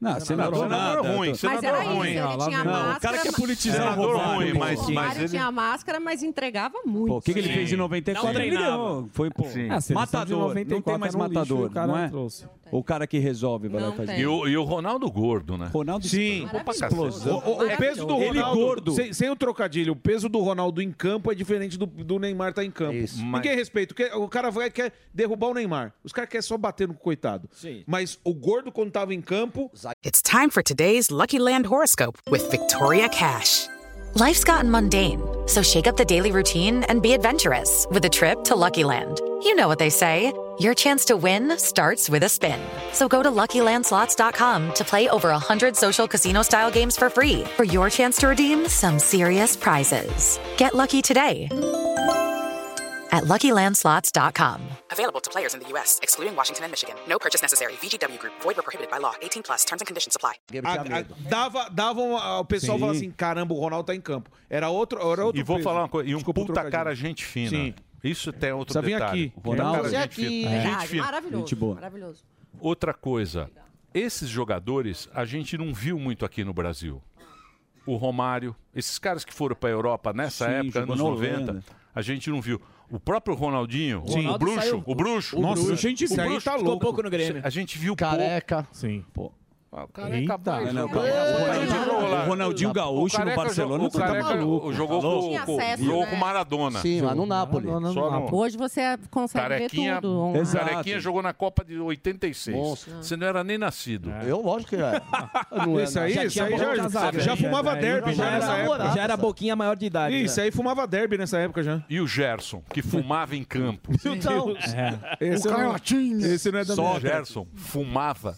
Não, senador,
Senador
é
nada.
ruim,
Mas
senador
era isso,
ruim.
ele tinha máscara,
o cara quer politizar
Senador
o Romário,
ruim,
pô.
mas-
O Mário tinha máscara, mas entregava muito.
Pô, o que, que ele
Sim.
fez em 94?
Não
Ele
treinava.
ganhou. Foi, pô.
Sim.
Ah, seleção
Matador.
de 94
Não tem mais
era um lixo,
matador,
o cara
não é?
trouxe. O cara que resolve, vai lá fazer.
E o, e o Ronaldo gordo, né?
Ronaldo
Sim.
Opa,
O, o- o peso do
Ele
Ronaldo,
gordo.
Sem, sem o trocadilho, o peso do Ronaldo em campo é diferente do, do Neymar tá em campo. Ninguém
Mas-
respeita. o que- O cara vai quer derrubar o Neymar. Os caras querem só bater no coitado. Mas o gordo, quando tava em campo,
It's time for today's Lucky Land horoscope with Victoria Cash.
Life's gotten mundane, so shake up the daily routine and be adventurous with a trip to Lucky Land. You know what they say your chance to win starts with a spin. So go to luckylandslots.com to play over 100 social casino style games for free for your chance to redeem some serious prizes. Get lucky today at luckylandslots.com.
Available to players in the U.S., excluding Washington and Michigan. No purchase necessary. VGW Group, void were prohibited by law. 18 plus terms and conditions apply.
a- a- dava, dava uma- o pessoal
Sim.
falava assim: caramba, o Ronaldo tá em campo. Era outro. Era outro
E vou
peso.
falar uma coisa. E um
Desculpa o
puta
trocadilho.
cara gente fina.
Sim.
Isso tem outro
Precisa vir
detalhe.
aqui. Ronaldo
Puta
é
cara,
aqui.
fina.
Verdade,
Gente fina.
Maravilhoso.
Gente boa.
Maravilhoso.
Outra coisa, esses jogadores a gente não viu muito aqui no Brasil. O Romário, esses caras que foram para a Europa nessa
Sim,
época,
jogou
anos
na
90,
Holanda.
a gente não viu. O próprio Ronaldinho,
Sim.
o
Ronaldo
bruxo,
saiu.
o bruxo.
O Nossa, bruxo.
o
gente, isso aí
bruxo
tá
ficou um
louco.
pouco no Grêmio. A gente viu
Careca.
pouco. Sim. Pô. Ah, O careca
Eita.
mais-
um.
Não, calma. O Ronaldinho- Ah, é. o Ronaldinho Gaúcho no
careca
Barcelona,
jogou-
tu tá
o careca
maluco.
Jogou
Tá
com,
louco?
com,
Tinha acesso,
jogou
né?
com o Maradona.
Sim, mas no Napoli.
Só no-
Hoje você consegue ver
Carequinha,
tudo. né? online.
Carequinha jogou na Copa de 86.
Monstro.
Você não era nem nascido.
Eu, lógico que é.
Não é Isso aí, nada. isso aí já- já fumava derby, já nessa época. Já era
boquinha maior de idade.
Isso aí fumava derby nessa época já.
E o Gerson, que fumava em campo.
Meu Deus.
Esse
Esse
é
eu não- Esse não é da
Só
minha
o Gerson fumava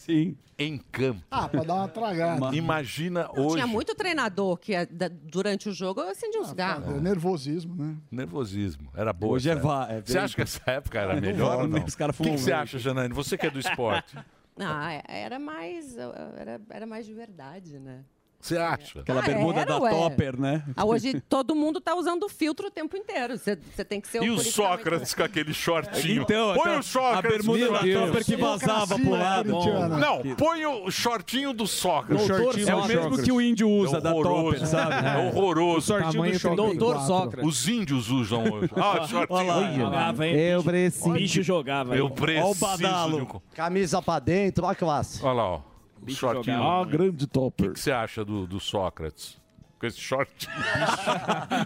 em campo.
Ah, pra dar uma tragada.
Imagina hoje.
Tinha muito treinador que eh, da- durante o jogo eu acendia
Ah,
uns garros.
Nervosismo, né?
Nervosismo. Era boa.
Hoje é
essa
vá-
época.
é
Você
bem-
acha que essa época era
Não
melhor
vá,
ou não?
né? Os caras
o que, que
fumam
você
muito.
acha, Janane? Você que é do esporte.
Ah, é- era mais, era, era mais de verdade, né?
Você acha?
Aquela
Ah,
bermuda
era,
da
ué.
Topper, né?
Ah, hoje todo mundo tá usando filtro o tempo inteiro. Você você tem um que ser
E o
politicamente-
Sócrates com aquele shortinho?
Então,
põe
então,
o Sócrates.
a bermuda
Meu
da
Deus.
Topper que vazava pro lado. Bom.
Não, põe o shortinho do Sócrates. É
Doutor Shortinho é o do mesmo Sócrates. que o índio usa da
horroroso,
Topper, sabe?
É horroroso.
O shortinho Tamanho é do Sócrates. 34. Doutor Sócrates.
Os índios usam hoje. Ah, o shortinho.
Eu preciso.
Bicho jogava, hein? Eu preciso
Ó o
de um
badalo.
co-
Camisa pra dentro, ó a classe.
Olha lá, ó. O shortinho.
jogava. Ah,
grande Topper. O que que você acha do, do Sócrates? Com esse shortinho.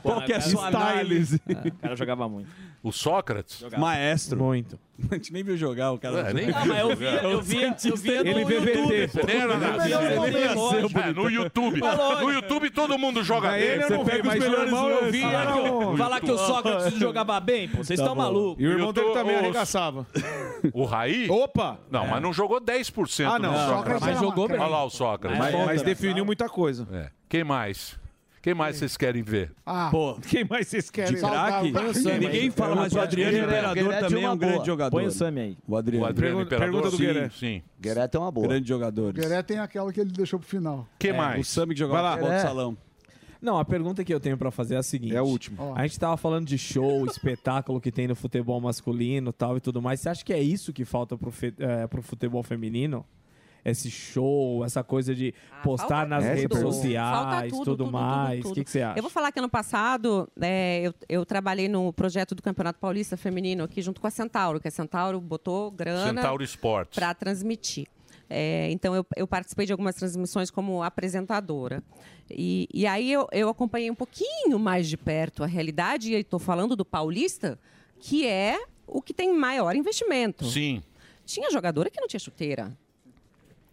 Qual que é a sua análise?
É, O cara jogava muito.
O Sócrates?
Maestro. Muito. A gente nem viu jogar o cara.
É, nem
Ah,
viu
mas
jogar.
Ele vê VT.
Você nem era nada.
Ele vê VT.
É, no YouTube.
Mas lógico.
No YouTube todo mundo joga
Mas ele
bem.
eu não Você vi, pega os mas melhores irmão, eu lances. vi,
Falar
era
que,
um-
eu, falar que o Sócrates não jogava bem, pô. Vocês
Tá
estão
bom.
malucos.
E o irmão dele
Eu tô-
também
ô,
arregaçava. É. O Raí?
Opa!
Não, mas não jogou 10%
Ah, não,
no
o
Sócrates. é
Sócrates era uma
Olha
crença.
lá o Sócrates.
Mas- mas definiu muita coisa.
É. Quem mais? Quem mais vocês querem ver?
Ah,
Pô,
quem mais vocês querem?
De craque?
Põe o Sami
Ninguém
aí.
fala, mas o
Põe o
Adriano
Guerreiro.
Imperador
Guerreiro é
também
de
é
uma
um grande
boa.
jogador.
Põe o Sami aí.
O Adriano.
O Adriano Pergunta- Imperador, pergunta do sim, Guerreiro. sim.
Guerreiro é uma boa.
Grande jogador.
O Gueré tem aquela que ele deixou pro final.
É, O Sami que jogava futebol de
É.
salão.
Não, a pergunta que eu tenho pra fazer é a seguinte. É a última. A gente tava falando de show, espetáculo que tem no futebol masculino tal e tudo mais. Você acha que é isso que falta pro, fe- eh, pro futebol feminino? Esse show, essa coisa de postar
Ah, falta
nas
tudo.
redes
Falta
sociais,
tudo,
tudo,
tudo,
mais. O
tudo.
que, que você acha?
Eu vou falar que ano passado é, eu, eu trabalhei no projeto do Campeonato Paulista Feminino aqui junto com a Centauro, que a Centauro botou grana
Centauro Esportes.
para transmitir. É, então eu, eu participei de algumas transmissões como apresentadora. E, e aí eu, eu acompanhei um pouquinho mais de perto a realidade, e estou falando do Paulista, que é o que tem maior investimento.
Sim.
Tinha jogadora que não tinha chuteira.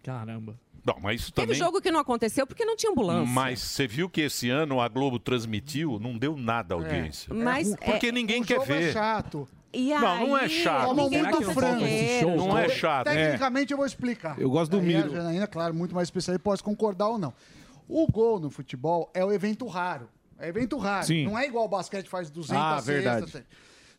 Caramba.
Não, mas isso
Teve
também...
jogo que não aconteceu porque não tinha ambulância.
Mas você viu que esse ano a Globo transmitiu, não deu nada à audiência.
Mas é-
Porque ninguém quer
jogo é
ver.
chato. um
E
Não, não é
aí,
chato.
Tomam
ninguém
muito
gosta
frango.
de ver.
Não é chato.
Então, Tecnicamente eu vou explicar.
Eu gosto do
Aí
Miro.
A Janaína, claro, muito mais especialista, pode concordar ou não. O gol no futebol é o evento raro. É evento raro.
Sim.
Não é igual o basquete faz 200
Ah,
cestas,
verdade.
tem.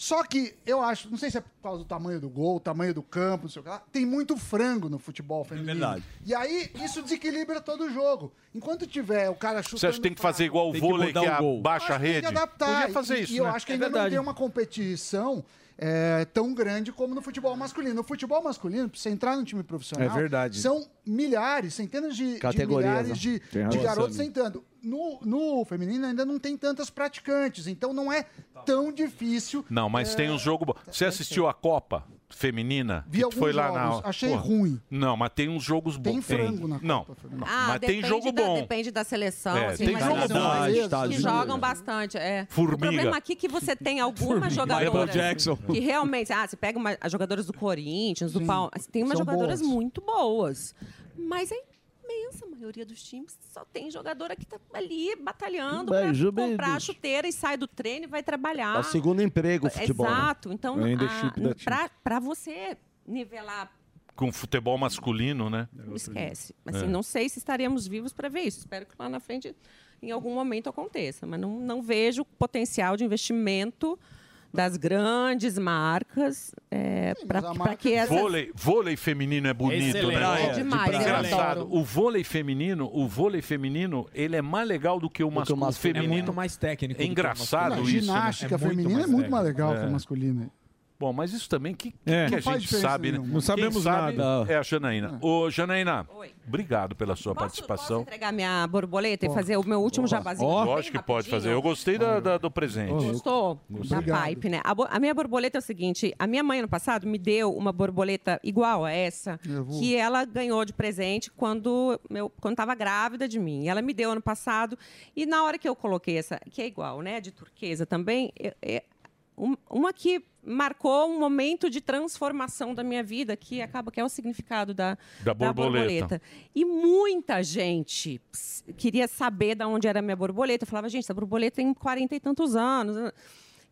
Só que eu acho, não sei se é por causa do tamanho do gol, tamanho do campo, não sei o que lá, tem muito frango no futebol feminino.
verdade.
E aí isso desequilibra todo o jogo. Enquanto tiver o cara chutando
Você acha que tem que fazer igual o
Tem que
vôlei, que,
mudar o gol.
abaixa a
tem
rede?
que adaptar.
Podia fazer
e,
isso,
E eu
né?
acho que
É
ainda não
verdade.
tem uma competição é, tão grande como no futebol masculino. No futebol masculino, pra você entrar no time profissional,
É verdade.
são milhares, centenas de, de
Categorias, né?
milhares de,
Tem
de
razão,
garotos
Sammy.
tentando. No, no feminino ainda não tem tantas praticantes, então não é tão difícil.
Não, mas
é,
tem um jogo bom. Você
é.
assistiu a Copa feminina?
Vi
Que
alguns
foi lá
jogos,
na...
achei ruim.
Não, mas tem uns jogos bons.
Tem frango na
Não, não, mas tem
Ah, depende
jogo
da-
bom.
Depende da seleção.
É,
assim,
tem
mas
jogo
seleções
bom.
que
Estados Unidos.
jogam bastante. É. O
Formiga.
problema aqui é que você tem algumas
Formiga.
jogadoras
Michael Jackson.
que realmente... Ah, você pega uma, as jogadoras do Corinthians, do Palmeiras. assim, Tem umas
São
jogadoras
boas.
muito boas. Mas a imensa maioria dos times só tem jogadora que tá ali batalhando
Bem,
para
Juventus.
comprar a chuteira e sai do treino e vai trabalhar.
É o segundo emprego, o futebol, né?
Exato. Então,
É leadership da
para você nivelar
Com futebol masculino, né?
Esquece. Assim,
É.
Não sei se estaremos vivos para ver isso. Espero que lá na frente, em algum momento, aconteça. Mas não, não vejo potencial de investimento das grandes marcas é, para que essas...
Vôlei, vôlei feminino é bonito,
Excelente.
né?
É demais, eu
Engraçado.
adoro.
O vôlei feminino, o vôlei feminino, ele é mais legal do que o masculino. O feminino
É muito mais técnico.
É engraçado
Não,
isso. né?
ginástica feminina é muito mais legal que a masculina.
Bom, mas isso também que, que
É. Não
a
faz
gente
diferença
sabe, né?
nenhuma.
Quem
Não sabemos
sabe
nada.
É a Janaína. Ô, Janaína, obrigado pela sua participação.
Entregar minha borboleta e fazer o meu último jabazinho.
Ó,
bem
Lógico que pode
rapidinho.
fazer. Eu gostei da- da- do presente.
Gostou?
Gostei.
Da pipe, né? A, bo- a minha borboleta é o seguinte: a minha mãe, ano passado, me deu uma borboleta igual a essa,
Eu vou-
que é- ela ganhou de presente quando eu quando estava grávida de mim. Ela me deu ano passado, e na hora que eu coloquei essa, que é igual, né? De turquesa também, é- é um- uma que marcou um momento de transformação da minha vida, que acaba que é o significado da,
Da borboleta.
E muita gente ps, queria saber de onde era a minha borboleta. Eu falava, gente, essa borboleta tem 40 e tantos anos. né?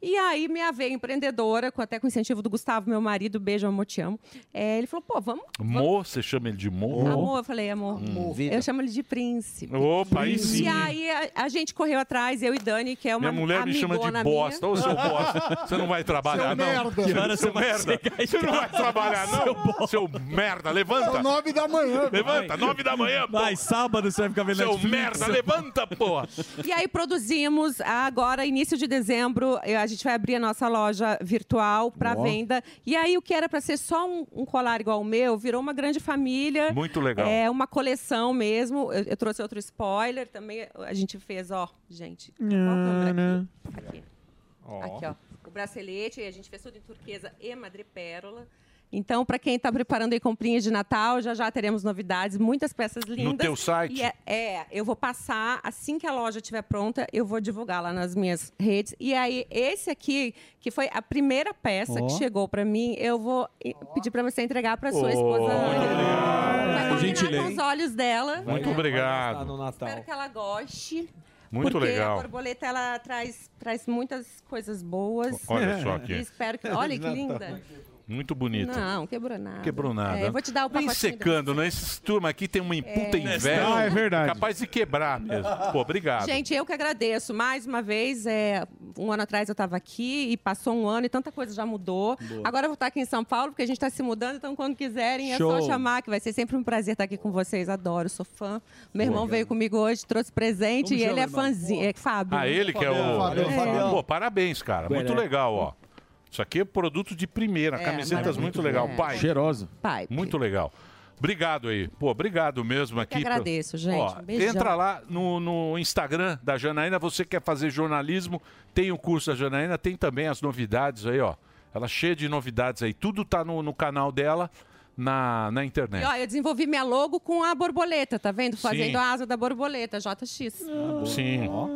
E aí minha veia empreendedora, com- até com o incentivo do Gustavo, meu marido, beijo, amor, te amo. é, ele falou, pô, vamos...
Mo, você chama ele de Mo?
Amor, eu falei, amor.
Hum.
Eu chamo ele de príncipe.
Opa, aí sim.
E aí a, a gente correu atrás, eu e Dani, que é uma
Minha mulher me chama de
amigona
bosta.
minha.
Ô, seu bosta, você não vai trabalhar,
Seu
não.
merda.
Que hora
Seu
você merda. Você não vai trabalhar, não. Seu merda, levanta.
São nove da manhã.
Levanta, nove da manhã, pô.
Mas sábado você vai ficar vendo
Seu
Netflix.
merda, levanta, porra.
E aí produzimos agora, início de dezembro, eh, a gente vai abrir a nossa loja virtual para
Ó.
venda. E aí o que era para ser só um, um colar igual o meu, virou uma grande família.
Muito legal.
É uma coleção mesmo. Eu, eu trouxe outro spoiler também. A gente fez, ó, gente. qual é câmera aqui? Aqui, ó. O bracelete, a gente fez tudo em turquesa e madrepérola. Então, para quem está preparando aí comprinhas de Natal, já já teremos novidades, muitas peças lindas.
teu site?
E é, é, eu vou passar, assim que a loja estiver pronta, eu vou divulgar lá nas minhas redes. E aí, esse aqui, que foi a primeira peça
Ó.
que chegou para mim, eu vou eh, pedir para você entregar para sua
Oh,
esposa. Vai combinar
Gentileza.
com os olhos dela.
Muito
Tá
obrigado.
no Natal.
Espero que ela goste.
Muito
porque
legal.
a borboleta ela traz, traz muitas coisas boas.
Olha só aqui.
E espero que. Olha que linda.
Muito bonito.
Não, quebrou nada.
Quebrou nada.
É, eu vou te dar o
Vem
pacotinho
secando, né? Esses turma aqui tem uma puta inveja.
Ah, é
verdade. Capaz de quebrar mesmo. Pô, obrigado.
Gente, eu que agradeço. Mais uma vez, é, um ano atrás eu estava aqui e passou um ano e tanta coisa já mudou.
Boa.
Agora eu vou estar aqui em São Paulo, porque a gente está se mudando, então quando quiserem é
Show.
só chamar, que vai ser sempre um prazer estar aqui com vocês. Adoro, sou fã. Meu irmão
Boa.
veio comigo hoje, trouxe presente
Como
e ele
chama,
é
irmão?
fãzinho. É Fábio.
Ah, ele que é o.
Fábio, Fábio.
Pô, parabéns, cara. Muito
Merece.
legal, ó. Isso aqui é produto de primeira.
É,
Camisetas
maravilhoso.
muito legal.
É.
Pai.
Cheirosa. Pai.
Muito legal. Obrigado aí. Pô, obrigado mesmo aqui. pelo-
agradeço, gente.
Ó,
Um beijão.
entra lá no, no Instagram da Janaína. Você quer fazer jornalismo, tem o curso da Janaína, tem também as novidades aí, ó. Ela é cheia de novidades aí. Tudo tá no, no canal dela, na, na internet.
E ó, eu desenvolvi minha logo com a borboleta, tá vendo? Fazendo
Sim. Ah,
a asa da borboleta, JX.
Sim.
Ó.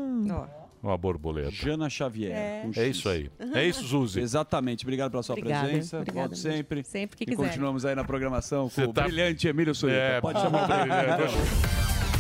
Uma borboleta.
Jana Xavier.
É.
com
É
X.
isso aí. É isso, Zuzi.
Exatamente. Obrigado pela sua
Obrigada,
presença.
obrigada
Volte
mesmo.
sempre.
Sempre que
e
quiser.
continuamos aí na programação com o
tá-
brilhante Emílio Surita.
É,
Pode chamar o brilhante.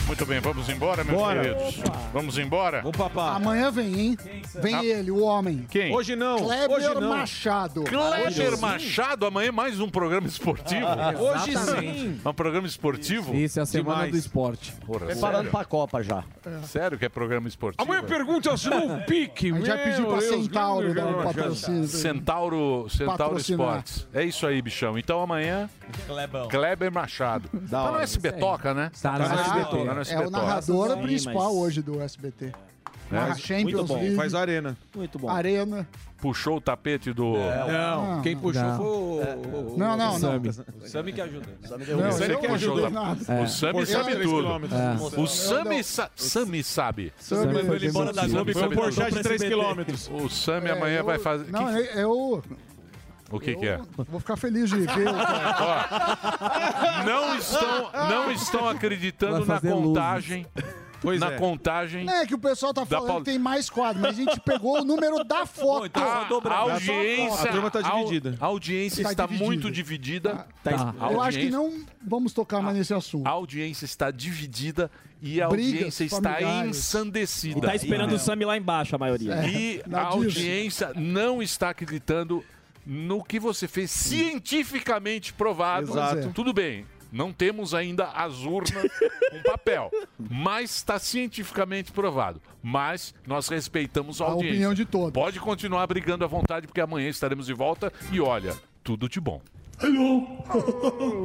Muito bem, vamos embora, meus
Bora.
queridos. Vamos embora? Vamos
papá.
Amanhã vem, hein? Vem
Ah.
ele, o homem.
Quem? Hoje não,
Kleber
hoje não.
Machado.
Kleber Machado, amanhã é mais um programa esportivo.
Hoje
sim. Um programa esportivo?
Isso é a semana
Demais.
do esporte.
É
Porra,
Preparando
sério?
pra Copa já.
Sério que é programa esportivo?
Amanhã pergunta se não pique,
A gente já meu pediu pra Deus, Centauro meu dar um Deus. patrocínio.
Centauro, Centauro
Patrocinar.
Esportes. É isso aí, bichão. Então amanhã,
Clebão.
Kleber Machado. Tá no
hora.
SB Toca, né?
Tá no SBT.
Tá no
É o
SBT.
narrador
Sim,
principal
mas-
hoje do SBT.
É.
Narra Champions League,
arena.
Muito bom. Arena.
Puxou o tapete do.
Não, Não. quem puxou Não. foi
o.
Não, não, não. Sami.
O Sami que ajuda.
É, O Sami que ajuda. É. O Sami sabe tudo. O Sami sa- Sami sabe.
Sami- Foi ele embora da Globo
Sami
e foi pro
sabe
Porchat de
tudo.
três quilômetros.
O Sami
É,
amanhã
eu-
vai fazer.
Não, eu, eu
O que, que é?
vou ficar feliz de ver. o cara.
Não estão,
Ah.
não estão acreditando na contagem. na
é.
contagem.
Não é que o pessoal tá
Da
falando
Paul-
que tem mais quadro, mas a gente pegou o número da foto.
Então, a, tá a audiência,
A turma tá
au-
dividida.
A audiência
Tá
está
dividida. Tá,
muito dividida. A
Eu acho que
audiência-
não vamos tocar mais nesse assunto.
A audiência está dividida e a
Brigas
audiência está
familiares.
ensandecida.
E tá esperando o Sami lá embaixo, a maioria.
É,
E a audiência não está acreditando no que você fez cientificamente provado.
é.
Exato.
Tudo bem. Não temos ainda as urnas com papel, mas está cientificamente provado. Mas nós respeitamos a, audiência.
opinião de todos.
Pode continuar brigando à vontade, porque amanhã estaremos de volta. E olha, tudo de bom.
Hello.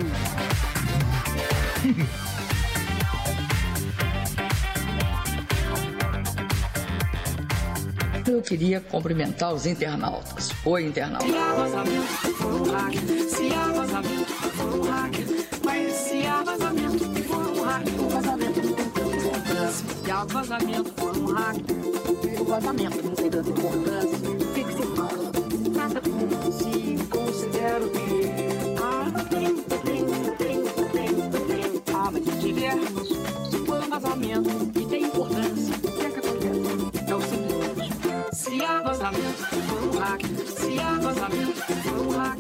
Eu queria cumprimentar os internautas. Oi, internautas. um um um um é Se há vazamento, for um hack. Se há vazamento, for um hack.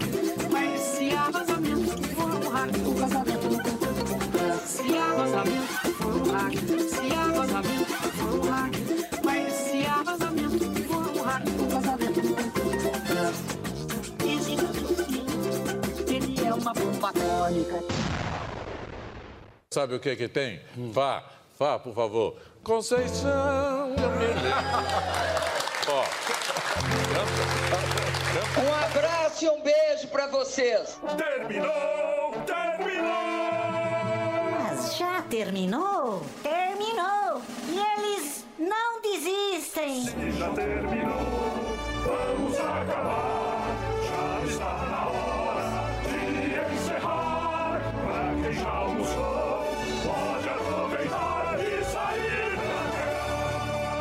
Mas se há vazamento, for um hack. O vazamento não conta como vazamento. Se há vazamento, for um hack. Se há vazamento, for um hack. Mas se há vazamento, for um hack. O vazamento não conta como vazamento. Dizem que o fim, um ele é uma bomba atômica.
Sabe o que que tem?
Hum.
Vá, vá, por favor. Conceição, eu me lembro. Ó.
Um abraço e um beijo pra vocês.
Terminou, terminou.
Mas já terminou? Terminou! E eles não desistem!
Já terminou, vamos acabar. Já está na hora de encerrar. Pra quem já almoçou, pode aproveitar e sair pra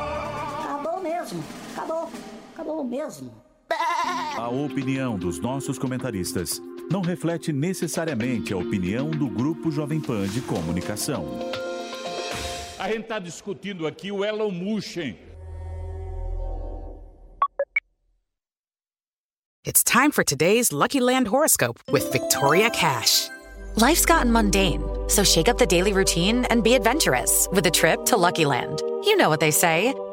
cá.
Acabou mesmo! Acabou! Acabou mesmo!
A opinião dos nossos comentaristas não reflete necessariamente a opinião do Grupo Jovem Pan de Comunicação.
A gente está discutindo aqui o Elon Musk.
It's time for today's Lucky Land horoscope with Victoria Cash.
Life's gotten mundane, so shake up the daily routine and be adventurous with a trip to Lucky Land. You know what they say